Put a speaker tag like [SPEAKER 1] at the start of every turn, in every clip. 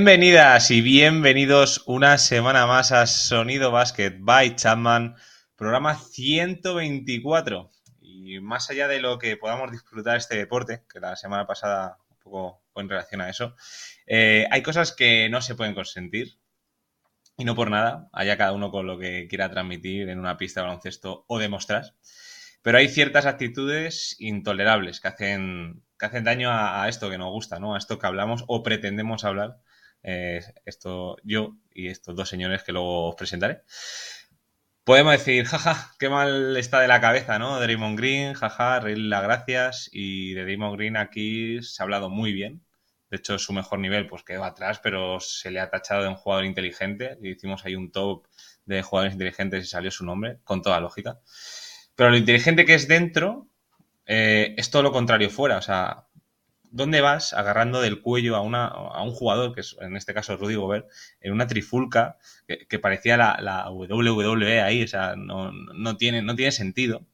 [SPEAKER 1] Bienvenidas y bienvenidos una semana más a Sonido Basket by Chapman, programa 124. Y más allá de lo que podamos disfrutar este deporte, que la semana pasada un poco fue en relación a eso, eh, hay cosas que no se pueden consentir. Y no por nada, haya cada uno con lo que quiera transmitir en una pista de baloncesto o demostrar. Pero hay ciertas actitudes intolerables que hacen, que hacen daño a, a esto que nos gusta, ¿no? A esto que hablamos o pretendemos hablar. eh, esto yo y estos dos señores que luego os presentaré. Podemos decir, jaja, qué mal está de la cabeza, ¿no? Draymond Green, jaja, reírle las gracias. Y de Draymond Green aquí se ha hablado muy bien. De hecho, su mejor nivel pues quedó atrás, pero se le ha tachado de un jugador inteligente. Y hicimos ahí un top de jugadores inteligentes y salió su nombre, con toda lógica. Pero lo inteligente que es dentro eh, es todo lo contrario fuera. O sea, ¿dónde vas agarrando del cuello a, una, a un jugador, que es en este caso Rudy Gobert, en una trifulca que, que parecía la, la WWE ahí? O sea, no, no, tiene, no tiene sentido.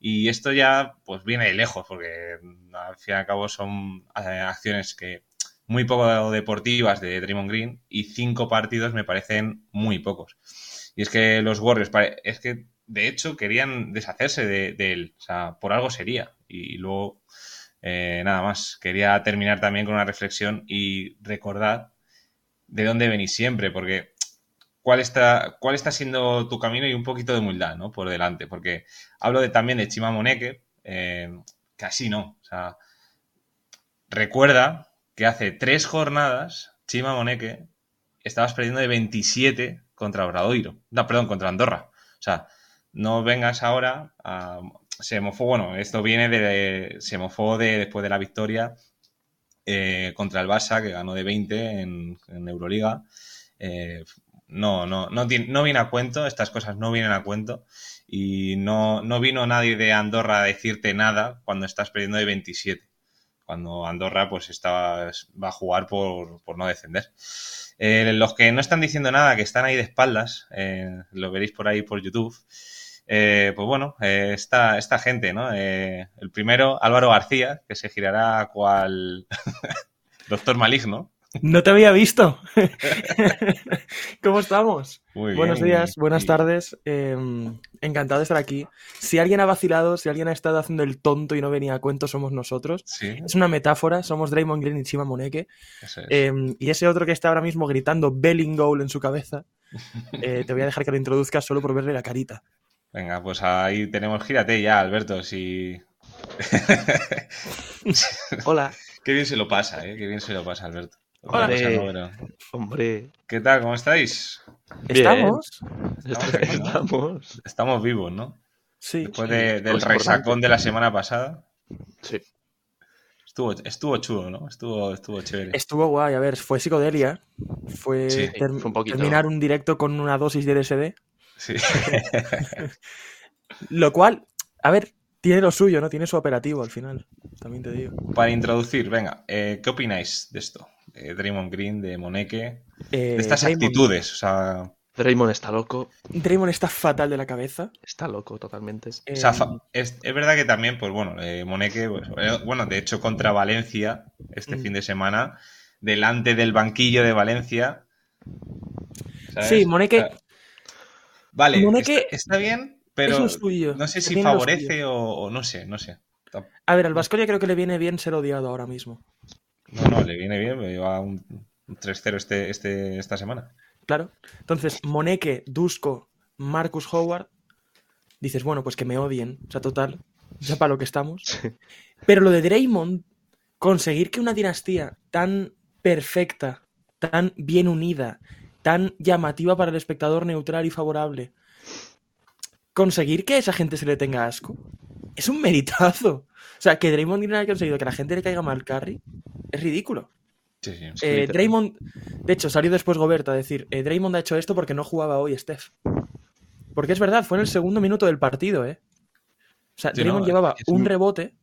[SPEAKER 1] Y esto ya pues viene de lejos, porque al fin y al cabo son eh, acciones que muy poco deportivas de Draymond Green y cinco partidos me parecen muy pocos. Y es que los Warriors, pare- es que de hecho querían deshacerse de, de él, o sea, por algo sería. Y luego eh, nada más, quería terminar también con una reflexión y recordar de dónde venís siempre, porque cuál está, cuál está siendo tu camino y un poquito de humildad, ¿no? Por delante, porque hablo de, también de Chima Moneke, que así no, o sea, recuerda que hace tres jornadas Chima Moneke estabas perdiendo de 27 contra Obradoiro, no, perdón, contra Andorra, o sea, no vengas ahora a... Se mofó, bueno, esto viene de... Se mofó de, después de la victoria eh, contra el Barça, que ganó de 20 en, en Euroliga. Eh, no, no, no, tiene- no viene a cuento, estas cosas no vienen a cuento. Y no, no vino nadie de Andorra a decirte nada cuando estás perdiendo de 27. Cuando Andorra pues estaba, va a jugar por, por no descender. Eh, los que no están diciendo nada, que están ahí de espaldas, eh, lo veréis por ahí por YouTube. Eh, pues bueno, eh, esta, esta gente, ¿no? Eh, el primero, Álvaro García, que se girará cual doctor maligno.
[SPEAKER 2] No te había visto. ¿Cómo estamos?
[SPEAKER 1] Muy
[SPEAKER 2] Buenos
[SPEAKER 1] bien.
[SPEAKER 2] días, buenas
[SPEAKER 1] Y-
[SPEAKER 2] tardes. eh, encantado de estar aquí. Si alguien ha vacilado, si alguien ha estado haciendo el tonto y no venía a cuento, somos nosotros.
[SPEAKER 1] Sí,
[SPEAKER 2] Es una metáfora, somos Draymond Green y Chima Moneke.
[SPEAKER 1] eso es.
[SPEAKER 2] eh, y ese otro que está ahora mismo gritando Belling Goal en su cabeza, eh, te voy a dejar que lo introduzcas solo por verle la carita.
[SPEAKER 1] Venga, pues ahí tenemos, gírate ya, Alberto, si...
[SPEAKER 3] Hola,
[SPEAKER 1] Qué bien se lo pasa, ¿eh? Qué bien se lo pasa, Alberto.
[SPEAKER 2] Hola. Eh,
[SPEAKER 1] Vamos a lograr.
[SPEAKER 3] hombre.
[SPEAKER 1] ¿Qué tal? ¿Cómo estáis?
[SPEAKER 3] Bien.
[SPEAKER 2] ¿Estamos?
[SPEAKER 1] Estamos aquí, ¿no?
[SPEAKER 3] Estamos.
[SPEAKER 1] Estamos vivos, ¿no?
[SPEAKER 2] Sí.
[SPEAKER 1] Después de-
[SPEAKER 3] sí,
[SPEAKER 1] del
[SPEAKER 3] cosa
[SPEAKER 1] resacón
[SPEAKER 3] importante.
[SPEAKER 1] de la semana pasada.
[SPEAKER 3] Sí.
[SPEAKER 1] Estuvo, estuvo chulo, ¿no? Estuvo, estuvo chévere.
[SPEAKER 2] Estuvo guay, a ver, fue psicodelia. Fue,
[SPEAKER 1] Sí,
[SPEAKER 2] ter-
[SPEAKER 3] fue un poquito.
[SPEAKER 2] terminar un directo con una dosis de DSD.
[SPEAKER 1] Sí.
[SPEAKER 2] Lo cual, a ver, tiene lo suyo, ¿no? Tiene su operativo al final. También te digo.
[SPEAKER 1] Para introducir, venga, eh, ¿qué opináis de esto? De Draymond Green, de Moneke,
[SPEAKER 2] Eh,
[SPEAKER 1] de estas
[SPEAKER 2] Draymond-
[SPEAKER 1] actitudes, o sea,
[SPEAKER 3] Draymond está loco.
[SPEAKER 2] Draymond está fatal de la cabeza.
[SPEAKER 3] Está loco totalmente.
[SPEAKER 1] O sea,
[SPEAKER 2] Eh,
[SPEAKER 1] fa- es, es verdad que también, pues bueno, eh, Moneke, pues, eh, bueno, de hecho contra Valencia este
[SPEAKER 2] Mm.
[SPEAKER 1] fin de semana, delante del banquillo de Valencia. ¿sabes?
[SPEAKER 2] Sí, Moneke-
[SPEAKER 1] O sea, Vale,
[SPEAKER 2] Moneke
[SPEAKER 1] está, está bien, pero
[SPEAKER 2] es lo suyo.
[SPEAKER 1] no sé si
[SPEAKER 2] Tiene lo suyo.
[SPEAKER 1] favorece o, o no sé, no sé. Tam-
[SPEAKER 2] A ver, al Vasconia creo que le viene bien ser odiado ahora mismo.
[SPEAKER 1] No, no, le viene bien, me lleva un un 3-0 este, este, esta semana.
[SPEAKER 2] Claro. Entonces, Moneke, Dusko, Marcus Howard. Dices, bueno, pues que me odien. O sea, total. Ya para lo que estamos.
[SPEAKER 3] Sí.
[SPEAKER 2] Pero lo de Draymond, conseguir que una dinastía tan perfecta, tan bien unida, tan llamativa para el espectador neutral y favorable, conseguir que a esa gente se le tenga asco, es un meritazo. O sea, que Draymond Green haya conseguido que la gente le caiga mal Carry es ridículo.
[SPEAKER 1] Sí, sí.
[SPEAKER 2] Eh,
[SPEAKER 3] literal.
[SPEAKER 2] Draymond, de hecho, salió después Gobert a decir, eh, Draymond ha hecho esto porque no jugaba hoy Steph. Porque es verdad, fue en el segundo minuto del partido, ¿eh? O sea,
[SPEAKER 1] Sí,
[SPEAKER 2] Draymond
[SPEAKER 1] no,
[SPEAKER 2] llevaba
[SPEAKER 1] es
[SPEAKER 2] un
[SPEAKER 1] un-
[SPEAKER 2] rebote,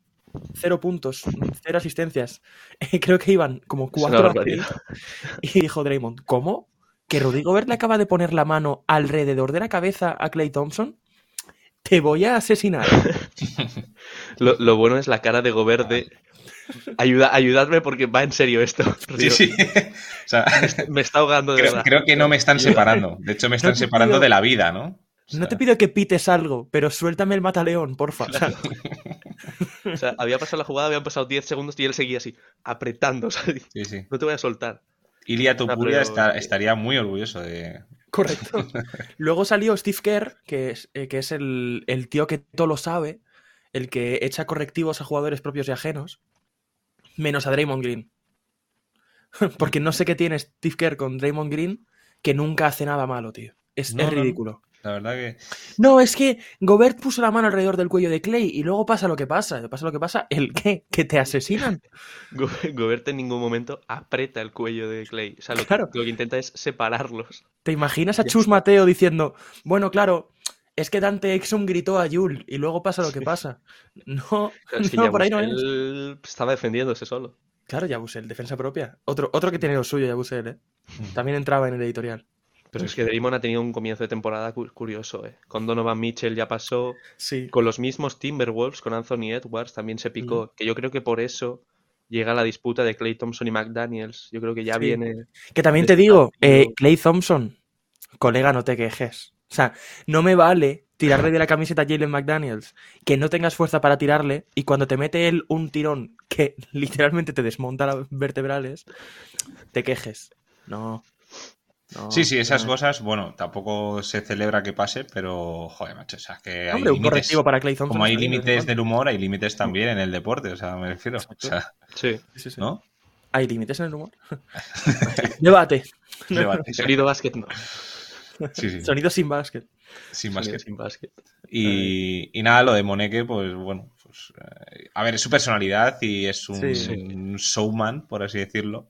[SPEAKER 2] cero puntos, cero asistencias. Eh, creo que iban como
[SPEAKER 3] Es una
[SPEAKER 2] cuatro
[SPEAKER 3] barbaridad.
[SPEAKER 2] ratitos. Y dijo Draymond, ¿cómo? ¿Que Rudy Gobert le acaba de poner la mano alrededor de la cabeza a Clay Thompson? Te voy a asesinar.
[SPEAKER 3] Lo, lo bueno es la cara de Gobert de Ayuda, ayudadme porque va en serio esto.
[SPEAKER 1] Sí,
[SPEAKER 3] Río.
[SPEAKER 1] sí. O sea,
[SPEAKER 3] Me está ahogando de
[SPEAKER 1] creo,
[SPEAKER 3] verdad.
[SPEAKER 1] creo que no me están separando. De hecho, me están
[SPEAKER 2] te
[SPEAKER 1] separando
[SPEAKER 2] pido-
[SPEAKER 1] de la vida, ¿no? O
[SPEAKER 2] No te
[SPEAKER 1] sea,
[SPEAKER 2] pido que pites algo, pero suéltame el mataleón, porfa. O sea,
[SPEAKER 3] O sea, había pasado la jugada, habían pasado 10 segundos y él seguía así, apretando. o sea,
[SPEAKER 1] Sí, sí.
[SPEAKER 3] no te voy a soltar.
[SPEAKER 1] Ilia Tupuria
[SPEAKER 3] pero-
[SPEAKER 1] está- estaría muy orgulloso de.
[SPEAKER 2] Correcto. Luego salió Steve Kerr, que es, eh, que es el, el tío que todo lo sabe, el que echa correctivos a jugadores propios y ajenos, menos a Draymond Green. Porque no sé qué tiene Steve Kerr con Draymond Green, que nunca hace nada malo, tío. Es,
[SPEAKER 1] No,
[SPEAKER 2] es
[SPEAKER 1] no, no.
[SPEAKER 2] ridículo.
[SPEAKER 1] La verdad que.
[SPEAKER 2] No, es que Gobert puso la mano alrededor del cuello de Clay y luego pasa lo que pasa. Pasa lo que pasa. ¿El qué? Que te asesinan.
[SPEAKER 3] Go- Gobert en ningún momento aprieta el cuello de Clay. O sea, lo, que-
[SPEAKER 2] Claro.
[SPEAKER 3] lo que, intenta es separarlos.
[SPEAKER 2] ¿Te imaginas a Chus Mateo diciendo, bueno, claro, es que Dante Exum gritó a Yul y luego pasa lo que pasa? No,
[SPEAKER 3] O sea, es que
[SPEAKER 2] no,
[SPEAKER 3] ya
[SPEAKER 2] por ahí no es.
[SPEAKER 3] él estaba defendiéndose solo.
[SPEAKER 2] Claro, Yabusel, defensa propia. Otro, otro que tiene lo suyo, Yabusel, ¿eh?
[SPEAKER 1] Mm.
[SPEAKER 2] También entraba en el editorial.
[SPEAKER 3] Pero es que Draymond ha tenido un comienzo de temporada cu- curioso, ¿eh? Con Donovan Mitchell ya pasó,
[SPEAKER 2] Sí.
[SPEAKER 3] con los mismos Timberwolves, con Anthony Edwards también se
[SPEAKER 1] Mm.
[SPEAKER 3] picó, que yo creo que por eso llega la disputa de Clay Thompson y McDaniels. Yo creo que ya
[SPEAKER 2] Sí.
[SPEAKER 3] viene...
[SPEAKER 2] Que también te digo,
[SPEAKER 3] Desafío.
[SPEAKER 2] eh, Clay Thompson, colega, no te quejes. O sea, no me vale tirarle de la camiseta a Jalen McDaniels, que no tengas fuerza para tirarle, y cuando te mete él un tirón que literalmente te desmonta las vertebrales, te quejes. No. No,
[SPEAKER 1] Sí, sí, esas
[SPEAKER 2] no.
[SPEAKER 1] cosas, bueno, tampoco se celebra que pase, pero joder, macho, o sea, que hay
[SPEAKER 2] Hombre, un
[SPEAKER 1] límites.
[SPEAKER 2] correctivo para Clay Thompson.
[SPEAKER 1] Como hay
[SPEAKER 2] está bien de vez en
[SPEAKER 1] límites
[SPEAKER 2] cuando.
[SPEAKER 1] del humor, hay límites también en el deporte, o sea, me refiero. O sea,
[SPEAKER 3] Sí.
[SPEAKER 2] Sí, sí, sí.
[SPEAKER 1] ¿no?
[SPEAKER 2] Hay límites en el humor. Debate.
[SPEAKER 1] Debate.
[SPEAKER 3] Sonido básquet no.
[SPEAKER 1] Sí, sí,
[SPEAKER 2] Sonido sin básquet.
[SPEAKER 1] sin más que-
[SPEAKER 3] Sonido sin básquet.
[SPEAKER 1] Y, y nada, lo de Moneke, pues bueno, pues, eh, a ver, es su personalidad y es un,
[SPEAKER 2] Sí, sí.
[SPEAKER 1] un showman, por así decirlo,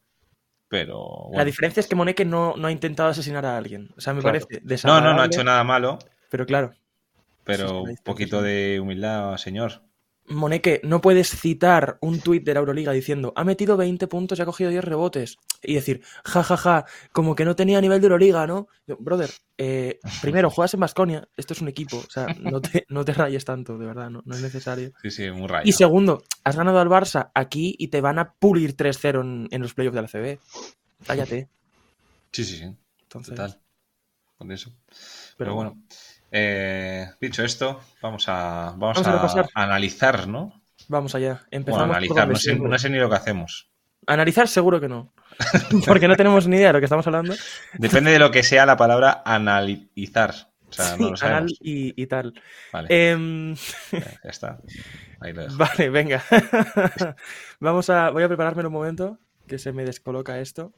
[SPEAKER 1] pero
[SPEAKER 2] La
[SPEAKER 1] bueno.
[SPEAKER 2] diferencia es que Moneke no, no ha intentado asesinar a alguien. O sea, me
[SPEAKER 3] Claro.
[SPEAKER 2] parece
[SPEAKER 1] No,
[SPEAKER 2] desagradable.
[SPEAKER 1] no, no ha hecho nada malo,
[SPEAKER 2] Pero claro, Sí, sí,
[SPEAKER 1] pero
[SPEAKER 2] la
[SPEAKER 1] un
[SPEAKER 2] distancia,
[SPEAKER 1] poquito
[SPEAKER 2] sí.
[SPEAKER 1] de humildad, señor.
[SPEAKER 2] Moneke, no puedes citar un tuit de la Euroliga diciendo ha metido 20 puntos y ha cogido 10 rebotes. Y decir, ja, ja, ja, como que no tenía nivel de Euroliga, ¿no? Yo, Brother, eh, primero, juegas en Basconia. Esto es un equipo. O sea, no te, no te rayes tanto, de verdad. No, no es necesario.
[SPEAKER 1] Sí, sí, un rayo.
[SPEAKER 2] Y segundo, has ganado al Barça aquí y te van a pulir 3-0 en, en los playoffs de la CB. Cállate.
[SPEAKER 1] Sí, sí, sí.
[SPEAKER 2] Entonces,
[SPEAKER 1] Total. Con eso. Pero,
[SPEAKER 2] pero
[SPEAKER 1] bueno. Eh, dicho esto, vamos a, vamos
[SPEAKER 2] Vamos a
[SPEAKER 1] a,
[SPEAKER 2] repasar.
[SPEAKER 1] analizar, ¿no?
[SPEAKER 2] Vamos allá. Empezamos
[SPEAKER 1] Bueno,
[SPEAKER 2] por
[SPEAKER 1] analizar.
[SPEAKER 2] donde
[SPEAKER 1] No sé,
[SPEAKER 2] siempre.
[SPEAKER 1] no sé ni lo que hacemos.
[SPEAKER 2] Analizar seguro que no. Porque no tenemos ni idea de lo que estamos hablando.
[SPEAKER 1] Depende de lo que sea la palabra analizar. O sea, no
[SPEAKER 2] Sí,
[SPEAKER 1] lo
[SPEAKER 2] anal
[SPEAKER 1] sabemos.
[SPEAKER 2] y, y tal.
[SPEAKER 1] Vale,
[SPEAKER 2] Em,
[SPEAKER 1] ya está. Ahí lo dejo.
[SPEAKER 2] vale, venga. Vamos a. Voy a prepararme un momento, que se me descoloca esto.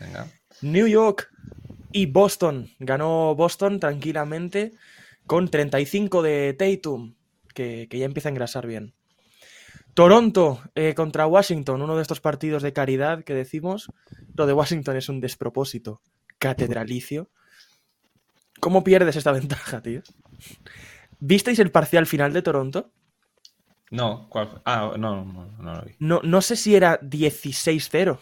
[SPEAKER 1] Venga.
[SPEAKER 2] New York y Boston. Ganó Boston tranquilamente con 35 de Tatum, que, que ya empieza a engrasar bien. Toronto eh, contra Washington, uno de estos partidos de caridad que decimos. Lo de Washington es un despropósito catedralicio. ¿Cómo pierdes esta ventaja, tío? ¿Visteis el parcial final de Toronto?
[SPEAKER 1] No, ¿cuál fue? Ah, no, no, no lo vi.
[SPEAKER 2] No, no sé si era 16-0.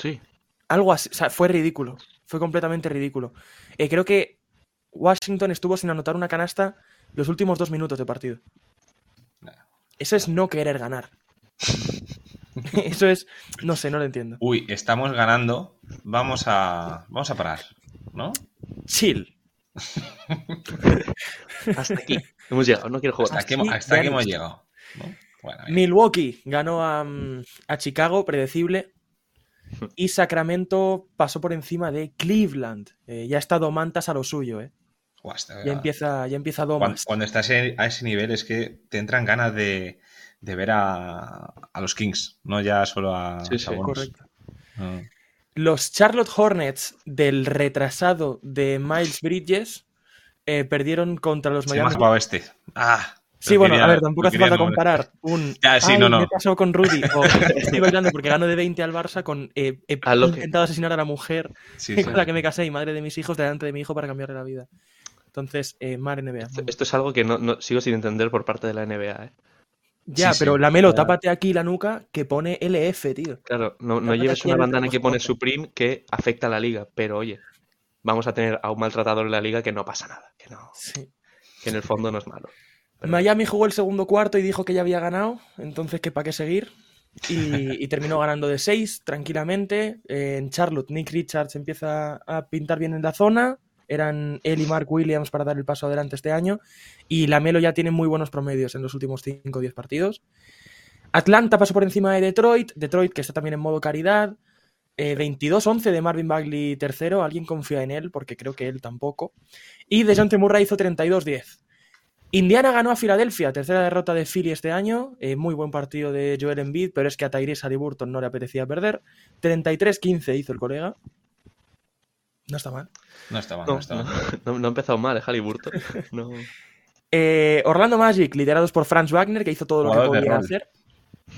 [SPEAKER 3] Sí.
[SPEAKER 2] Algo así, o sea, fue ridículo. Fue completamente ridículo. Eh, creo que Washington estuvo sin anotar una canasta los últimos dos minutos de partido.
[SPEAKER 1] Nah.
[SPEAKER 2] Eso es no querer ganar. Eso es, no sé, no lo entiendo.
[SPEAKER 1] Uy, estamos ganando. Vamos a, vamos a parar, ¿no?
[SPEAKER 2] Chill.
[SPEAKER 3] Hasta aquí. Hemos llegado, no quiero
[SPEAKER 1] Hasta
[SPEAKER 3] jugar.
[SPEAKER 1] aquí, hemos-
[SPEAKER 2] Así
[SPEAKER 1] hasta aquí
[SPEAKER 2] ganas.
[SPEAKER 1] hemos llegado. ¿no? Bueno, venga.
[SPEAKER 2] Milwaukee ganó a, mm, a Chicago, predecible. Y Sacramento pasó por encima de Cleveland. Eh, ya está Domantas a lo suyo, ¿eh?
[SPEAKER 1] Buah, está-
[SPEAKER 2] Ya empieza, ya empieza
[SPEAKER 1] cuando,
[SPEAKER 2] Domas.
[SPEAKER 1] cuando estás en- a ese nivel es que te entran ganas de, de ver a, a los Kings, no ya solo a
[SPEAKER 3] Sí, sí,
[SPEAKER 1] Sabonis.
[SPEAKER 2] Correcto. Pues
[SPEAKER 1] Mm.
[SPEAKER 2] Los Charlotte Hornets del retrasado de Miles Bridges eh, perdieron contra los
[SPEAKER 1] Se me ha
[SPEAKER 2] Miami.
[SPEAKER 1] escapado este. Ah,
[SPEAKER 2] Sí,
[SPEAKER 1] lo
[SPEAKER 2] bueno,
[SPEAKER 1] quería-
[SPEAKER 2] a ver, tampoco
[SPEAKER 1] lo
[SPEAKER 2] hace
[SPEAKER 1] quería
[SPEAKER 2] falta
[SPEAKER 1] nombrar.
[SPEAKER 2] comparar un
[SPEAKER 1] Ya, sí,
[SPEAKER 2] "Ay,
[SPEAKER 1] no, no.
[SPEAKER 2] me he pasado con Rudy o estoy bailando porque gano de 20 al Barça con eh, he
[SPEAKER 3] A lo que-
[SPEAKER 2] intentado asesinar a la mujer
[SPEAKER 1] Sí, sí.
[SPEAKER 2] con la que me casé y madre de mis hijos delante de mi hijo para cambiarle la vida. Entonces, eh, mar NBA.
[SPEAKER 3] Esto- Esto es algo que no, no- sigo sin entender por parte de la NBA, ¿eh?
[SPEAKER 2] Ya,
[SPEAKER 1] sí,
[SPEAKER 2] pero
[SPEAKER 1] sí,
[SPEAKER 2] la Melo,
[SPEAKER 3] ya.
[SPEAKER 2] tápate aquí la nuca que pone LF, tío.
[SPEAKER 3] Claro, no, no
[SPEAKER 2] Tápate
[SPEAKER 3] lleves
[SPEAKER 2] aquí
[SPEAKER 3] una
[SPEAKER 2] el
[SPEAKER 3] bandana que pone
[SPEAKER 2] moscote.
[SPEAKER 3] Supreme que afecta a la liga, pero oye, vamos a tener a un maltratador en la liga que no pasa nada, que no,
[SPEAKER 2] Sí.
[SPEAKER 3] que en el fondo no es malo. Pero-
[SPEAKER 2] Miami jugó el segundo cuarto y dijo que ya había ganado, entonces que para qué seguir. Y, y terminó ganando de 6 tranquilamente. Eh, en Charlotte, Nick Richards empieza a pintar bien en la zona. Eran él y Mark Williams para dar el paso adelante este año. Y Lamelo ya tiene muy buenos promedios en los últimos 5 o 10 partidos. Atlanta pasó por encima de Detroit. Detroit que está también en modo caridad. Eh, 22-11 de Marvin Bagley tercero. Alguien confía en él porque creo que él tampoco. Y DeJounte Murray hizo 32-10. Indiana ganó a Filadelfia, tercera derrota de Philly este año. Eh, muy buen partido de Joel Embiid, pero es que a Tyrese Haliburton no le apetecía perder. 33-15 hizo el colega. No está mal.
[SPEAKER 1] No está mal, no,
[SPEAKER 3] No,
[SPEAKER 1] está mal.
[SPEAKER 3] no, no ha empezado mal, eh, Haliburton. No.
[SPEAKER 2] Eh, Orlando Magic, liderados por Franz Wagner, que hizo todo
[SPEAKER 1] Jugador
[SPEAKER 2] lo
[SPEAKER 1] de
[SPEAKER 2] que podía
[SPEAKER 1] rol.
[SPEAKER 2] hacer.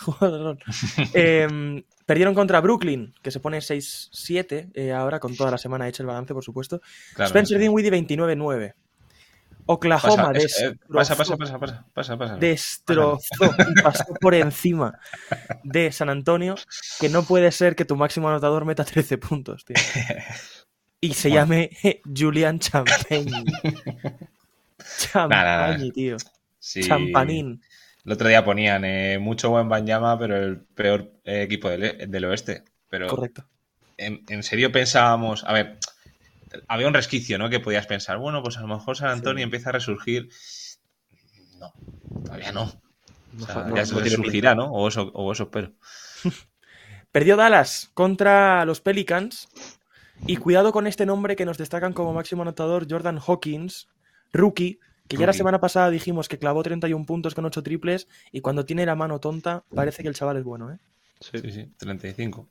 [SPEAKER 2] Jugador de rol. Eh, perdieron contra Brooklyn, que se pone 6-7 eh, ahora, con toda la semana hecho el balance, por supuesto.
[SPEAKER 1] Claro,
[SPEAKER 2] Spencer
[SPEAKER 1] no.
[SPEAKER 2] Dinwiddie 29-9. Oklahoma
[SPEAKER 1] Pasa, es- eh, pasa, pasa,
[SPEAKER 2] destrozó-
[SPEAKER 1] pasa, pasa, pasa, pasa.
[SPEAKER 2] destrozó y pasó por encima de San Antonio, que no puede ser que tu máximo anotador meta 13 puntos, tío. Y se llame Julian Champagne. Champagne,
[SPEAKER 1] Nah, nah, nah.
[SPEAKER 2] tío.
[SPEAKER 1] Sí.
[SPEAKER 2] Champanín.
[SPEAKER 1] El otro día ponían eh, mucho buen Banyama, pero el peor eh, equipo del, del oeste. Pero
[SPEAKER 2] Correcto.
[SPEAKER 1] en, en serio pensábamos, a ver, había un resquicio, ¿no? Que podías pensar, bueno, pues a lo mejor San Antonio
[SPEAKER 2] Sí.
[SPEAKER 1] empieza a resurgir. No, todavía no. O
[SPEAKER 3] No,
[SPEAKER 1] sea,
[SPEAKER 3] no,
[SPEAKER 1] ya
[SPEAKER 3] no tiene pinta.
[SPEAKER 1] resurgirá, ¿no? O eso, o eso espero.
[SPEAKER 2] Perdió Dallas contra los Pelicans. Y cuidado con este nombre que nos destacan como máximo anotador, Jordan Hawkins, rookie, que ya la
[SPEAKER 1] Rookie.
[SPEAKER 2] semana pasada dijimos que clavó 31 puntos con 8 triples y cuando tiene la mano tonta parece que el chaval es bueno, ¿eh?
[SPEAKER 3] Sí.
[SPEAKER 1] Sí, sí, 35.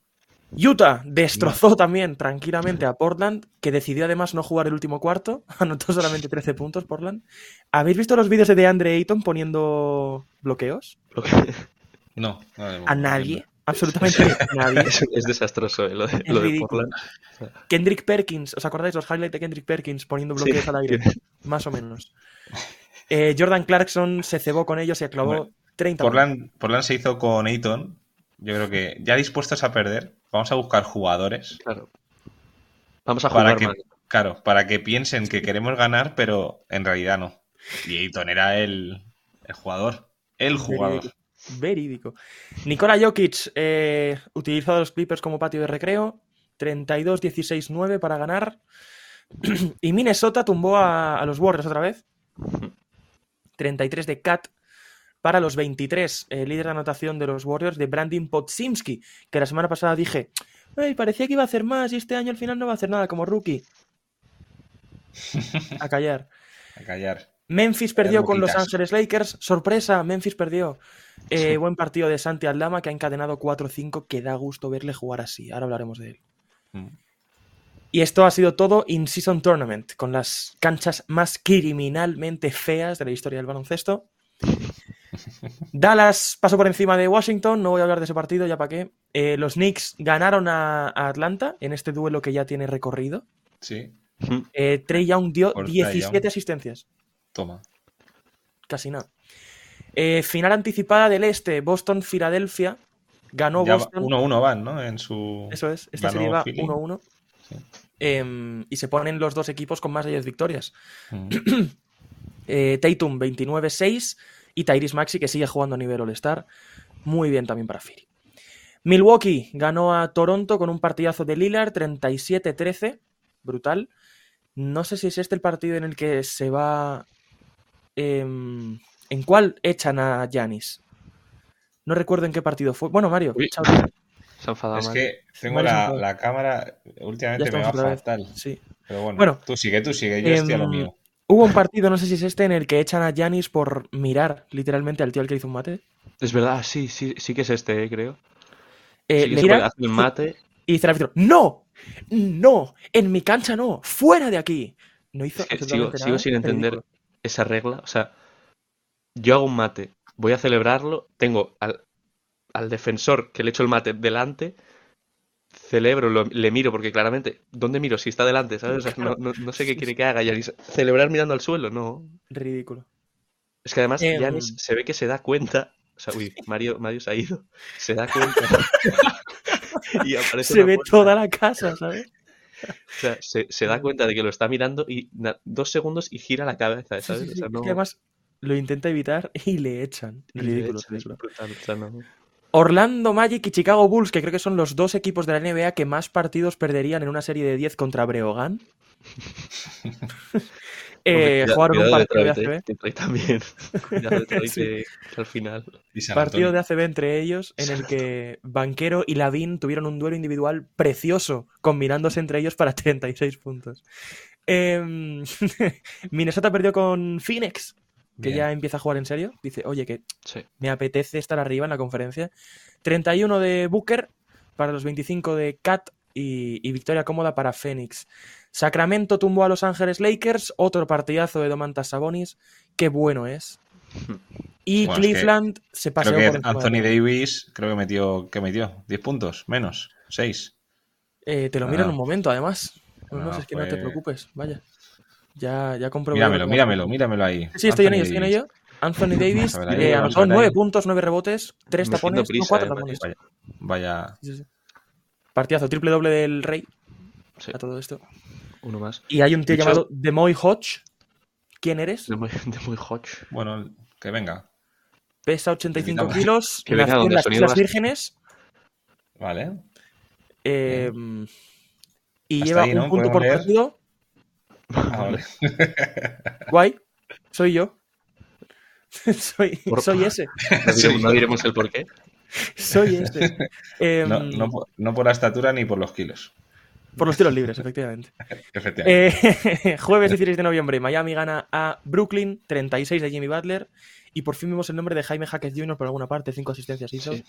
[SPEAKER 2] Utah destrozó también tranquilamente a Portland, que decidió además no jugar el último cuarto. Anotó solamente 13 puntos Portland. ¿Habéis visto los vídeos de DeAndre Ayton poniendo bloqueos?
[SPEAKER 3] Lo que-
[SPEAKER 1] No, no le-
[SPEAKER 2] A nadie, absolutamente nadie.
[SPEAKER 3] es, es desastroso eh, lo de, lo de
[SPEAKER 2] ridículo.
[SPEAKER 3] Portland.
[SPEAKER 2] Kendrick Perkins, ¿os acordáis los highlights de Kendrick Perkins poniendo bloqueos
[SPEAKER 3] Sí.
[SPEAKER 2] al aire? Más o menos. Eh, Jordan Clarkson se cebó con ellos y aclavó
[SPEAKER 1] Hombre,
[SPEAKER 2] 30
[SPEAKER 1] Portland, Portland se hizo con Ayton. Yo creo que ya dispuestos a perder, vamos a buscar jugadores.
[SPEAKER 3] Claro. Vamos a
[SPEAKER 1] Para
[SPEAKER 3] jugar
[SPEAKER 1] que,
[SPEAKER 3] más.
[SPEAKER 1] claro, para que piensen que queremos ganar, pero en realidad no. Y Ayton era el, el jugador. El jugador.
[SPEAKER 2] Verídico. Nicola Jokic eh, utilizó a los Clippers como patio de recreo. 32-16-9 para ganar. y Minnesota tumbó a, a los Warriors otra vez. 33 de Cat para los 23, eh, líder de anotación de los Warriors de Brandon Podsimski, que la semana pasada dije, "Ey, parecía que iba a hacer más y este año al final no va a hacer nada como rookie. A callar.
[SPEAKER 1] A callar.
[SPEAKER 2] Memphis perdió con Los
[SPEAKER 1] Boquitas.
[SPEAKER 2] Ángeles Lakers. Sorpresa, Memphis perdió. Eh, Buen partido de Santi Aldama que ha encadenado 4-5 que da gusto verle jugar así. Ahora hablaremos de él.
[SPEAKER 1] Mm.
[SPEAKER 2] Y esto ha sido todo In Season Tournament, con las canchas más criminalmente feas de la historia del baloncesto. Dallas pasó por encima de Washington, no voy a hablar de ese partido, ya para qué. Eh, los Knicks ganaron a, a Atlanta en este duelo que ya tiene recorrido.
[SPEAKER 1] Sí,
[SPEAKER 2] Eh, Trey Young dio
[SPEAKER 1] Por Trae Young.
[SPEAKER 2] 17 asistencias.
[SPEAKER 1] toma.
[SPEAKER 2] Casi nada. Eh, final anticipada del este, Boston-Filadelfia. Ganó
[SPEAKER 1] Ya va-
[SPEAKER 2] Boston.
[SPEAKER 1] 1-1 van, ¿no? En su.
[SPEAKER 2] Eso es, esta
[SPEAKER 1] ganó
[SPEAKER 2] serie va
[SPEAKER 1] Philly.
[SPEAKER 2] 1-1.
[SPEAKER 1] Sí.
[SPEAKER 2] Em, y se ponen los dos equipos con más de 10 victorias.
[SPEAKER 1] Mm.
[SPEAKER 2] Eh, Tatum 29-6 y Tyrese Maxi que sigue jugando a nivel All-Star. Muy bien también para Philly. Milwaukee ganó a Toronto con un partidazo de Lillard 37-13. Brutal. No sé si es este el partido en el que se va. em, ¿En cuál echan a Yanis? No recuerdo en qué partido fue. Bueno, Mario,
[SPEAKER 3] Uy.
[SPEAKER 2] chao.
[SPEAKER 3] Se ha enfadado
[SPEAKER 1] Es
[SPEAKER 3] mal.
[SPEAKER 1] que tengo
[SPEAKER 2] Vale,
[SPEAKER 1] la,
[SPEAKER 2] sí,
[SPEAKER 1] la cámara.
[SPEAKER 2] Ya
[SPEAKER 1] Últimamente me va
[SPEAKER 2] estamos otra vez.
[SPEAKER 1] fatal.
[SPEAKER 2] Sí.
[SPEAKER 1] Pero bueno,
[SPEAKER 2] Bueno,
[SPEAKER 1] tú sigue, tú sigue. Yo estoy a lo
[SPEAKER 2] em,
[SPEAKER 1] mío.
[SPEAKER 2] Hubo un partido, no sé si es este, en el que echan a Yanis por mirar literalmente al tío al que hizo un mate.
[SPEAKER 3] Es verdad, sí, sí, sí que es este, eh, creo.
[SPEAKER 2] Eh,
[SPEAKER 3] sí
[SPEAKER 2] le
[SPEAKER 3] que se puede
[SPEAKER 2] mira
[SPEAKER 3] hacer el mate.
[SPEAKER 2] y dice el árbitro, ¡No! ¡No! ¡En mi cancha no! ¡Fuera de aquí! No hizo
[SPEAKER 3] Es que sigo,
[SPEAKER 2] absolutamente
[SPEAKER 3] sigo
[SPEAKER 2] nada.
[SPEAKER 3] sin entender
[SPEAKER 2] Ridículo.
[SPEAKER 3] esa regla. O sea, yo hago un mate, voy a celebrarlo, tengo al, al defensor que le echo el mate delante, celebro, lo- le miro, porque claramente, ¿dónde miro? Si está delante, ¿sabes? O sea, no, no- no sé qué quiere que haga Yanis. ¿Celebrar mirando al suelo? No.
[SPEAKER 2] Ridículo.
[SPEAKER 3] Es que además
[SPEAKER 2] Em.
[SPEAKER 3] Yanis se ve que se da cuenta. O sea, uy, Mario, Mario se ha ido. Se da cuenta. y aparece
[SPEAKER 2] Se
[SPEAKER 3] una
[SPEAKER 2] ve
[SPEAKER 3] puerta.
[SPEAKER 2] toda la casa, ¿sabes?
[SPEAKER 3] O sea, se, se da cuenta de que lo está mirando y na- dos segundos y gira la cabeza,
[SPEAKER 2] Sí,
[SPEAKER 3] ¿sabes?
[SPEAKER 2] sí,
[SPEAKER 3] O sea,
[SPEAKER 2] sí.
[SPEAKER 3] no-
[SPEAKER 2] Es que además lo intenta evitar y le echan.
[SPEAKER 3] Y
[SPEAKER 2] Ridículo,
[SPEAKER 3] de hecho,
[SPEAKER 2] ridículo.
[SPEAKER 3] es brutal, o sea, no.
[SPEAKER 2] Orlando Magic y Chicago Bulls, que creo que son los dos equipos de la NBA que más partidos perderían en una serie de 10 contra Breogán. Eh,
[SPEAKER 3] Cuida-
[SPEAKER 2] jugaron un
[SPEAKER 3] cuidado
[SPEAKER 2] partido de
[SPEAKER 3] Detroit, eh,
[SPEAKER 2] ACB,
[SPEAKER 3] Detroit también. Cuidado Detroit,
[SPEAKER 2] Sí.
[SPEAKER 3] eh, que al final.
[SPEAKER 1] Y San
[SPEAKER 2] partido de
[SPEAKER 1] Antonio.
[SPEAKER 2] ACB entre ellos en el que Banquero y Lavín tuvieron un duelo individual precioso, combinándose entre ellos para 36 puntos. Em, Minnesota perdió con Phoenix, que
[SPEAKER 1] Bien.
[SPEAKER 2] ya empieza a jugar en serio. Dice, oye, que
[SPEAKER 3] Sí.
[SPEAKER 2] me apetece estar arriba en la conferencia. 31 de Booker para los 25 de Cat y, y victoria cómoda para Phoenix. Sacramento tumbó a Los Ángeles Lakers, otro partidazo de Domantas Sabonis, qué bueno es. Y
[SPEAKER 1] Bueno, es que
[SPEAKER 2] Cleveland se pasó
[SPEAKER 1] Creo que Anthony Davis, creo que metió, que metió 10 puntos, menos, 6.
[SPEAKER 2] Eh, te lo miro en
[SPEAKER 1] Ah.
[SPEAKER 2] un momento, además. No, no,
[SPEAKER 1] Ah,
[SPEAKER 2] si es que no
[SPEAKER 1] pues-
[SPEAKER 2] te preocupes, vaya. Ya, ya comprobé.
[SPEAKER 1] Míramelo, míramelo, míramelo ahí.
[SPEAKER 2] Sí, estoy
[SPEAKER 1] Anthony
[SPEAKER 2] en ello, estoy en
[SPEAKER 1] Davis.
[SPEAKER 2] ello. Anthony Davis
[SPEAKER 1] a ver ahí,
[SPEAKER 2] eh,
[SPEAKER 1] vamos a
[SPEAKER 2] anotó
[SPEAKER 1] ver ahí.
[SPEAKER 2] 9 puntos, 9 rebotes, 3
[SPEAKER 3] Me siento
[SPEAKER 2] tapones,
[SPEAKER 3] prisa,
[SPEAKER 2] 4
[SPEAKER 3] eh,
[SPEAKER 2] tapones.
[SPEAKER 1] Vaya, vaya.
[SPEAKER 2] Sí, sí. Partidazo, triple doble del Rey
[SPEAKER 3] Sí,
[SPEAKER 2] a todo esto.
[SPEAKER 3] uno más.
[SPEAKER 2] Y hay un tío
[SPEAKER 3] Dicho-
[SPEAKER 2] llamado Demoy Hodge. ¿Quién eres?
[SPEAKER 3] De muy, de muy hot.
[SPEAKER 1] Bueno, que venga.
[SPEAKER 2] Pesa 85
[SPEAKER 1] Venga,
[SPEAKER 2] kilos,
[SPEAKER 3] que
[SPEAKER 2] nació
[SPEAKER 3] venga
[SPEAKER 2] en
[SPEAKER 3] donde el
[SPEAKER 2] las
[SPEAKER 3] sonido
[SPEAKER 2] Islas
[SPEAKER 3] vasco.
[SPEAKER 2] Vírgenes
[SPEAKER 1] Vale.
[SPEAKER 2] eh, y
[SPEAKER 1] Hasta
[SPEAKER 2] lleva
[SPEAKER 1] ahí, ¿no?
[SPEAKER 2] un punto por
[SPEAKER 1] ¿Podemos leer?
[SPEAKER 2] partido.
[SPEAKER 1] Ah, vale.
[SPEAKER 2] Guay, soy yo. soy,
[SPEAKER 3] Por-
[SPEAKER 2] soy ese,
[SPEAKER 3] No diremos, no diremos el por qué.
[SPEAKER 2] soy ese. Em,
[SPEAKER 1] No, no por- no por la estatura ni por los kilos.
[SPEAKER 2] Por los tiros libres, efectivamente.
[SPEAKER 1] Efectivamente.
[SPEAKER 2] Eh, jueves 16 de noviembre, Miami gana a Brooklyn, 36 de Jimmy Butler. Y por fin vimos el nombre de Jaime Hackett Jr. por alguna parte, cinco asistencias hizo.
[SPEAKER 3] Sí.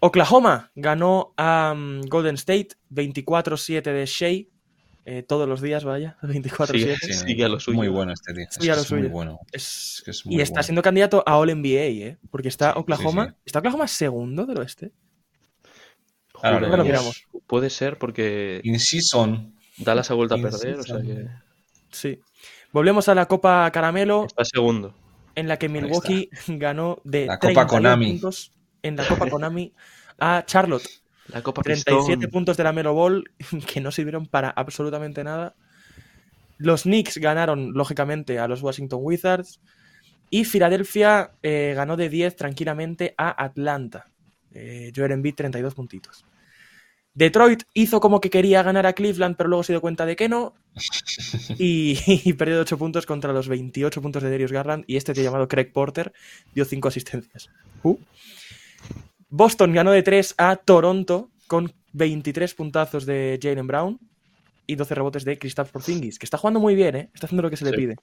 [SPEAKER 2] Oklahoma ganó a mm, Golden State, 24-7 de Shea. eh, todos los días, vaya, 24-7.
[SPEAKER 3] Sí, sigue a lo suyo.
[SPEAKER 1] Muy bueno este tío. Es
[SPEAKER 2] Sigue
[SPEAKER 1] que
[SPEAKER 2] a lo
[SPEAKER 1] es muy
[SPEAKER 2] suyo.
[SPEAKER 1] bueno.
[SPEAKER 2] Es-
[SPEAKER 1] Es que es muy
[SPEAKER 2] y está
[SPEAKER 1] bueno.
[SPEAKER 2] siendo candidato a All NBA, ¿eh? Porque está
[SPEAKER 1] Sí, sí,
[SPEAKER 2] Oklahoma.
[SPEAKER 1] sí.
[SPEAKER 2] ¿Está Oklahoma segundo del oeste?
[SPEAKER 1] Ahora
[SPEAKER 3] Juro,
[SPEAKER 1] lo
[SPEAKER 2] miramos.
[SPEAKER 3] Puede ser porque
[SPEAKER 1] In season.
[SPEAKER 3] Dallas ha vuelto a
[SPEAKER 1] Sí, sí,
[SPEAKER 3] perder, o sea que
[SPEAKER 2] Sí. Volvemos a la Copa Caramelo.
[SPEAKER 3] está segundo.
[SPEAKER 2] en la que Milwaukee ganó de
[SPEAKER 1] La Copa
[SPEAKER 2] 31
[SPEAKER 1] Konami.
[SPEAKER 2] puntos en la Copa Konami a Charlotte.
[SPEAKER 3] La Copa
[SPEAKER 2] 37
[SPEAKER 3] Pistón.
[SPEAKER 2] puntos de la Melo Ball que no sirvieron para absolutamente nada. Los Knicks ganaron, lógicamente, a los Washington Wizards. Y Filadelfia eh, ganó de 10 tranquilamente a Atlanta. Eh, Joel Embiid, 32 puntitos. Detroit hizo como que quería ganar a Cleveland, pero luego se dio cuenta de que no. Y, y perdió de 8 puntos contra los 28 puntos de Darius Garland. Y este tío llamado Craig Porter dio 5 asistencias. Uh. Boston ganó de 3 a Toronto con 23 puntazos de Jalen Brown y 12 rebotes de Kristaps Porzingis, que está jugando muy bien, ¿eh? está haciendo lo que se le
[SPEAKER 3] Sí.
[SPEAKER 2] pide.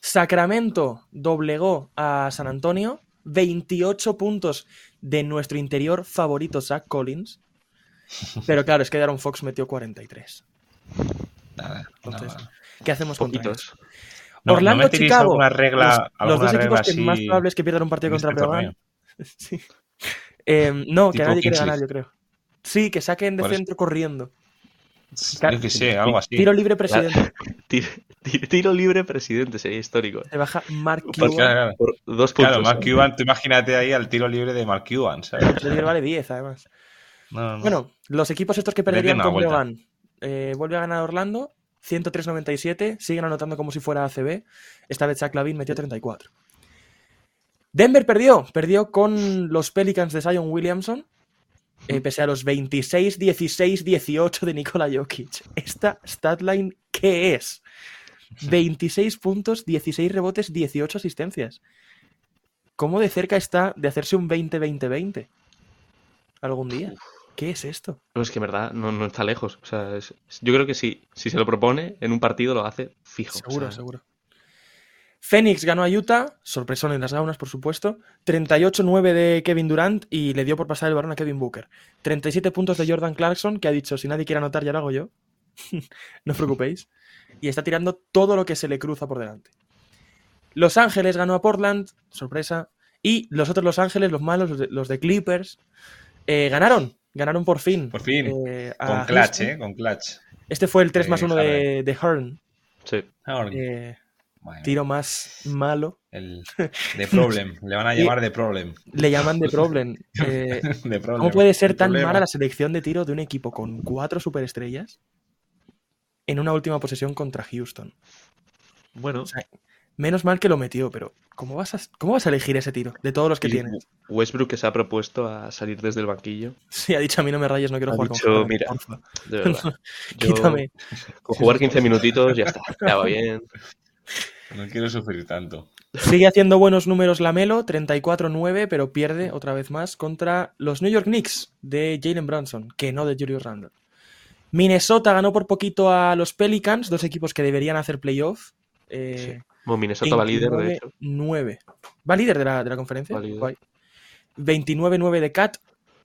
[SPEAKER 2] Sacramento doblegó a San Antonio, 28 puntos de nuestro interior favorito Zach Collins, pero claro, es que Darren Fox metió 43.
[SPEAKER 1] Nada,
[SPEAKER 2] Entonces,
[SPEAKER 1] nada.
[SPEAKER 2] ¿Qué hacemos con
[SPEAKER 3] Poquitos.
[SPEAKER 1] No,
[SPEAKER 2] Orlando,
[SPEAKER 1] ¿no meteríais
[SPEAKER 2] Chicago,
[SPEAKER 1] alguna regla,
[SPEAKER 2] los, los
[SPEAKER 1] alguna
[SPEAKER 2] dos equipos
[SPEAKER 1] regla
[SPEAKER 2] que
[SPEAKER 1] así
[SPEAKER 2] más probable es que pierdan un partido
[SPEAKER 1] en
[SPEAKER 2] contra
[SPEAKER 1] este
[SPEAKER 2] Breogán.
[SPEAKER 1] torneo?
[SPEAKER 2] Sí. Em, no, que
[SPEAKER 1] Tipo
[SPEAKER 2] nadie quiere
[SPEAKER 1] Kingsley.
[SPEAKER 2] ganar, yo creo. Sí, que saquen de
[SPEAKER 1] Por eso.
[SPEAKER 2] centro corriendo.
[SPEAKER 1] Yo que sé, algo así.
[SPEAKER 2] Tiro libre presidente.
[SPEAKER 3] Tiro, tiro- tiro libre presidente, sería histórico.
[SPEAKER 2] Se baja Mark
[SPEAKER 3] Pues
[SPEAKER 2] Cuban.
[SPEAKER 1] Claro, claro.
[SPEAKER 3] Por dos puntos.
[SPEAKER 1] Claro, Mark Cuban, tú imagínate ahí al tiro libre de Mark Cuban, ¿sabes?
[SPEAKER 2] Tiro libre vale 10, además.
[SPEAKER 1] No, no.
[SPEAKER 2] Bueno, los equipos estos que
[SPEAKER 1] Denle
[SPEAKER 2] perderían
[SPEAKER 1] una
[SPEAKER 2] con
[SPEAKER 1] vuelta.
[SPEAKER 2] Breogán. eh, vuelve a ganar Orlando, 103-97. Siguen anotando como si fuera ACB. Esta vez Zach Lavin metió 34. Denver perdió. Perdió con los Pelicans de Zion Williamson. eh, pese a los 26, 16, 18 de Nikola Jokic. Esta statline, ¿qué es? 26 puntos, 16 rebotes, 18 asistencias. ¿Cómo de cerca está de hacerse un 20-20-20? Algún día. ¿Qué es esto?
[SPEAKER 3] No, es que en verdad no, no está lejos. O sea, es- yo creo que sí. Si se lo propone, en un partido lo hace fijo.
[SPEAKER 1] pues
[SPEAKER 3] o
[SPEAKER 2] Seguro,
[SPEAKER 3] sea,
[SPEAKER 2] seguro. Phoenix ganó a Utah, sorpresón en las gaunas, por supuesto. 38-9 de Kevin Durant y le dio por pasar el balón a Kevin Booker. 37 puntos de Jordan Clarkson, que ha dicho, si nadie quiere anotar, ya lo hago yo. no os preocupéis. Y está tirando todo lo que se le cruza por delante. Los Ángeles ganó a Portland, sorpresa. Y los otros Los Ángeles, los malos, los de, los de Clippers, eh, ganaron. Ganaron por fin.
[SPEAKER 1] Por fin.
[SPEAKER 2] eh, a
[SPEAKER 1] Con clutch,
[SPEAKER 2] Houston.
[SPEAKER 1] ¿eh? Con clutch.
[SPEAKER 2] Este fue el 3
[SPEAKER 1] Eh,
[SPEAKER 2] más 1 de, de Hearn.
[SPEAKER 3] sí.
[SPEAKER 1] Ahora,
[SPEAKER 2] eh,
[SPEAKER 1] Ah, bueno,
[SPEAKER 2] tiro más malo.
[SPEAKER 1] el The Problem. Le van a
[SPEAKER 2] Y-
[SPEAKER 1] llamar The Problem.
[SPEAKER 2] Le llaman de Problem. Eh,
[SPEAKER 1] The problem.
[SPEAKER 2] ¿Cómo puede ser
[SPEAKER 1] El
[SPEAKER 2] tan
[SPEAKER 1] problema.
[SPEAKER 2] mala la selección de tiro de un equipo con cuatro superestrellas en una última posesión contra Houston?
[SPEAKER 3] Bueno,
[SPEAKER 2] sea, Menos mal que lo metió, pero ¿cómo vas a, cómo vas a elegir ese tiro de todos los que
[SPEAKER 3] Y
[SPEAKER 2] tienes?
[SPEAKER 3] Westbrook que se ha propuesto a salir desde el banquillo.
[SPEAKER 2] Sí, ha dicho a mí no me rayes, no quiero
[SPEAKER 3] Ha
[SPEAKER 2] jugar
[SPEAKER 3] dicho,
[SPEAKER 2] con Harden,
[SPEAKER 3] mira,
[SPEAKER 2] porfa".
[SPEAKER 3] De verdad. Yo,
[SPEAKER 2] Quítame.
[SPEAKER 3] con jugar 15 minutitos ya está. Ya va bien.
[SPEAKER 1] No quiero sufrir tanto.
[SPEAKER 2] Sigue haciendo buenos números Lamelo, 34-9, pero pierde otra vez más contra los New York Knicks de Jalen Brunson, que no de Julius Randle. Minnesota ganó por poquito a los Pelicans, dos equipos que deberían hacer playoff. Eh,
[SPEAKER 3] Bueno, Minnesota va líder, de hecho.
[SPEAKER 2] 29. ¿Va líder de la, de la conferencia?
[SPEAKER 3] Va líder.
[SPEAKER 2] Guay. 29-9 de Cat.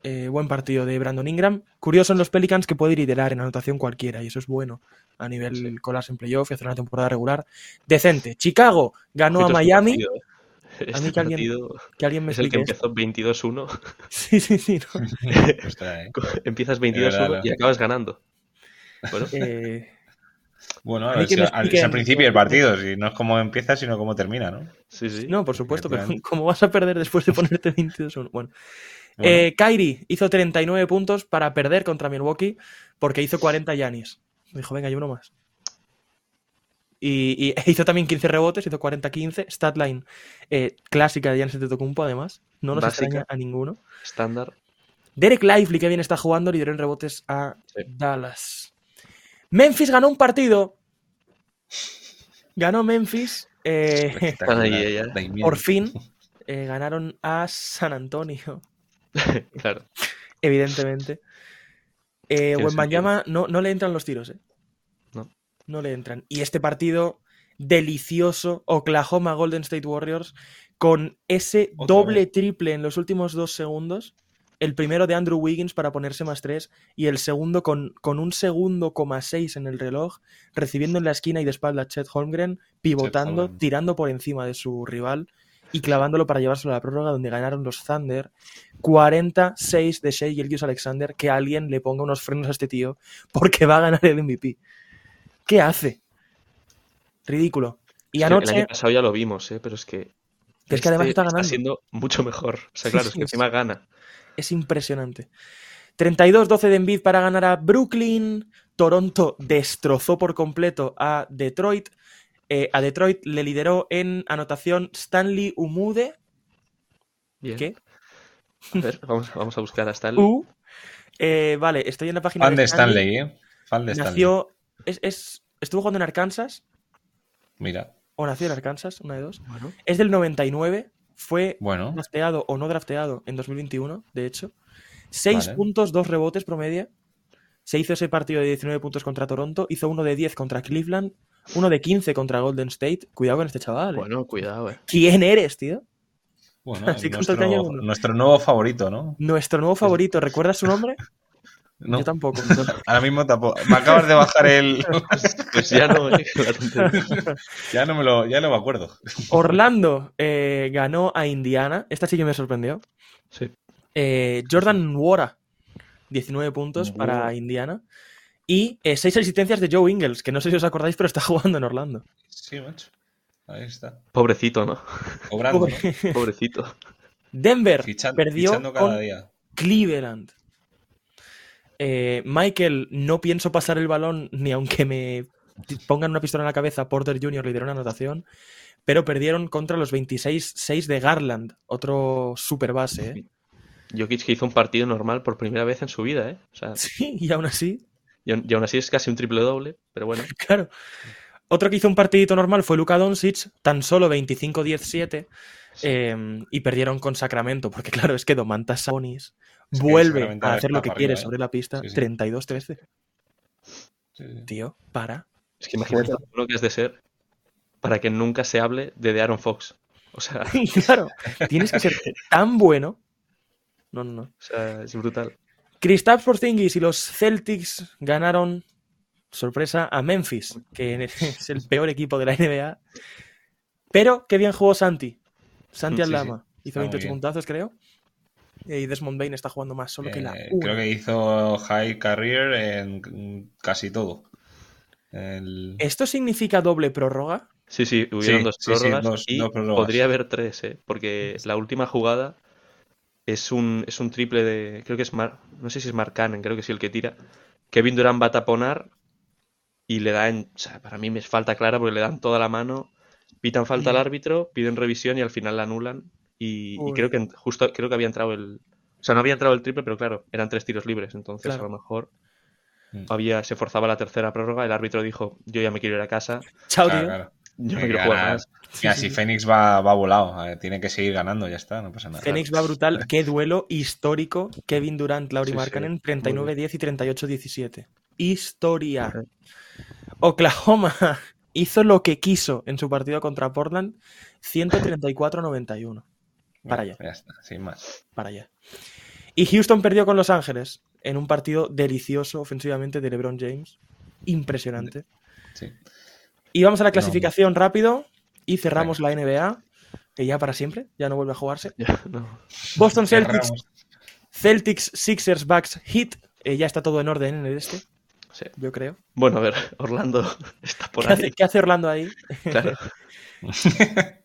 [SPEAKER 2] eh, buen partido de Brandon Ingram. Curioso en los Pelicans que puede liderar en anotación cualquiera, y eso es bueno a nivel
[SPEAKER 3] Sí.
[SPEAKER 2] colarse en playoff y hacer una temporada regular decente. Chicago ganó
[SPEAKER 3] Ojito
[SPEAKER 2] a
[SPEAKER 3] este
[SPEAKER 2] Miami.
[SPEAKER 3] partido, ¿eh?
[SPEAKER 2] A mí
[SPEAKER 3] Este
[SPEAKER 2] que alguien
[SPEAKER 3] partido
[SPEAKER 2] Que alguien me
[SPEAKER 3] es el que
[SPEAKER 2] explique. eso.
[SPEAKER 3] empezó 22-1.
[SPEAKER 2] Sí, sí, sí. no.
[SPEAKER 1] Ostras, ¿eh? Es
[SPEAKER 3] Empiezas
[SPEAKER 1] verdad.
[SPEAKER 3] 22-1 y acabas ganando. Bueno,
[SPEAKER 2] Eh,
[SPEAKER 1] Bueno,
[SPEAKER 2] A
[SPEAKER 1] a
[SPEAKER 2] mí
[SPEAKER 1] ver,
[SPEAKER 2] que
[SPEAKER 1] si-
[SPEAKER 2] me
[SPEAKER 1] al, si al
[SPEAKER 2] expliquen-
[SPEAKER 1] principio del partido, si no es cómo empieza, sino cómo termina, ¿no?
[SPEAKER 3] sí, sí.
[SPEAKER 2] no, por supuesto, pero
[SPEAKER 1] Efectivamente.
[SPEAKER 2] ¿cómo vas a perder después de ponerte 22-1? Bueno.
[SPEAKER 1] Bueno,
[SPEAKER 2] Eh, Kyrie hizo 39 puntos para perder contra Milwaukee porque hizo 40 Yanis. Dijo, venga, hay uno más. Y, y hizo también 15 rebotes, hizo 40-15. Statline eh, clásica de Giannis Antetokounmpo, además. No nos
[SPEAKER 3] Básica.
[SPEAKER 2] extraña a ninguno.
[SPEAKER 3] Estándar.
[SPEAKER 2] Derek Lively, que bien está jugando, lideró en rebotes a
[SPEAKER 3] Sí.
[SPEAKER 2] Dallas. Memphis ganó un partido. Ganó Memphis.
[SPEAKER 1] pues
[SPEAKER 2] eh,
[SPEAKER 1] espectacular.
[SPEAKER 3] Están ahí, ya.
[SPEAKER 1] Daimiel.
[SPEAKER 2] por fin eh, ganaron a San Antonio,
[SPEAKER 3] Claro.
[SPEAKER 2] evidentemente. Eh,
[SPEAKER 3] Tiene
[SPEAKER 2] Wembanyama no, no le entran los tiros, ¿eh?
[SPEAKER 3] No.
[SPEAKER 2] No le entran. Y este partido delicioso, Oklahoma Golden State Warriors, con ese
[SPEAKER 1] Otra
[SPEAKER 2] doble triple en los últimos dos segundos. El primero de Andrew Wiggins para ponerse más tres y el segundo con, con un segundo coma seis en el reloj, recibiendo en la esquina y de espalda a Chet Holmgren, pivotando,
[SPEAKER 1] Holmgren.
[SPEAKER 2] tirando por encima de su rival y clavándolo para llevárselo a la prórroga donde ganaron los Thunder. 46 de Shea Gilgius Alexander, que alguien le ponga unos frenos a este tío porque va a ganar el MVP. ¿Qué hace? Ridículo. Y
[SPEAKER 3] Es que El
[SPEAKER 2] anoche,
[SPEAKER 3] año pasado ya lo vimos, ¿eh? pero es que. este
[SPEAKER 2] que es que además está ganando.
[SPEAKER 3] siendo mucho mejor. O sea,
[SPEAKER 2] Sí,
[SPEAKER 3] claro, es
[SPEAKER 2] sí,
[SPEAKER 3] que
[SPEAKER 2] sí.
[SPEAKER 3] encima gana.
[SPEAKER 2] Es impresionante. 32-12 de Embiid para ganar a Brooklyn. Toronto destrozó por completo a Detroit. Eh, a Detroit le lideró en anotación Stanley Umude.
[SPEAKER 3] Bien.
[SPEAKER 2] ¿Qué? Uh,
[SPEAKER 3] A ver, vamos, vamos a buscar hasta el.
[SPEAKER 2] U. Eh, vale, estoy en la página
[SPEAKER 1] Fan de Stanley, ¿eh? Fan de Stanley.
[SPEAKER 2] Nació, es, es- estuvo jugando en Arkansas,
[SPEAKER 1] Mira,
[SPEAKER 2] o nació en Arkansas, una de dos.
[SPEAKER 3] Bueno,
[SPEAKER 2] Es del 99, fue
[SPEAKER 1] bueno,
[SPEAKER 2] drafteado o no drafteado en 2021, de hecho. 6
[SPEAKER 1] Vale.
[SPEAKER 2] puntos, 2 rebotes promedio. Se hizo ese partido de 19 puntos contra Toronto, hizo uno de 10 contra Cleveland, uno de 15 contra Golden State. Cuidado con este chaval. ¿eh?
[SPEAKER 3] bueno, cuidado, eh.
[SPEAKER 2] ¿Quién eres, tío?
[SPEAKER 1] bueno.
[SPEAKER 2] Así con
[SPEAKER 1] nuestro,
[SPEAKER 2] todo el año uno.
[SPEAKER 1] nuestro nuevo favorito, ¿no?
[SPEAKER 2] Nuestro nuevo favorito, ¿recuerdas su nombre?
[SPEAKER 1] No,
[SPEAKER 2] Yo tampoco.
[SPEAKER 1] ahora mismo tampoco. Me acabas de bajar el.
[SPEAKER 3] Pues ya no. eh, la tontería.
[SPEAKER 1] ya no me lo, ya no me acuerdo.
[SPEAKER 2] Orlando eh, ganó a Indiana. Esta sí que me sorprendió.
[SPEAKER 3] Sí.
[SPEAKER 2] Eh, Jordan Nwora, 19 puntos para
[SPEAKER 1] Nwora.
[SPEAKER 2] Indiana. Y 6 asistencias de Joe Ingles, que no sé si os acordáis, pero está jugando en Orlando.
[SPEAKER 1] Sí, macho. Ahí está.
[SPEAKER 3] Pobrecito, ¿no?
[SPEAKER 1] Cobrando. ¿no?
[SPEAKER 3] Pobrecito.
[SPEAKER 2] Denver
[SPEAKER 1] Fichan-
[SPEAKER 2] perdió
[SPEAKER 1] fichando cada
[SPEAKER 2] con
[SPEAKER 1] día.
[SPEAKER 2] Cleveland. Eh, Michael, no pienso pasar el balón ni aunque me pongan una pistola en la cabeza. Porter Jr. lideró una anotación, pero perdieron contra los 26-6 de Garland, otro super base. ¿eh?
[SPEAKER 3] Jokic que hizo un partido normal por primera vez en su vida, ¿eh? O sea,
[SPEAKER 2] Sí, y aún así,
[SPEAKER 3] y aún y aún así es casi un triple doble, pero bueno.
[SPEAKER 2] Claro. Otro que hizo un partidito normal fue Luka Doncic, tan solo 25-17, eh, y perdieron con Sacramento, porque claro, es que Domantas Sabonis
[SPEAKER 1] Es que
[SPEAKER 2] vuelve
[SPEAKER 1] Sacramento
[SPEAKER 2] a
[SPEAKER 1] ahora
[SPEAKER 2] hacer
[SPEAKER 1] está
[SPEAKER 2] lo que
[SPEAKER 1] para
[SPEAKER 2] quiere
[SPEAKER 1] arriba, ¿eh?
[SPEAKER 2] sobre la pista,
[SPEAKER 1] Sí, sí.
[SPEAKER 2] 32-13.
[SPEAKER 1] Sí, sí.
[SPEAKER 2] Tío, para.
[SPEAKER 3] Es que imagínate lo que has de ser para que nunca se hable de The Aaron Fox. O sea, o
[SPEAKER 2] claro, tienes que ser tan bueno. No, no, no.
[SPEAKER 3] sea, es brutal.
[SPEAKER 2] Kristaps Porzingis y los Celtics ganaron, sorpresa, a Memphis, que es el peor equipo de la NBA. Pero qué bien jugó Santi. Santi
[SPEAKER 3] Sí,
[SPEAKER 2] Aldama. Hizo
[SPEAKER 1] Ah, muy
[SPEAKER 2] 28
[SPEAKER 1] bien.
[SPEAKER 2] puntazos, creo. Eh, Y Desmond Bain está jugando más solo que la
[SPEAKER 1] Eh,
[SPEAKER 2] una.
[SPEAKER 1] creo que hizo high career en casi todo. El-
[SPEAKER 2] ¿Esto significa doble prórroga?
[SPEAKER 3] Sí, sí, hubieron
[SPEAKER 1] Sí,
[SPEAKER 3] dos
[SPEAKER 1] sí, sí,
[SPEAKER 3] prórrogas
[SPEAKER 1] dos-
[SPEAKER 3] y
[SPEAKER 1] dos prórrogas.
[SPEAKER 3] podría haber tres, ¿eh? Porque la última jugada es un, es un triple de... Creo que es Mar... No sé si es Mark Cannon, creo que sí el que tira. Kevin Durant va a taponar y le da en... O sea, para mí me es falta clara porque le dan toda la mano Pitan falta al árbitro, piden revisión y al final la anulan. Y, y
[SPEAKER 2] Uy.
[SPEAKER 3] creo que en- justo creo que había entrado el. O sea, no había entrado el triple, pero claro, eran tres tiros libres. Entonces,
[SPEAKER 2] Claro.
[SPEAKER 3] a lo mejor
[SPEAKER 1] Mm.
[SPEAKER 3] había, se forzaba la tercera prórroga. El árbitro dijo: Yo ya me quiero ir a casa,
[SPEAKER 2] Chao,
[SPEAKER 1] Claro,
[SPEAKER 2] tío.
[SPEAKER 1] claro.
[SPEAKER 3] yo no
[SPEAKER 1] Hay que
[SPEAKER 3] quiero jugar
[SPEAKER 1] ganar.
[SPEAKER 3] más.
[SPEAKER 1] Mira, si Fénix va, va volado, eh, tiene que seguir ganando, ya está, no pasa nada.
[SPEAKER 2] Fénix va brutal. Qué duelo histórico. Kevin Durant, Lauri
[SPEAKER 3] Sí, sí.
[SPEAKER 2] Markkanen,
[SPEAKER 3] Muy
[SPEAKER 2] 39-10 y 38-17. Historia.
[SPEAKER 3] Ujú.
[SPEAKER 2] Oklahoma hizo lo que quiso en su partido contra Portland. 134-91. Para allá.
[SPEAKER 1] Ya está, sin más.
[SPEAKER 2] Para allá. Y Houston perdió con Los Ángeles en un partido delicioso ofensivamente de LeBron James. Impresionante.
[SPEAKER 1] Sí.
[SPEAKER 2] Y vamos a la
[SPEAKER 1] No.
[SPEAKER 2] clasificación rápido y cerramos la NBA, que ya para siempre, ya no vuelve a jugarse.
[SPEAKER 3] Ya, no.
[SPEAKER 2] Boston Celtics,
[SPEAKER 1] Cerramos.
[SPEAKER 2] Celtics, Sixers, Bucks, Heat. Eh, ya está todo en orden en el este,
[SPEAKER 3] Sí.
[SPEAKER 2] yo creo.
[SPEAKER 3] Bueno, a ver, Orlando está por
[SPEAKER 2] ¿Qué hace,
[SPEAKER 3] ahí.
[SPEAKER 2] qué hace Orlando ahí?
[SPEAKER 3] Claro.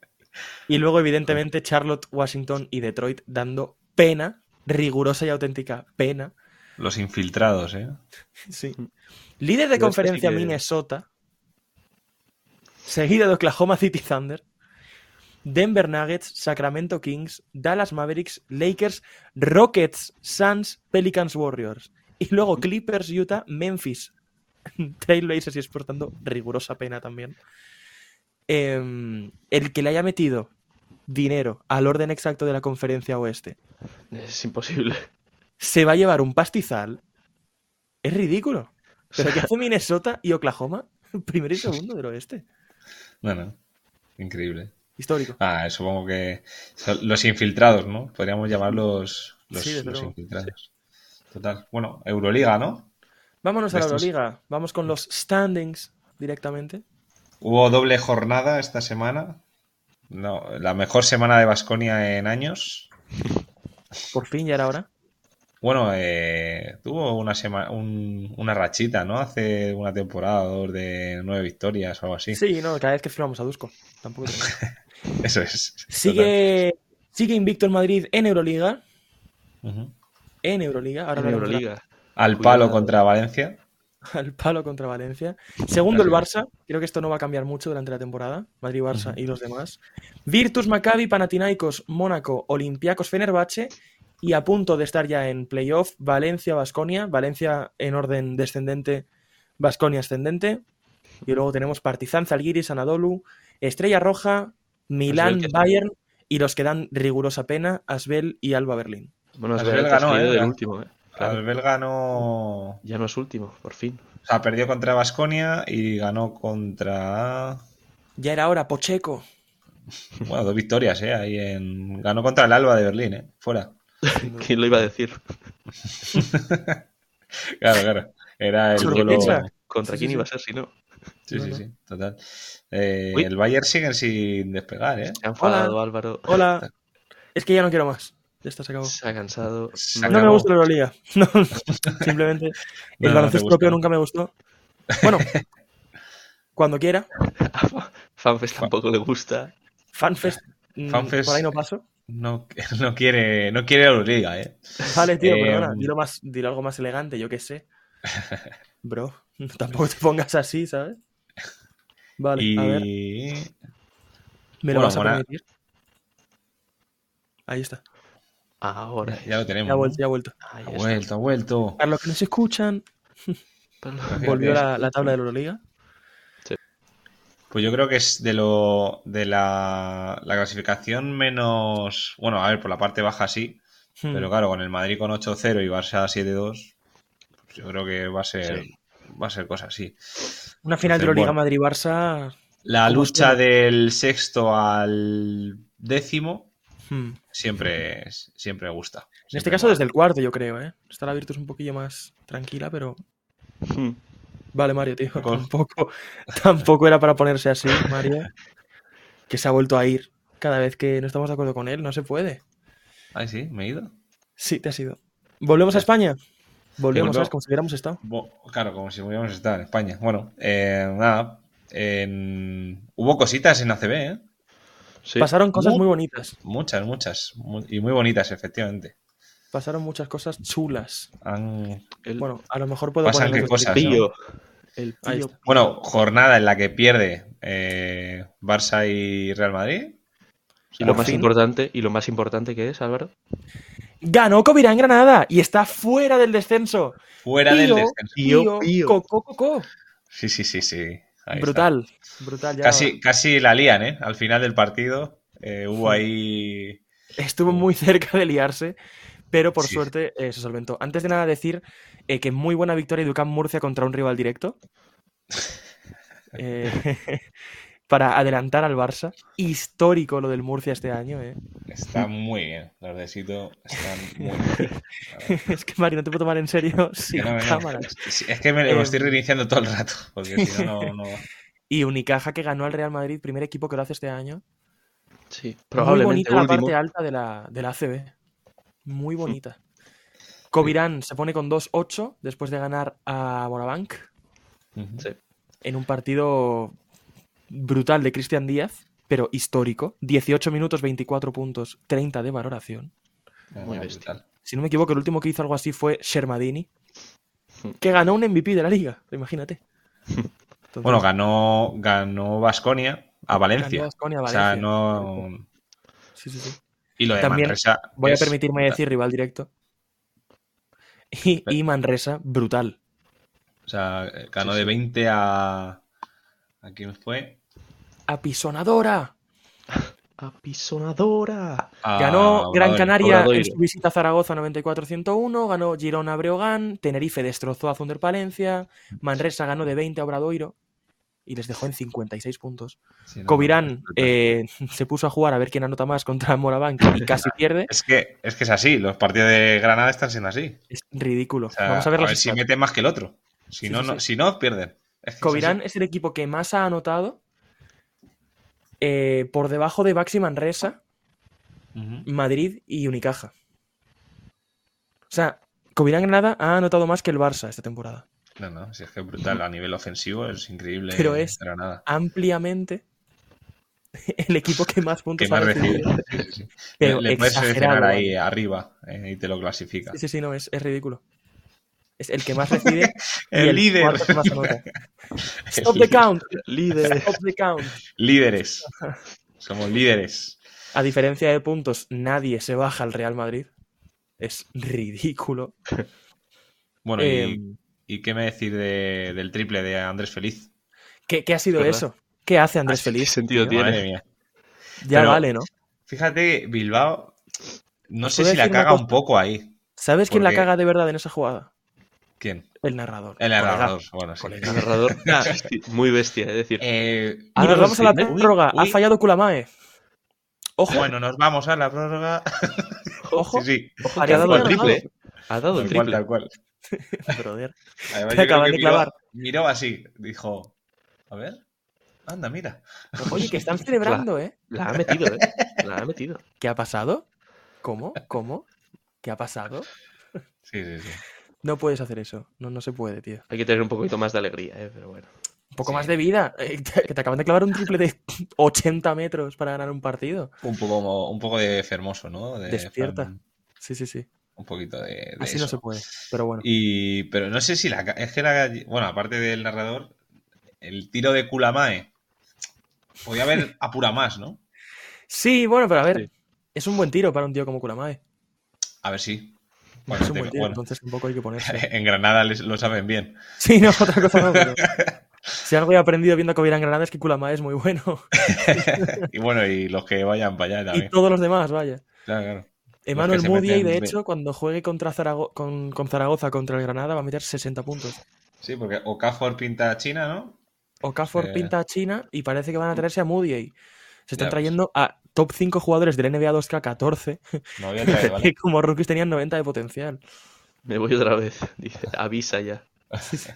[SPEAKER 2] Y luego, evidentemente, Charlotte, Washington y Detroit dando pena, rigurosa y auténtica pena.
[SPEAKER 1] Los infiltrados, ¿eh?
[SPEAKER 2] Sí. Mm. Líder de
[SPEAKER 3] Yo esto
[SPEAKER 2] conferencia
[SPEAKER 3] sí que-
[SPEAKER 2] Minnesota, seguido de Oklahoma City Thunder, Denver Nuggets, Sacramento Kings, Dallas Mavericks, Lakers, Rockets, Suns, Pelicans Warriors. Y luego Clippers, Utah, Memphis. Trailblazers y exportando rigurosa pena también. Em, el que le haya metido dinero al orden exacto de la conferencia oeste
[SPEAKER 3] Es imposible.
[SPEAKER 2] se va a llevar un pastizal. Es ridículo. Pero ¿qué hace Minnesota y Oklahoma? Primero y segundo del oeste.
[SPEAKER 1] Bueno, increíble.
[SPEAKER 2] Histórico.
[SPEAKER 1] Ah, supongo que son los infiltrados, ¿no? Podríamos llamarlos los,
[SPEAKER 2] Sí, desde
[SPEAKER 1] los
[SPEAKER 2] luego.
[SPEAKER 1] infiltrados. Total. Bueno, Euroliga, ¿no?
[SPEAKER 2] Vámonos a la
[SPEAKER 1] Estos-
[SPEAKER 2] Euroliga. Vamos con los standings directamente.
[SPEAKER 1] Hubo doble jornada esta semana. No, la mejor semana de Basconia en años.
[SPEAKER 2] Por fin ya era hora.
[SPEAKER 1] Bueno, eh, tuvo una semana, una rachita, ¿no? Hace una temporada, dos de nueve victorias o algo así.
[SPEAKER 2] Sí, no, cada vez que firmamos a Dusko. Tampoco tenemos.
[SPEAKER 1] Eso es.
[SPEAKER 2] sigue, sigue invicto el Madrid en Euroliga.
[SPEAKER 1] Total. Ujú.
[SPEAKER 2] En Euroliga. Ahora
[SPEAKER 3] En
[SPEAKER 2] hablaremos de la-
[SPEAKER 3] Euroliga.
[SPEAKER 1] Al
[SPEAKER 3] Cuidado.
[SPEAKER 1] palo contra Valencia.
[SPEAKER 2] al palo contra Valencia. Segundo el
[SPEAKER 1] Así
[SPEAKER 2] Barça. Creo que esto no va a cambiar mucho durante la temporada. Madrid-Barça
[SPEAKER 1] Ujú.
[SPEAKER 2] y los demás. Virtus, Maccabi, Panathinaikos, Mónaco, Olympiacos, Fenerbahce. Y a punto de estar ya en playoff, Valencia, Basconia. Valencia en orden descendente, Basconia ascendente. Y luego tenemos Partizan, Zalgiris, Anadolu, Estrella Roja, Milán,
[SPEAKER 3] Asbel, que-
[SPEAKER 2] Bayern y los que dan rigurosa pena, Asbel y Alba Berlín.
[SPEAKER 3] Bueno, es
[SPEAKER 1] Asbel
[SPEAKER 3] verdad,
[SPEAKER 1] ganó,
[SPEAKER 3] salido
[SPEAKER 1] ¿eh?
[SPEAKER 3] del
[SPEAKER 1] Ganó.
[SPEAKER 3] último, ¿eh? Claro.
[SPEAKER 1] Albel ganó.
[SPEAKER 3] Ya no es último, por fin.
[SPEAKER 1] O sea, perdió contra Basconia y ganó contra.
[SPEAKER 2] Ya era hora, Pocheco.
[SPEAKER 1] Bueno, dos victorias, ¿eh? Ahí en... Ganó contra el Alba de Berlín, ¿eh? Fuera.
[SPEAKER 2] Mm.
[SPEAKER 3] ¿Quién lo iba a decir?
[SPEAKER 1] Claro, claro. Era el
[SPEAKER 2] Sorpresa.
[SPEAKER 1] duelo.
[SPEAKER 3] ¿Contra
[SPEAKER 2] Sí,
[SPEAKER 3] quién
[SPEAKER 2] sí,
[SPEAKER 3] iba a ser si no?
[SPEAKER 1] Sí, sí,
[SPEAKER 2] No,
[SPEAKER 1] sí. Total. Eh,
[SPEAKER 3] Uy.
[SPEAKER 1] el Bayern siguen sin despegar, ¿eh?
[SPEAKER 3] Se ha enfadado Álvaro.
[SPEAKER 2] Hola. Es que ya no quiero más. Ya está, se acabó.
[SPEAKER 3] Se ha cansado.
[SPEAKER 1] Se
[SPEAKER 3] No,
[SPEAKER 2] No me
[SPEAKER 1] acabó.
[SPEAKER 2] gusta la Euroliga. No, simplemente
[SPEAKER 1] No, no
[SPEAKER 2] el
[SPEAKER 1] te
[SPEAKER 2] baloncesto
[SPEAKER 1] gusta.
[SPEAKER 2] propio nunca me gustó. Bueno, cuando quiera.
[SPEAKER 3] a Fa- Fanfest tampoco le gusta.
[SPEAKER 2] Fanfest, mm,
[SPEAKER 1] Fanfest.
[SPEAKER 2] por ahí no paso.
[SPEAKER 1] No, no quiere, no quiere Euroliga, ¿eh?
[SPEAKER 2] Vale, tío,
[SPEAKER 1] Eh,
[SPEAKER 2] perdona. Dilo, más, dilo algo más elegante, yo qué sé. Bro, tampoco te pongas así, ¿sabes? Vale, a ver.
[SPEAKER 1] Y.
[SPEAKER 2] ¿Me lo
[SPEAKER 1] bueno,
[SPEAKER 2] vas a
[SPEAKER 1] Mora-
[SPEAKER 2] permitir? Ahí está.
[SPEAKER 3] Ahora.
[SPEAKER 1] Ya lo Ah, tenemos.
[SPEAKER 2] Ya ha
[SPEAKER 1] ¿no?
[SPEAKER 2] vuelto, ya ha vuelto.
[SPEAKER 3] Ahí
[SPEAKER 1] Ha
[SPEAKER 3] está.
[SPEAKER 1] vuelto, ha vuelto.
[SPEAKER 2] Para los que nos escuchan,
[SPEAKER 3] Perdón.
[SPEAKER 2] volvió la, la tabla de la Euroliga.
[SPEAKER 1] Pues yo creo que es de lo de la, la clasificación menos. Bueno, a ver, por la parte baja sí,
[SPEAKER 2] Hmm.
[SPEAKER 1] pero claro, con el Madrid con 8-0 y Barça 7-2, pues yo creo que va a ser
[SPEAKER 3] Sí.
[SPEAKER 1] va a ser cosa así.
[SPEAKER 2] Una final de
[SPEAKER 1] Entonces,
[SPEAKER 2] Euroliga
[SPEAKER 1] bueno.
[SPEAKER 2] Madrid-Barça.
[SPEAKER 1] La
[SPEAKER 2] ¿Cómo
[SPEAKER 1] lucha
[SPEAKER 2] sigue?
[SPEAKER 1] del sexto al décimo
[SPEAKER 2] hmm.
[SPEAKER 1] siempre es- siempre gusta.
[SPEAKER 2] En este caso desde el cuarto, yo creo, ¿eh? Está la Virtus un poquillo más tranquila, pero...
[SPEAKER 3] Mm,
[SPEAKER 2] Vale, Mario, tío.
[SPEAKER 1] Con-
[SPEAKER 2] Tampoco, tampoco era para ponerse así, Mario. Que se ha vuelto a ir cada vez que no estamos de acuerdo con él. No se puede.
[SPEAKER 1] Ah, sí, me he ido.
[SPEAKER 2] Sí, te ha sido. ¿Volvemos a España? Volvemos,
[SPEAKER 1] Volvemos.
[SPEAKER 2] ¿sabes? Como si hubiéramos estado.
[SPEAKER 1] Bo- Claro, como si hubiéramos estado en España. Bueno, eh, nada. en- Hubo cositas en ACB, ¿eh?
[SPEAKER 3] Sí.
[SPEAKER 2] Pasaron cosas
[SPEAKER 1] Mu-
[SPEAKER 2] muy bonitas.
[SPEAKER 1] Muchas, muchas. mu- Y muy bonitas, efectivamente.
[SPEAKER 2] Pasaron muchas cosas chulas.
[SPEAKER 1] Han-
[SPEAKER 3] El
[SPEAKER 2] Bueno, a lo mejor puedo
[SPEAKER 1] Pasan
[SPEAKER 2] poner
[SPEAKER 1] qué
[SPEAKER 2] los
[SPEAKER 1] cosas,
[SPEAKER 2] clips.
[SPEAKER 3] pillo. El
[SPEAKER 2] Ahí
[SPEAKER 3] pillo.
[SPEAKER 2] está.
[SPEAKER 1] Bueno, jornada en la que pierde eh, Barça y Real Madrid.
[SPEAKER 3] Y lo más
[SPEAKER 2] fin.
[SPEAKER 3] importante, y lo más importante que es, Álvaro.
[SPEAKER 2] Ganó Covirán Granada y está fuera del descenso.
[SPEAKER 1] Fuera del
[SPEAKER 2] Tío.
[SPEAKER 1] descenso.
[SPEAKER 2] Tío, Coco, coco.
[SPEAKER 1] Sí, sí, sí, sí. Ahí está.
[SPEAKER 2] Brutal. Brutal. ya.
[SPEAKER 1] Casi, casi la lían, ¿eh? Al final del partido eh, hubo ahí
[SPEAKER 2] Estuvo muy cerca de liarse, pero por
[SPEAKER 1] Sí.
[SPEAKER 2] suerte eh, se solventó. Antes de nada decir eh, que muy buena victoria de Ducán Murcia contra un rival directo. Eh, para adelantar al Barça. Histórico lo del Murcia este año, ¿eh?
[SPEAKER 1] Está muy bien, los de Sito están muy bien.
[SPEAKER 2] Es que, Mari, no te puedo tomar en serio sin
[SPEAKER 1] No, no, no.
[SPEAKER 2] cámaras.
[SPEAKER 1] Sí, Es que me, me
[SPEAKER 2] Eh,
[SPEAKER 1] estoy reiniciando todo el rato, porque si no, no, no.
[SPEAKER 2] Y Unicaja que ganó al Real Madrid, primer equipo que lo hace este año.
[SPEAKER 3] Sí,
[SPEAKER 2] Muy
[SPEAKER 3] probablemente
[SPEAKER 2] bonita la
[SPEAKER 3] último.
[SPEAKER 2] parte alta de la, de la ACB. Muy bonita. Covirán se pone con 2-8 después de ganar a Morabank
[SPEAKER 1] Ujú.
[SPEAKER 2] en un partido brutal de Cristian Díaz, pero histórico. 18 minutos, 24 puntos, 30 de valoración.
[SPEAKER 3] Muy bestia.
[SPEAKER 1] brutal.
[SPEAKER 2] Si no me equivoco, el último que hizo algo así fue Shermadini,
[SPEAKER 3] Hmm.
[SPEAKER 2] que ganó un MVP de la liga, imagínate. Entonces,
[SPEAKER 1] Bueno, ganó, ganó Basconia a
[SPEAKER 2] ganó
[SPEAKER 1] Valencia.
[SPEAKER 2] Baskonia a
[SPEAKER 1] O sea,
[SPEAKER 2] Valencia.
[SPEAKER 1] no.
[SPEAKER 2] Sí, sí, sí.
[SPEAKER 1] Y lo de
[SPEAKER 2] También
[SPEAKER 1] Manresa.
[SPEAKER 2] Voy a
[SPEAKER 1] es-
[SPEAKER 2] permitirme decir rival directo. Y, y Manresa, brutal.
[SPEAKER 1] O sea, ganó
[SPEAKER 3] Sí,
[SPEAKER 1] de
[SPEAKER 3] sí.
[SPEAKER 1] 20 a. ¿A quién fue?
[SPEAKER 2] Apisonadora.
[SPEAKER 3] Apisonadora.
[SPEAKER 1] A
[SPEAKER 2] Ganó Gran
[SPEAKER 1] Ah, Obradoiro.
[SPEAKER 2] Canaria en
[SPEAKER 3] Obradoiro.
[SPEAKER 2] su visita a Zaragoza 94-101, ganó Girona a Breogán, Tenerife destrozó a Zunder Palencia, Manresa ganó de 20 a Obradoiro y les dejó en 56 puntos.
[SPEAKER 1] Sí, no,
[SPEAKER 2] Covirán
[SPEAKER 1] brutal.
[SPEAKER 2] eh, se puso a jugar a ver quién anota más contra Morabank y casi pierde.
[SPEAKER 1] Es que, es que es así, los partidos de Granada están siendo así.
[SPEAKER 2] Es ridículo.
[SPEAKER 1] O sea,
[SPEAKER 2] Vamos a ver, los
[SPEAKER 1] si
[SPEAKER 2] stats.
[SPEAKER 1] mete más que el otro. Si,
[SPEAKER 2] Sí,
[SPEAKER 1] no,
[SPEAKER 2] sí,
[SPEAKER 1] no,
[SPEAKER 2] sí.
[SPEAKER 1] si no, pierden. Es que es
[SPEAKER 2] Covirán
[SPEAKER 1] así.
[SPEAKER 2] es el equipo que más ha anotado eh, por debajo de Baxi Manresa,
[SPEAKER 1] Ujú.
[SPEAKER 2] Madrid y Unicaja. O sea, Covirán Granada ha anotado más que el Barça esta temporada.
[SPEAKER 1] No, no, si es que es brutal. A nivel ofensivo es increíble.
[SPEAKER 2] Pero es-
[SPEAKER 1] Granada.
[SPEAKER 2] Ampliamente el equipo que más puntos
[SPEAKER 1] Que más
[SPEAKER 2] ha
[SPEAKER 1] recibe.
[SPEAKER 2] recibido.
[SPEAKER 1] Sí, sí, sí.
[SPEAKER 2] Pero
[SPEAKER 1] le, le puedes seleccionar
[SPEAKER 2] exagerado,
[SPEAKER 1] ahí arriba eh, y te lo clasifica.
[SPEAKER 2] Sí, sí, sí, no, es, es ridículo. Es el que más recibe y
[SPEAKER 1] El líder.
[SPEAKER 2] cuarto que más anota. Stop
[SPEAKER 1] El
[SPEAKER 2] the
[SPEAKER 1] líder.
[SPEAKER 2] count.
[SPEAKER 3] Líder.
[SPEAKER 2] Stop the count.
[SPEAKER 1] Líderes. Somos líderes.
[SPEAKER 2] A diferencia de puntos, nadie se baja al Real Madrid. Es ridículo.
[SPEAKER 1] Bueno,
[SPEAKER 2] Eh,
[SPEAKER 1] y, y qué me decir de- del triple de Andrés Feliz?
[SPEAKER 2] ¿Qué, qué ha sido
[SPEAKER 3] ¿Verdad?
[SPEAKER 2] eso? ¿Qué hace Andrés
[SPEAKER 3] Ah, sí,
[SPEAKER 2] Feliz?
[SPEAKER 3] ¿Qué sentido
[SPEAKER 2] tío?
[SPEAKER 3] tiene?
[SPEAKER 1] Madre mía.
[SPEAKER 2] Ya
[SPEAKER 1] Pero-
[SPEAKER 2] vale, ¿no?
[SPEAKER 1] Fíjate, Bilbao, no
[SPEAKER 2] ¿Os
[SPEAKER 1] sé
[SPEAKER 2] puedo
[SPEAKER 1] si la
[SPEAKER 2] decir una
[SPEAKER 1] caga un
[SPEAKER 2] cosa?
[SPEAKER 1] poco ahí.
[SPEAKER 2] ¿Sabes quién la
[SPEAKER 1] Porque- Eh,
[SPEAKER 2] caga de verdad en esa jugada?
[SPEAKER 1] ¿Quién?
[SPEAKER 2] El narrador.
[SPEAKER 1] El
[SPEAKER 2] colega.
[SPEAKER 1] narrador. Bueno, sí.
[SPEAKER 2] Colega.
[SPEAKER 3] El narrador. Ah, muy bestia, es decir.
[SPEAKER 1] Eh,
[SPEAKER 2] Y nos
[SPEAKER 3] Ahora
[SPEAKER 2] vamos a la
[SPEAKER 3] sí, ¿eh?
[SPEAKER 2] prórroga.
[SPEAKER 1] Uy,
[SPEAKER 2] Ha fallado Kulamae. Ojo,
[SPEAKER 1] Bueno, nos vamos a la prórroga.
[SPEAKER 2] ojo.
[SPEAKER 1] Sí, sí.
[SPEAKER 2] Ojo, que ha dado
[SPEAKER 1] Fue
[SPEAKER 2] el
[SPEAKER 3] triple,
[SPEAKER 2] ganado.
[SPEAKER 3] Ha dado el
[SPEAKER 1] Tal cual,
[SPEAKER 3] triple.
[SPEAKER 1] tal cual.
[SPEAKER 2] Brother.
[SPEAKER 1] Además,
[SPEAKER 2] Te
[SPEAKER 1] yo creo
[SPEAKER 2] acaban
[SPEAKER 1] que
[SPEAKER 2] de
[SPEAKER 1] miró-
[SPEAKER 2] clavar.
[SPEAKER 1] Miró así, dijo, a ver, anda, mira.
[SPEAKER 2] Oye, que están celebrando, ¿eh?
[SPEAKER 3] La ha metido, ¿eh? La ha metido.
[SPEAKER 2] ¿Qué ha pasado? ¿Cómo? ¿Cómo? ¿Qué ha pasado?
[SPEAKER 1] Sí, sí, sí.
[SPEAKER 2] No puedes hacer eso. No, no se puede, tío.
[SPEAKER 3] Hay que tener un poquito más de alegría, ¿eh? Pero bueno.
[SPEAKER 2] Un poco
[SPEAKER 1] Sí.
[SPEAKER 2] más de vida. Eh, te- Que te acaban de clavar un triple de 80 metros para ganar un partido.
[SPEAKER 1] Un poco, un poco de fermoso, ¿no? De
[SPEAKER 2] Despierta.
[SPEAKER 1] Ferm-
[SPEAKER 2] Sí, sí, sí.
[SPEAKER 1] un poquito de, de
[SPEAKER 2] Así no
[SPEAKER 1] eso.
[SPEAKER 2] se puede. Pero bueno.
[SPEAKER 1] Y, pero no sé si la... ca- Es que la... Bueno, aparte del narrador, el tiro de Kulamae. Podía haber apura más, ¿no?
[SPEAKER 2] Sí, bueno, pero a ver.
[SPEAKER 3] Sí.
[SPEAKER 2] Es un buen tiro para un tío como Kulamae.
[SPEAKER 1] A ver si.
[SPEAKER 2] es un buen tiro, entonces tampoco hay que ponerse.
[SPEAKER 1] en Granada les- lo saben bien.
[SPEAKER 2] Sí, no, otra cosa no. pero- Si algo he aprendido viendo a Covirán Granada es que Kulamae es muy bueno.
[SPEAKER 1] Y bueno, y los que vayan para allá
[SPEAKER 2] Y
[SPEAKER 1] también.
[SPEAKER 2] todos los demás, vaya.
[SPEAKER 1] Claro, claro.
[SPEAKER 2] Emmanuel
[SPEAKER 1] se
[SPEAKER 2] Moody,
[SPEAKER 1] meten
[SPEAKER 2] de
[SPEAKER 1] de-
[SPEAKER 2] hecho, cuando juegue contra Zarago- con, con Zaragoza contra el Granada, va a meter 60 puntos.
[SPEAKER 1] Sí, porque Okafor pinta a China, ¿no?
[SPEAKER 2] Okafor
[SPEAKER 1] Eh.
[SPEAKER 2] pinta a China y parece que van a traerse a Moody. Se están
[SPEAKER 1] Ya pues. ves.
[SPEAKER 2] trayendo a top 5 jugadores del NBA 2K14,
[SPEAKER 1] No había traído, ¿vale?
[SPEAKER 2] que como rookies tenían 90 de potencial.
[SPEAKER 3] Me voy otra vez. Dice, avisa ya.
[SPEAKER 2] Sí, sí.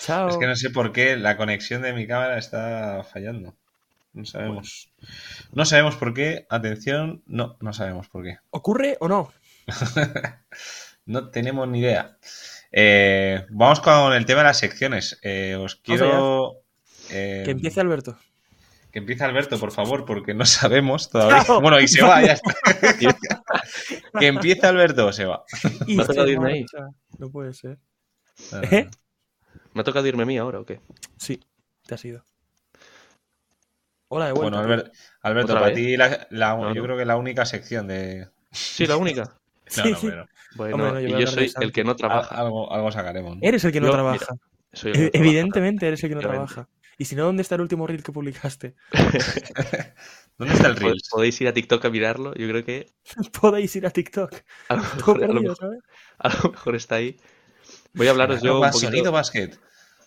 [SPEAKER 2] Chao.
[SPEAKER 1] Es que no sé por qué la conexión de mi cámara está fallando. No sabemos.
[SPEAKER 3] Pues.
[SPEAKER 1] No sabemos por qué. Atención, no, no sabemos por qué.
[SPEAKER 2] ¿Ocurre o no?
[SPEAKER 1] No tenemos ni idea. Eh, vamos con el tema de las secciones. Eh, os quiero. eh,
[SPEAKER 2] Que empiece Alberto.
[SPEAKER 1] que empiece Alberto, por favor, porque no sabemos todavía.
[SPEAKER 2] Chao.
[SPEAKER 1] Bueno, y se va, ya está. que empiece Alberto o se va.
[SPEAKER 2] Y
[SPEAKER 3] ha tocado
[SPEAKER 2] se
[SPEAKER 3] irme ahí.
[SPEAKER 2] marcha. No puede ser.
[SPEAKER 1] No, no,
[SPEAKER 2] ¿Eh?
[SPEAKER 1] no.
[SPEAKER 3] ¿Me ha tocado irme a mí ahora o qué?
[SPEAKER 2] Sí, te has ido. Hola de vuelta.
[SPEAKER 1] Bueno, Albert- Alberto,
[SPEAKER 3] ¿Otra
[SPEAKER 1] para
[SPEAKER 3] vez?
[SPEAKER 1] ti la- la-
[SPEAKER 3] No,
[SPEAKER 1] yo
[SPEAKER 3] no.
[SPEAKER 1] creo que la única sección de...
[SPEAKER 3] Sí, la única.
[SPEAKER 1] No,
[SPEAKER 2] Sí,
[SPEAKER 1] no,
[SPEAKER 2] sí.
[SPEAKER 1] pero
[SPEAKER 3] Bueno,
[SPEAKER 2] Hombre, no, yo voy
[SPEAKER 3] y
[SPEAKER 2] a
[SPEAKER 3] yo
[SPEAKER 2] hablar
[SPEAKER 3] soy
[SPEAKER 2] de Santi.
[SPEAKER 3] el que no trabaja.
[SPEAKER 1] al- algo, algo sacaremos. ¿no?
[SPEAKER 2] Eres el que no
[SPEAKER 3] Yo,
[SPEAKER 2] trabaja.
[SPEAKER 3] Soy el que no
[SPEAKER 2] Eh,
[SPEAKER 3] trabaja.
[SPEAKER 2] Evidentemente eres el que no
[SPEAKER 3] Efectivamente.
[SPEAKER 2] trabaja. Y si no, ¿dónde está el último reel que publicaste?
[SPEAKER 1] ¿Dónde está el
[SPEAKER 3] Pod-
[SPEAKER 1] Reels?
[SPEAKER 3] Podéis ir a TikTok a mirarlo. Yo creo que
[SPEAKER 2] Podéis ir a TikTok.
[SPEAKER 3] a lo
[SPEAKER 2] Todo
[SPEAKER 3] mejor, a lo
[SPEAKER 2] perdido,
[SPEAKER 3] mejor-
[SPEAKER 2] ¿sabes?
[SPEAKER 3] a lo mejor está ahí. Voy a hablaros yo un
[SPEAKER 1] Arroba
[SPEAKER 3] poquito.
[SPEAKER 1] Sonido Basket.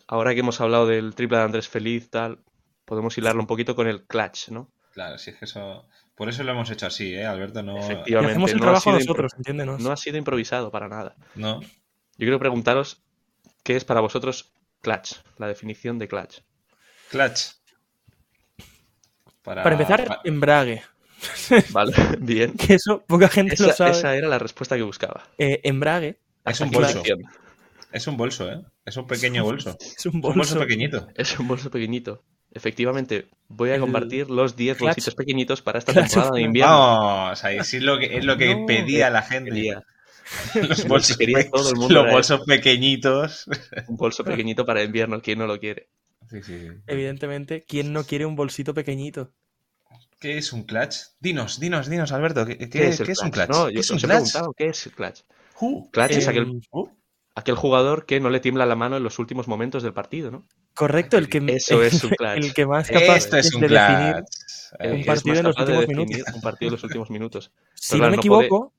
[SPEAKER 3] Ahora que hemos hablado del triple de Andrés Feliz, tal, podemos hilarlo un poquito con el clutch, ¿no?
[SPEAKER 1] Claro, si es que eso... Por eso lo hemos hecho así, ¿eh, Alberto? No,
[SPEAKER 2] Y
[SPEAKER 3] Efectivamente.
[SPEAKER 2] hacemos el
[SPEAKER 3] no ha
[SPEAKER 2] trabajo
[SPEAKER 3] sido impro-
[SPEAKER 2] nosotros, entiéndenos.
[SPEAKER 3] No ha sido improvisado para nada.
[SPEAKER 1] no.
[SPEAKER 3] Yo quiero preguntaros qué es para vosotros clutch, la definición de clutch.
[SPEAKER 1] Clutch. Para,
[SPEAKER 2] Para empezar, em-
[SPEAKER 1] pa-
[SPEAKER 2] embrague.
[SPEAKER 3] Vale, bien.
[SPEAKER 2] Que eso poca gente lo
[SPEAKER 3] Esa,
[SPEAKER 2] sabe.
[SPEAKER 3] esa era la respuesta que buscaba.
[SPEAKER 2] Eh, embrague
[SPEAKER 1] es
[SPEAKER 3] Hasta
[SPEAKER 1] un
[SPEAKER 3] aquí la
[SPEAKER 1] bolso.
[SPEAKER 3] sección.
[SPEAKER 1] Es un bolso, ¿eh? Es un pequeño bolso.
[SPEAKER 2] es un
[SPEAKER 1] Un bolso
[SPEAKER 2] bolso.
[SPEAKER 1] pequeñito.
[SPEAKER 3] Es un bolso pequeñito. Efectivamente, voy a
[SPEAKER 2] El
[SPEAKER 3] compartir los 10
[SPEAKER 2] clutch-
[SPEAKER 3] bolsitos pequeñitos para esta
[SPEAKER 2] clutch of
[SPEAKER 3] temporada de
[SPEAKER 2] Clans.
[SPEAKER 3] invierno.
[SPEAKER 1] Vamos, ahí sí es lo que, es lo que
[SPEAKER 2] No,
[SPEAKER 1] pedía la gente.
[SPEAKER 3] Quería
[SPEAKER 1] Los bolsos,
[SPEAKER 3] Quería
[SPEAKER 1] pe-
[SPEAKER 3] todo el mundo
[SPEAKER 1] los
[SPEAKER 3] era
[SPEAKER 1] bolsos pequeñitos.
[SPEAKER 3] un bolso pequeñito para invierno, ¿quién no lo quiere?
[SPEAKER 1] Sí, sí, sí.
[SPEAKER 2] Evidentemente, ¿quién no quiere un bolsito pequeñito?
[SPEAKER 1] ¿Qué es un clutch? Dinos, dinos, dinos, Alberto. ¿Qué, qué- qué es un clutch?
[SPEAKER 3] No,
[SPEAKER 1] ¿Qué
[SPEAKER 3] yo
[SPEAKER 1] es
[SPEAKER 3] os
[SPEAKER 1] un
[SPEAKER 3] he
[SPEAKER 1] clutch?
[SPEAKER 3] preguntado, ¿qué es el clutch?
[SPEAKER 1] Who?
[SPEAKER 3] Clutch es
[SPEAKER 1] Eh,
[SPEAKER 3] aquel,
[SPEAKER 1] who?
[SPEAKER 3] aquel jugador que no le tiembla la mano en los últimos momentos del partido, ¿no?
[SPEAKER 2] Correcto, el que,
[SPEAKER 3] Eso es un clutch.
[SPEAKER 2] el que más capaz
[SPEAKER 1] Esto es un
[SPEAKER 2] de definir.
[SPEAKER 1] clutch.
[SPEAKER 3] El
[SPEAKER 1] Ahí
[SPEAKER 2] Eh,
[SPEAKER 3] que
[SPEAKER 2] un
[SPEAKER 3] Eh, es
[SPEAKER 1] es.
[SPEAKER 3] más
[SPEAKER 2] partido en los
[SPEAKER 3] capaz de
[SPEAKER 2] últimos
[SPEAKER 3] definir
[SPEAKER 2] minutos.
[SPEAKER 3] Un partido en los últimos minutos.
[SPEAKER 2] Si
[SPEAKER 3] Pero
[SPEAKER 2] no
[SPEAKER 3] Pues claro,
[SPEAKER 2] me
[SPEAKER 3] no puede-
[SPEAKER 2] equivoco,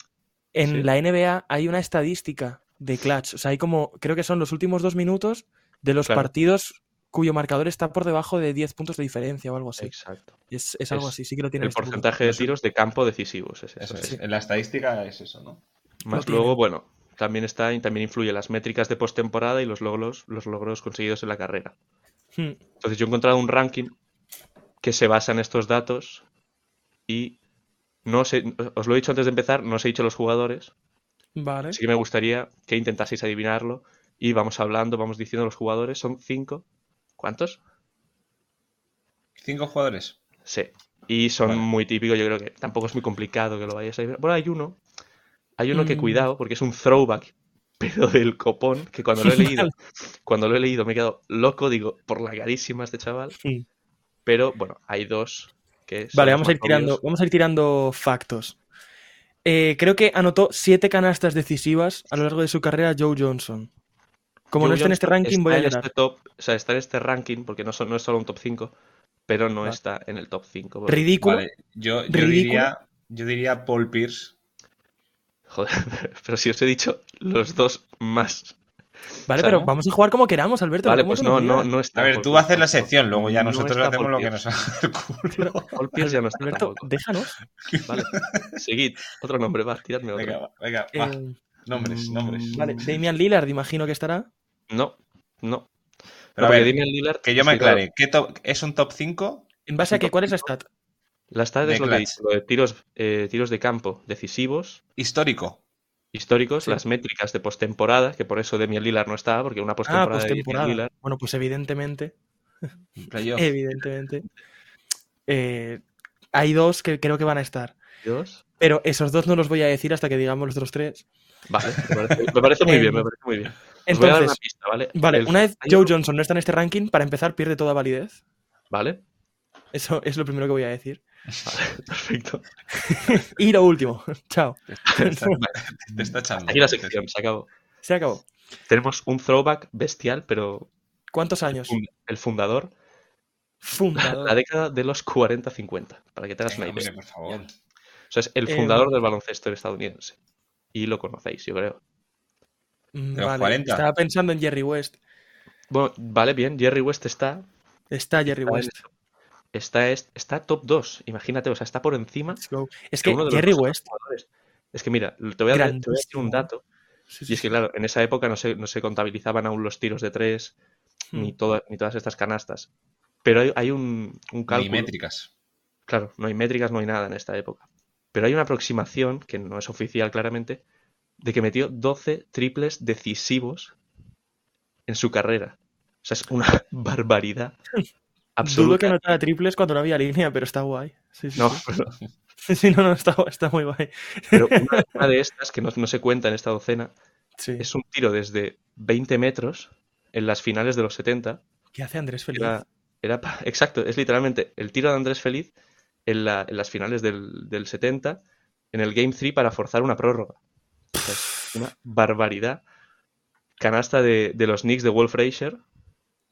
[SPEAKER 2] en
[SPEAKER 3] Sí.
[SPEAKER 2] la NBA hay una estadística de clutch. O sea, hay como, creo que son los últimos dos minutos de los
[SPEAKER 3] Claro.
[SPEAKER 2] partidos cuyo marcador está por debajo de 10 puntos de diferencia o algo así.
[SPEAKER 3] Exacto.
[SPEAKER 2] Es, es algo
[SPEAKER 3] Es
[SPEAKER 2] así, sí que lo tiene.
[SPEAKER 3] El porcentaje de tiros de campo decisivos es eso.
[SPEAKER 1] Eso es.
[SPEAKER 2] Sí.
[SPEAKER 1] En la estadística es eso, ¿no?
[SPEAKER 2] Lo
[SPEAKER 3] Más
[SPEAKER 2] tiene.
[SPEAKER 3] luego, bueno, también está también influye las métricas de postemporada y los logros, los logros conseguidos en la carrera.
[SPEAKER 2] Hmm.
[SPEAKER 3] Entonces yo he encontrado un ranking que se basa en estos datos y no sé, os lo he dicho antes de empezar, no os he dicho los jugadores,
[SPEAKER 2] Vale.
[SPEAKER 3] así que me gustaría que intentaseis adivinarlo y vamos hablando, vamos diciendo los jugadores, son cinco, ¿cuántos?
[SPEAKER 1] Cinco jugadores.
[SPEAKER 3] Sí, y son
[SPEAKER 1] Vale.
[SPEAKER 3] muy típicos, yo creo que tampoco es muy complicado que lo vayáis a adivinar. Bueno, hay uno, hay uno que
[SPEAKER 2] Mm.
[SPEAKER 3] cuidado, porque es un throwback, pero del copón, que cuando lo he leído, cuando lo he leído me he quedado loco, digo, por la carísima este chaval,
[SPEAKER 2] Sí.
[SPEAKER 3] pero bueno, hay dos que son
[SPEAKER 2] Vale,
[SPEAKER 3] los
[SPEAKER 2] vamos a ir
[SPEAKER 3] más obvios.
[SPEAKER 2] tirando, vamos a ir tirando factos. Eh, creo que anotó siete canastas decisivas a lo largo de su carrera Joe Johnson. Como
[SPEAKER 3] Joe
[SPEAKER 2] no está en este
[SPEAKER 3] Johnston
[SPEAKER 2] ranking, voy
[SPEAKER 3] está
[SPEAKER 2] a
[SPEAKER 3] en
[SPEAKER 2] llorar.
[SPEAKER 3] este top, o sea, está en este ranking, porque no, son- no es solo un top 5, pero no
[SPEAKER 2] Vale.
[SPEAKER 3] está en el top 5. porque-
[SPEAKER 2] Ridículo.
[SPEAKER 1] Vale, yo, yo
[SPEAKER 2] Ridículo.
[SPEAKER 1] diría, yo diría Paul Pierce.
[SPEAKER 3] Joder, pero si os he dicho los dos más.
[SPEAKER 2] Vale,
[SPEAKER 3] o sea,
[SPEAKER 2] pero
[SPEAKER 3] ¿no?
[SPEAKER 2] vamos a jugar como queramos, Alberto.
[SPEAKER 3] Vale,
[SPEAKER 2] ¿cómo
[SPEAKER 3] pues
[SPEAKER 2] te
[SPEAKER 3] no,
[SPEAKER 2] lo
[SPEAKER 3] no,
[SPEAKER 2] miras?
[SPEAKER 3] no está.
[SPEAKER 1] A ver,
[SPEAKER 3] Paul
[SPEAKER 1] tú
[SPEAKER 3] Pierce,
[SPEAKER 1] haces la
[SPEAKER 3] tampoco.
[SPEAKER 1] sección, luego ya
[SPEAKER 3] No
[SPEAKER 1] nosotros
[SPEAKER 3] está
[SPEAKER 1] hacemos
[SPEAKER 3] Paul
[SPEAKER 1] lo que
[SPEAKER 3] Pierce.
[SPEAKER 1] nos haga el culo.
[SPEAKER 3] Paul Pierce ya no está
[SPEAKER 2] Alberto,
[SPEAKER 3] tampoco.
[SPEAKER 2] déjanos.
[SPEAKER 3] Vale, seguid. Otro nombre, va, tiradme otro.
[SPEAKER 1] Venga, va, venga, va.
[SPEAKER 2] Eh,
[SPEAKER 1] Nombres,
[SPEAKER 3] mm,
[SPEAKER 1] nombres.
[SPEAKER 2] vale, Damian Lillard, imagino que estará.
[SPEAKER 3] No, no.
[SPEAKER 1] Pero
[SPEAKER 3] No,
[SPEAKER 1] a
[SPEAKER 3] porque
[SPEAKER 1] ver,
[SPEAKER 3] Damian Lillard-
[SPEAKER 1] que yo me
[SPEAKER 3] es claro,
[SPEAKER 1] aclare. ¿qué top- ¿Es un top 5?
[SPEAKER 2] ¿En base a qué? ¿Cuál es la stat?
[SPEAKER 3] Pues Las tardes
[SPEAKER 1] De
[SPEAKER 3] es lo que he
[SPEAKER 1] clutch.
[SPEAKER 3] dicho, lo de tiros, eh, tiros de campo decisivos,
[SPEAKER 1] Histórico.
[SPEAKER 3] históricos,
[SPEAKER 2] Sí.
[SPEAKER 3] las métricas de postemporada, que por eso Demian Lillard no estaba, porque una
[SPEAKER 2] Ah,
[SPEAKER 3] postemporada de Damian
[SPEAKER 2] postemporada.
[SPEAKER 3] Lillard-
[SPEAKER 2] Bueno, pues evidentemente,
[SPEAKER 1] Playoff.
[SPEAKER 2] evidentemente. eh, hay dos que creo que van a estar.
[SPEAKER 3] Dios.
[SPEAKER 2] Pero esos dos no los voy a decir hasta que digamos los otros tres.
[SPEAKER 3] Vale, me parece, me parece muy
[SPEAKER 2] Em,
[SPEAKER 3] bien, me parece muy bien. Os voy a dar una
[SPEAKER 2] Entonces,
[SPEAKER 3] pista, ¿vale?
[SPEAKER 2] vale,
[SPEAKER 3] El-
[SPEAKER 2] una vez
[SPEAKER 3] hay
[SPEAKER 2] Joe
[SPEAKER 3] uno-
[SPEAKER 2] Johnson no está en este ranking, para empezar pierde toda validez.
[SPEAKER 3] Vale,
[SPEAKER 2] Eso es lo primero que voy a decir.
[SPEAKER 3] perfecto.
[SPEAKER 2] Y lo último. Chao.
[SPEAKER 1] Te está- te está echando.
[SPEAKER 3] Aquí la sección, se acabó.
[SPEAKER 2] Se acabó.
[SPEAKER 3] Tenemos un throwback bestial, pero
[SPEAKER 2] ¿Cuántos años?
[SPEAKER 3] fun- el fundador,
[SPEAKER 2] Fundador.
[SPEAKER 3] la década de los 40-50, para que te hagas una
[SPEAKER 1] Venga,
[SPEAKER 3] idea.
[SPEAKER 1] hombre, por favor.
[SPEAKER 3] O sea, es el
[SPEAKER 2] Eh,
[SPEAKER 3] fundador del baloncesto estadounidense. Y lo conocéis, yo creo.
[SPEAKER 2] Mm,
[SPEAKER 1] de los
[SPEAKER 2] Vale.
[SPEAKER 1] 40.
[SPEAKER 2] Estaba pensando en Jerry West.
[SPEAKER 3] Bueno, vale, bien, Jerry West está,
[SPEAKER 2] Está Jerry
[SPEAKER 3] Está en
[SPEAKER 2] West.
[SPEAKER 3] está, est- está top 2, imagínate, o sea, está por encima
[SPEAKER 2] Let's go. Es
[SPEAKER 3] de
[SPEAKER 2] que
[SPEAKER 3] uno de los
[SPEAKER 2] Jerry
[SPEAKER 3] dos
[SPEAKER 2] West.
[SPEAKER 3] jugadores. Es que mira, te voy a, te voy a decir
[SPEAKER 2] Grandísimo.
[SPEAKER 3] un dato,
[SPEAKER 2] Sí,
[SPEAKER 3] y
[SPEAKER 2] sí,
[SPEAKER 3] es que
[SPEAKER 2] sí.
[SPEAKER 3] claro, en esa época no se, no se contabilizaban aún los tiros de tres, ni,
[SPEAKER 2] Mm.
[SPEAKER 3] toda- ni todas estas canastas. Pero hay, hay un, un
[SPEAKER 1] Ni
[SPEAKER 3] cálculo.
[SPEAKER 1] métricas.
[SPEAKER 3] Claro, no hay métricas, no hay nada en esta época. Pero hay una aproximación, que no es oficial claramente, de que metió 12 triples decisivos en su carrera. O sea, es una barbaridad
[SPEAKER 2] Dudo que
[SPEAKER 3] absoluta.
[SPEAKER 2] anotara triples cuando no había línea, pero está guay. Sí, sí,
[SPEAKER 3] No,
[SPEAKER 2] sí.
[SPEAKER 3] pero,
[SPEAKER 2] Sí, sí, no, no, está, guay, está muy guay.
[SPEAKER 3] pero una, una de estas, que no, no se cuenta en esta docena,
[SPEAKER 2] Sí.
[SPEAKER 3] es un tiro desde 20 metros en las finales de los 70.
[SPEAKER 2] ¿Qué hace Andrés
[SPEAKER 3] que
[SPEAKER 2] Feliz?
[SPEAKER 3] Era, Era pa- Exacto, es literalmente el tiro de Andrés Feliz en, la- en las finales del, del 70, en el Game 3 para forzar una prórroga. O sea, es una barbaridad. Canasta de, de los Knicks de Wolf Frazier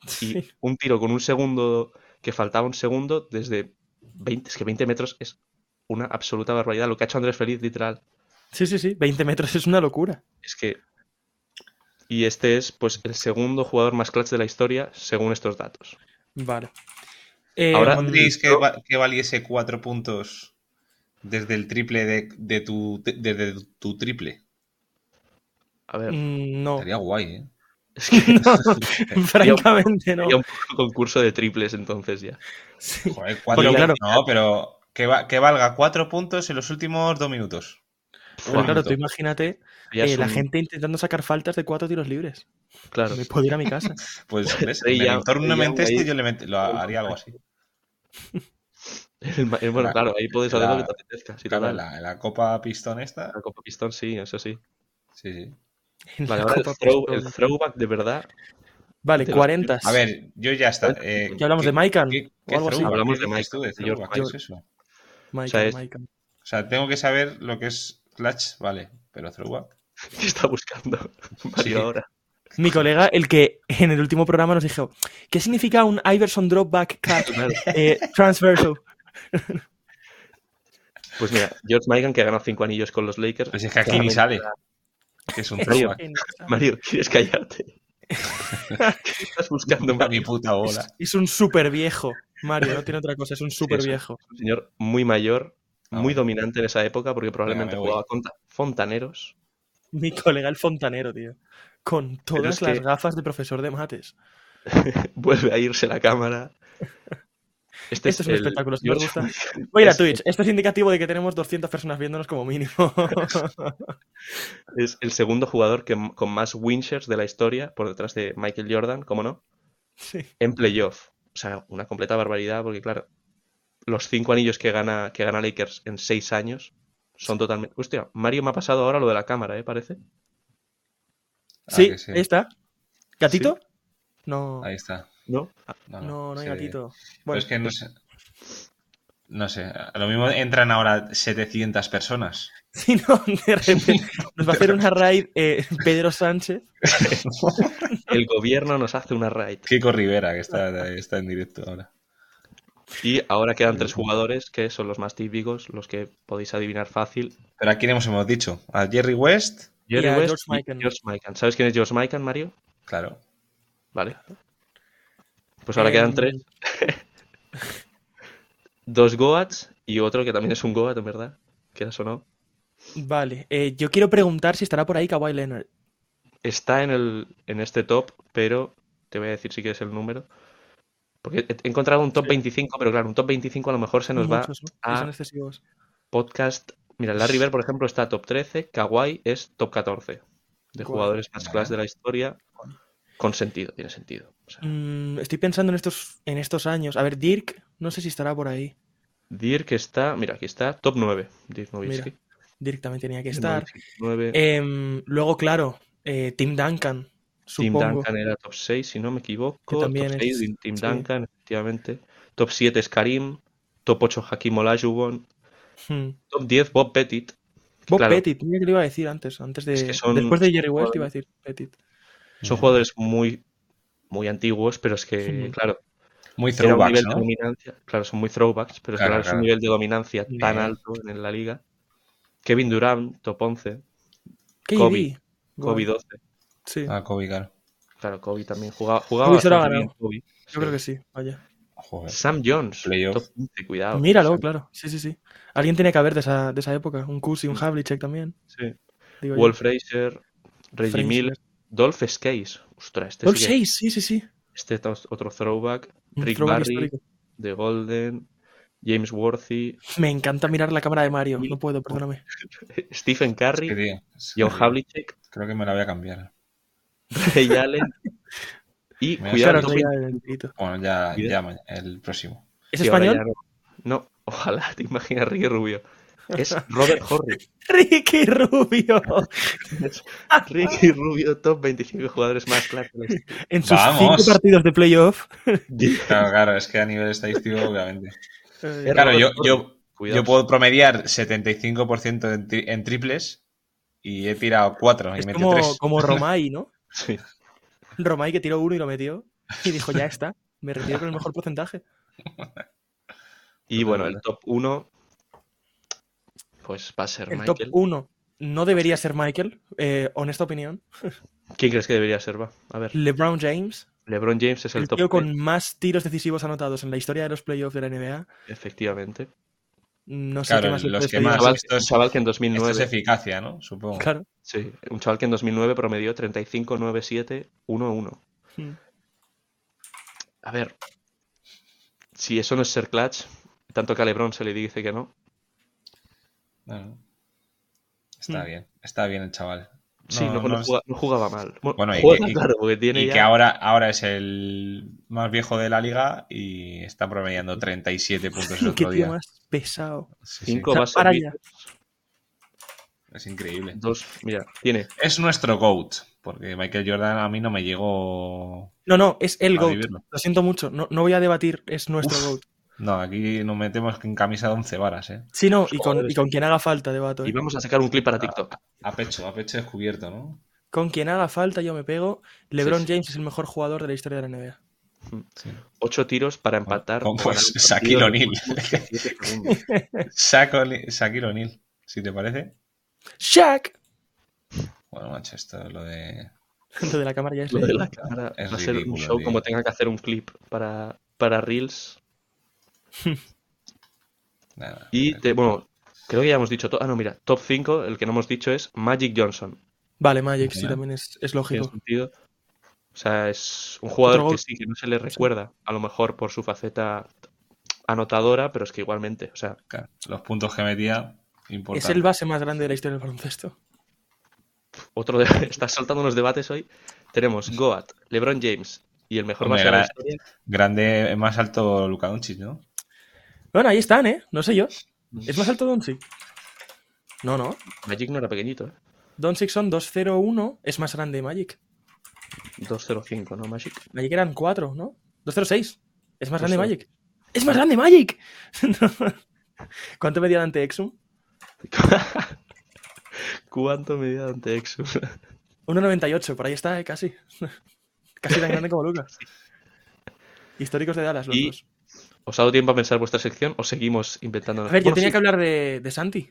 [SPEAKER 3] y
[SPEAKER 2] Sí.
[SPEAKER 3] un tiro con un segundo que faltaba un segundo desde 20, es que 20 metros es una absoluta barbaridad. Lo que ha hecho Andrés Feliz, literal.
[SPEAKER 2] Sí, sí, sí. 20 metros es una locura.
[SPEAKER 3] Es que. Y este es, pues, el segundo jugador más clutch de la historia, según estos datos.
[SPEAKER 2] Vale. Eh,
[SPEAKER 3] Ahora-
[SPEAKER 1] ¿Pondréis que, va- que valiese cuatro puntos desde el triple de, de tu, desde tu triple?
[SPEAKER 3] A ver,
[SPEAKER 2] mm, No.
[SPEAKER 1] Estaría guay, ¿eh?
[SPEAKER 3] es que
[SPEAKER 2] Francamente, no.
[SPEAKER 3] sería un poco concurso de triples entonces ya.
[SPEAKER 2] Sí.
[SPEAKER 1] Joder, cuatro
[SPEAKER 2] Porque, claro-
[SPEAKER 1] No, pero que, va- que valga cuatro puntos en los últimos dos minutos.
[SPEAKER 2] Pero claro,
[SPEAKER 1] minuto.
[SPEAKER 2] tú imagínate
[SPEAKER 3] Ya
[SPEAKER 2] eh,
[SPEAKER 3] es
[SPEAKER 2] la
[SPEAKER 3] un-
[SPEAKER 2] gente intentando sacar faltas de cuatro tiros libres.
[SPEAKER 3] Claro.
[SPEAKER 2] Me puedo ir a mi casa.
[SPEAKER 1] Pues, ¿ves?
[SPEAKER 3] Ahí ya-
[SPEAKER 1] En el torno
[SPEAKER 3] ahí ya,
[SPEAKER 1] este
[SPEAKER 3] ahí-
[SPEAKER 1] yo le met- lo haría algo así.
[SPEAKER 3] El ma- el- bueno,
[SPEAKER 1] La-
[SPEAKER 3] claro, ahí podéis
[SPEAKER 1] la-
[SPEAKER 3] hacer lo que te apetezca. Si
[SPEAKER 1] Claro,
[SPEAKER 3] total.
[SPEAKER 1] en la, en la copa pistón esta.
[SPEAKER 3] La Copa Pistón, sí, eso sí.
[SPEAKER 1] Sí, sí.
[SPEAKER 2] En la
[SPEAKER 3] Vale, ahora el,
[SPEAKER 2] Copa
[SPEAKER 3] throw-
[SPEAKER 2] Pistol.
[SPEAKER 3] el throwback de verdad.
[SPEAKER 2] Vale,
[SPEAKER 3] de los-
[SPEAKER 2] 40.
[SPEAKER 1] A ver, yo ya está. eh,
[SPEAKER 2] Pues, Ya hablamos
[SPEAKER 1] ¿qué-
[SPEAKER 2] de Maikan.
[SPEAKER 1] qué-
[SPEAKER 2] O
[SPEAKER 1] qué
[SPEAKER 2] algo así.
[SPEAKER 1] throwback?
[SPEAKER 3] Hablamos de
[SPEAKER 1] ¿Qué dices tú
[SPEAKER 3] Maikan, de George
[SPEAKER 1] throwback? ¿Qué
[SPEAKER 3] Maikan.
[SPEAKER 1] es eso?
[SPEAKER 2] Maikan,
[SPEAKER 3] sea, es-
[SPEAKER 2] Maikan.
[SPEAKER 1] O sea, tengo que saber lo que es clutch, vale, pero ah. throwback.
[SPEAKER 3] que está buscando Mario
[SPEAKER 1] Sí.
[SPEAKER 3] ahora?
[SPEAKER 2] Mi colega, el que en el último programa nos dijo: ¿Qué significa un Iverson dropback cut
[SPEAKER 3] Claro.
[SPEAKER 2] eh, transversal?
[SPEAKER 3] Pues mira, George Mikan que ha ganado cinco anillos con los Lakers.
[SPEAKER 1] Pues es que aquí ni sale. Que es un ah. throwback.
[SPEAKER 3] Mario, ¿quieres callarte? ¿Qué estás buscando,
[SPEAKER 1] Nunca ni
[SPEAKER 3] Mario?
[SPEAKER 1] puta bola.
[SPEAKER 2] Es, es un super viejo. Mario, no tiene otra cosa, es un super viejo.
[SPEAKER 3] Un señor muy mayor,
[SPEAKER 1] Ah,
[SPEAKER 3] muy
[SPEAKER 1] bueno.
[SPEAKER 3] dominante en esa época, porque
[SPEAKER 2] Ah,
[SPEAKER 3] probablemente
[SPEAKER 1] me voy.
[SPEAKER 3] jugaba contra fontaneros.
[SPEAKER 2] Mi colega, el fontanero, tío. Con todas
[SPEAKER 3] es
[SPEAKER 2] las
[SPEAKER 3] que-
[SPEAKER 2] gafas de profesor de mates.
[SPEAKER 3] Vuelve a irse la cámara. Este
[SPEAKER 2] Esto es un
[SPEAKER 3] el
[SPEAKER 2] espectáculo, si me
[SPEAKER 3] George
[SPEAKER 2] gusta.
[SPEAKER 3] Mikan.
[SPEAKER 2] Voy a ir a
[SPEAKER 3] Es-
[SPEAKER 2] Twitch. Esto es indicativo de que tenemos 200 personas viéndonos como mínimo.
[SPEAKER 3] Es el segundo jugador que, con más win shares de la historia, por detrás de Michael Jordan, ¿cómo no?
[SPEAKER 2] sí.
[SPEAKER 3] en playoff. O sea, una completa barbaridad, porque claro, los cinco anillos que gana, que gana Lakers en seis años son totalmente. Hostia, Mario me ha pasado ahora lo de la cámara, ¿eh? Parece.
[SPEAKER 1] Ah,
[SPEAKER 2] Sí,
[SPEAKER 1] que sí.
[SPEAKER 2] ahí está. ¿Gatito? No,
[SPEAKER 1] Ahí está.
[SPEAKER 3] ¿No?
[SPEAKER 2] no, no hay
[SPEAKER 1] sí.
[SPEAKER 2] gatito.
[SPEAKER 1] Pero
[SPEAKER 2] Bueno,
[SPEAKER 1] es que no sé. No sé. A lo mismo entran ahora 700 personas.
[SPEAKER 2] si no, de repente nos va a hacer una raid eh, Pedro Sánchez.
[SPEAKER 3] El gobierno nos hace una raid.
[SPEAKER 1] Kiko Rivera, que está, está en directo ahora.
[SPEAKER 3] Y ahora quedan tres jugadores que son los más típicos, los que podéis adivinar fácil.
[SPEAKER 1] Pero a quién hemos, hemos dicho. A Jerry West,
[SPEAKER 3] Jerry
[SPEAKER 2] Y a
[SPEAKER 3] West
[SPEAKER 2] George
[SPEAKER 3] y
[SPEAKER 2] Mikan.
[SPEAKER 3] George Mikan. ¿Sabes quién es George Mikan, Mario?
[SPEAKER 1] claro.
[SPEAKER 3] Vale. Pues ahora
[SPEAKER 2] Em,
[SPEAKER 3] quedan tres. Dos Goats y otro que también es un Goat, en verdad. Quieras o no.
[SPEAKER 2] Vale, eh, yo quiero preguntar si estará por ahí Kawhi Leonard.
[SPEAKER 3] está en el, en este top, pero te voy a decir si quieres el número. Porque he he encontrado un top 25, pero claro, un top 25 a lo mejor se nos va
[SPEAKER 2] Muchos, ¿no? Y
[SPEAKER 3] a-
[SPEAKER 2] Son excesivos.
[SPEAKER 3] podcast. Mira, Larry Bird, por ejemplo, está top 13, Kawhi es top 14 de
[SPEAKER 2] Guau.
[SPEAKER 3] jugadores más class de la historia. Con sentido, tiene sentido. O sea,
[SPEAKER 2] Mm, estoy pensando en estos, en estos años. A ver, Dirk, no sé si estará por ahí.
[SPEAKER 3] Dirk está, mira, aquí está, top 9. Dirk Nowitzki.
[SPEAKER 2] Mira, Dirk también tenía que estar.
[SPEAKER 3] Nowitzki, 9.
[SPEAKER 2] Em, luego, claro, eh, Tim Duncan,
[SPEAKER 3] Tim
[SPEAKER 2] supongo.
[SPEAKER 3] Duncan era top 6, si no me equivoco.
[SPEAKER 2] Que también
[SPEAKER 3] top
[SPEAKER 2] es-
[SPEAKER 3] 6 de Tim
[SPEAKER 2] sí.
[SPEAKER 3] Duncan, efectivamente. Top 7 es Karim. Top 8 Hakim Olajuwon.
[SPEAKER 2] Hmm.
[SPEAKER 3] Top 10 Bob Pettit.
[SPEAKER 2] Bob
[SPEAKER 3] Claro.
[SPEAKER 2] Pettit, mira que lo iba a decir antes. antes de,
[SPEAKER 3] Es que son-
[SPEAKER 2] Después de Jerry
[SPEAKER 3] son
[SPEAKER 2] West iba a decir Pettit.
[SPEAKER 3] Son jugadores muy, muy antiguos, pero es que,
[SPEAKER 2] Sí.
[SPEAKER 3] claro,
[SPEAKER 1] Muy
[SPEAKER 3] era un
[SPEAKER 1] throwbacks,
[SPEAKER 3] nivel de
[SPEAKER 1] ¿no?
[SPEAKER 3] dominancia. Claro, son muy throwbacks, pero es que,
[SPEAKER 1] Claro,
[SPEAKER 3] claro, es un
[SPEAKER 1] claro.
[SPEAKER 3] nivel de dominancia tan
[SPEAKER 1] Sí.
[SPEAKER 3] alto en la liga. Kevin Durant, top 11.
[SPEAKER 2] KD.
[SPEAKER 3] Kobe.
[SPEAKER 2] Guau.
[SPEAKER 3] Kobe 12.
[SPEAKER 2] Sí,
[SPEAKER 1] Ah, Kobe, claro.
[SPEAKER 3] Claro, Kobe también jugaba, jugaba
[SPEAKER 2] Kobe se lo ha
[SPEAKER 3] bastante bien,
[SPEAKER 2] ganado.
[SPEAKER 3] Kobe.
[SPEAKER 2] yo creo que sí. Vaya.
[SPEAKER 1] Joder.
[SPEAKER 3] Sam Jones,
[SPEAKER 1] Playoff.
[SPEAKER 3] top 15, cuidado.
[SPEAKER 2] Míralo, claro. Sí, sí, sí. Alguien tenía que haber de esa, de esa época. Un Kusi, un Havlicek también.
[SPEAKER 3] Sí.
[SPEAKER 2] digo yo.
[SPEAKER 3] Wolf Fraser, Reggie
[SPEAKER 2] Frazier.
[SPEAKER 3] Miller, Dolph Skase. Ostras, este,
[SPEAKER 2] Wolf
[SPEAKER 3] sí que-
[SPEAKER 2] 6, sí, sí, sí.
[SPEAKER 3] este es otro throwback.
[SPEAKER 2] Un
[SPEAKER 3] Rick
[SPEAKER 2] throwback
[SPEAKER 3] Barry,
[SPEAKER 2] histórico.
[SPEAKER 3] The Golden, James Worthy,
[SPEAKER 2] Me encanta mirar la cámara de Mario. No puedo, perdóname.
[SPEAKER 3] Stephen
[SPEAKER 1] Es que,
[SPEAKER 3] Curry,
[SPEAKER 1] tío, es que
[SPEAKER 3] John Havlicek,
[SPEAKER 1] Creo que me la voy a cambiar.
[SPEAKER 3] Ray Allen. Y
[SPEAKER 1] Me
[SPEAKER 3] cuidado,
[SPEAKER 1] voy a
[SPEAKER 2] Claro,
[SPEAKER 3] top
[SPEAKER 2] no, ya, el grito.
[SPEAKER 1] Bueno, ya,
[SPEAKER 3] Cuidado.
[SPEAKER 1] ya ma- el próximo.
[SPEAKER 2] ¿Es
[SPEAKER 3] 20, ahora
[SPEAKER 2] español?
[SPEAKER 3] ya no. No, ojalá, te imaginas Ricky Rubio. Es Robert Horry.
[SPEAKER 2] Ricky Rubio.
[SPEAKER 3] Ricky Rubio, top 25 jugadores más claros.
[SPEAKER 2] En sus
[SPEAKER 1] Vamos.
[SPEAKER 2] cinco partidos de playoff.
[SPEAKER 1] Claro, claro, es que a nivel estadístico, obviamente.
[SPEAKER 2] Eh,
[SPEAKER 1] Claro, yo,
[SPEAKER 3] Robert Horry.
[SPEAKER 1] yo,
[SPEAKER 3] Cuidado.
[SPEAKER 1] yo puedo promediar 75% en, tri- en triples y he tirado 4 y
[SPEAKER 2] es
[SPEAKER 1] metí
[SPEAKER 2] como,
[SPEAKER 1] 3.
[SPEAKER 2] como Romay, ¿no?
[SPEAKER 3] Sí.
[SPEAKER 2] Romay que tiró uno y lo metió. Y dijo, ya está. Me retiro con el mejor porcentaje.
[SPEAKER 3] Y bueno, el top 1. Pues va a ser
[SPEAKER 2] El top
[SPEAKER 3] Michael.
[SPEAKER 2] 1 no debería ser Michael, eh, honesta opinión.
[SPEAKER 3] ¿Quién crees que debería ser? Va, a ver.
[SPEAKER 2] LeBron James,
[SPEAKER 3] LeBron James es el,
[SPEAKER 2] el
[SPEAKER 3] top
[SPEAKER 2] tío
[SPEAKER 3] 10,
[SPEAKER 2] con más tiros decisivos anotados en la historia de los playoffs de la NBA.
[SPEAKER 3] efectivamente.
[SPEAKER 2] No sé
[SPEAKER 1] Claro,
[SPEAKER 2] qué más le
[SPEAKER 1] los
[SPEAKER 2] puedes
[SPEAKER 1] que
[SPEAKER 2] pedir.
[SPEAKER 1] más-
[SPEAKER 3] Un chaval,
[SPEAKER 1] esto es-
[SPEAKER 3] un chaval que en
[SPEAKER 1] Esto
[SPEAKER 3] 2009.
[SPEAKER 1] Este es eficacia, ¿no? Supongo.
[SPEAKER 2] Claro.
[SPEAKER 3] sí, un chaval que en 2009 promedió 35, 9, 7, 1, 1.
[SPEAKER 2] Mm.
[SPEAKER 3] A ver. Si eso no es ser clutch, tanto que a LeBron se le dice que no.
[SPEAKER 1] Bueno. Está
[SPEAKER 2] Mm.
[SPEAKER 1] bien, está bien el chaval.
[SPEAKER 3] Sí, no, no juga- no jugaba mal. Bueno,
[SPEAKER 1] Bueno, y
[SPEAKER 3] juega,
[SPEAKER 1] que- y-
[SPEAKER 3] claro, porque tiene
[SPEAKER 1] Y
[SPEAKER 3] ya-
[SPEAKER 1] que ahora, ahora es el más viejo de la liga y está promediando 37 puntos el
[SPEAKER 2] Qué
[SPEAKER 1] otro
[SPEAKER 2] tío
[SPEAKER 1] día.
[SPEAKER 2] más pesado.
[SPEAKER 1] Sí, sí,
[SPEAKER 3] cinco
[SPEAKER 2] O sea,
[SPEAKER 3] bases
[SPEAKER 2] para
[SPEAKER 3] mid-
[SPEAKER 2] ya.
[SPEAKER 1] Es increíble.
[SPEAKER 3] Dos, mira, tiene
[SPEAKER 1] Es nuestro GOAT, porque Michael Jordan a mí no me llegó
[SPEAKER 2] No, no, es el
[SPEAKER 1] a
[SPEAKER 2] GOAT.
[SPEAKER 1] vivirlo.
[SPEAKER 2] Lo siento mucho. No, no voy a debatir, es nuestro
[SPEAKER 1] Uf.
[SPEAKER 2] GOAT.
[SPEAKER 1] No, aquí nos metemos en camisa de 11 varas, ¿eh?
[SPEAKER 2] Sí, no, y
[SPEAKER 3] Joder,
[SPEAKER 2] con, y
[SPEAKER 3] sí.
[SPEAKER 2] con quien haga falta debato. ¿eh?
[SPEAKER 3] Y vamos a sacar un clip para TikTok.
[SPEAKER 1] A pecho, a pecho descubierto, ¿no?
[SPEAKER 2] Con quien haga falta yo me pego. LeBron
[SPEAKER 3] sí.
[SPEAKER 2] James es el mejor jugador de la historia de la NBA.
[SPEAKER 3] Ocho tiros para empatar.
[SPEAKER 1] Como
[SPEAKER 3] o ganar
[SPEAKER 1] pues
[SPEAKER 3] un
[SPEAKER 1] Shaquille
[SPEAKER 3] partido.
[SPEAKER 1] O'Neal.
[SPEAKER 3] Siete segundos.
[SPEAKER 1] Shaco- Shaquille O'Neal, si te parece.
[SPEAKER 2] ¡Shaq!
[SPEAKER 1] Bueno, macho, esto es lo de...
[SPEAKER 2] Lo de la cámara ya es
[SPEAKER 3] Lo
[SPEAKER 2] ley.
[SPEAKER 3] de la cámara
[SPEAKER 1] Es
[SPEAKER 3] va a ser un
[SPEAKER 1] ridículo,
[SPEAKER 3] show
[SPEAKER 1] tío.
[SPEAKER 3] como tenga que hacer un clip para, para Reels.
[SPEAKER 1] Nada,
[SPEAKER 3] Y, te- bueno, creo que ya hemos dicho todo. Ah, no, mira, top 5, el que no hemos dicho es Magic Johnson.
[SPEAKER 2] Vale, Magic, sí,
[SPEAKER 1] Ya.
[SPEAKER 2] también es, es
[SPEAKER 3] Tiene
[SPEAKER 2] lógico.
[SPEAKER 3] sentido. O sea, es un jugador
[SPEAKER 2] Otro
[SPEAKER 3] que
[SPEAKER 2] gol.
[SPEAKER 3] sí, que no se le recuerda, a lo mejor por su faceta anotadora, pero es que igualmente, o sea,
[SPEAKER 1] claro, los puntos que metía,
[SPEAKER 2] Es
[SPEAKER 1] importante.
[SPEAKER 2] el base más grande de la historia del baloncesto.
[SPEAKER 3] otro de... está saltando los debates hoy. Tenemos Goat, LeBron James y el mejor
[SPEAKER 1] Hombre,
[SPEAKER 3] base de la
[SPEAKER 1] gra-
[SPEAKER 3] historia.
[SPEAKER 1] Grande, eh, más alto Luka Doncic, ¿no?
[SPEAKER 2] Bueno, ahí están, ¿eh? No sé yo. ¿Es más alto Doncic? No, no.
[SPEAKER 3] Magic no era pequeñito, ¿eh?
[SPEAKER 2] Doncic son 2-0-1, es más grande Magic.
[SPEAKER 3] 205, ¿no, Magic?
[SPEAKER 2] Magic eran 4, ¿no? 2-0-6. Es más grande
[SPEAKER 3] 2-0.
[SPEAKER 2] Magic. ¡Es más grande Magic! ¿Cuánto medía Dante Exum?
[SPEAKER 3] ¿Cuánto medía ante Exum?
[SPEAKER 2] 1,98, por ahí está, ¿eh? casi. casi tan grande como Lucas. Históricos de Dallas, los
[SPEAKER 3] Y-
[SPEAKER 2] dos.
[SPEAKER 3] ¿Os ha dado tiempo a pensar vuestra sección o seguimos inventando?
[SPEAKER 2] A ver, yo tenía que hablar de, de Santi.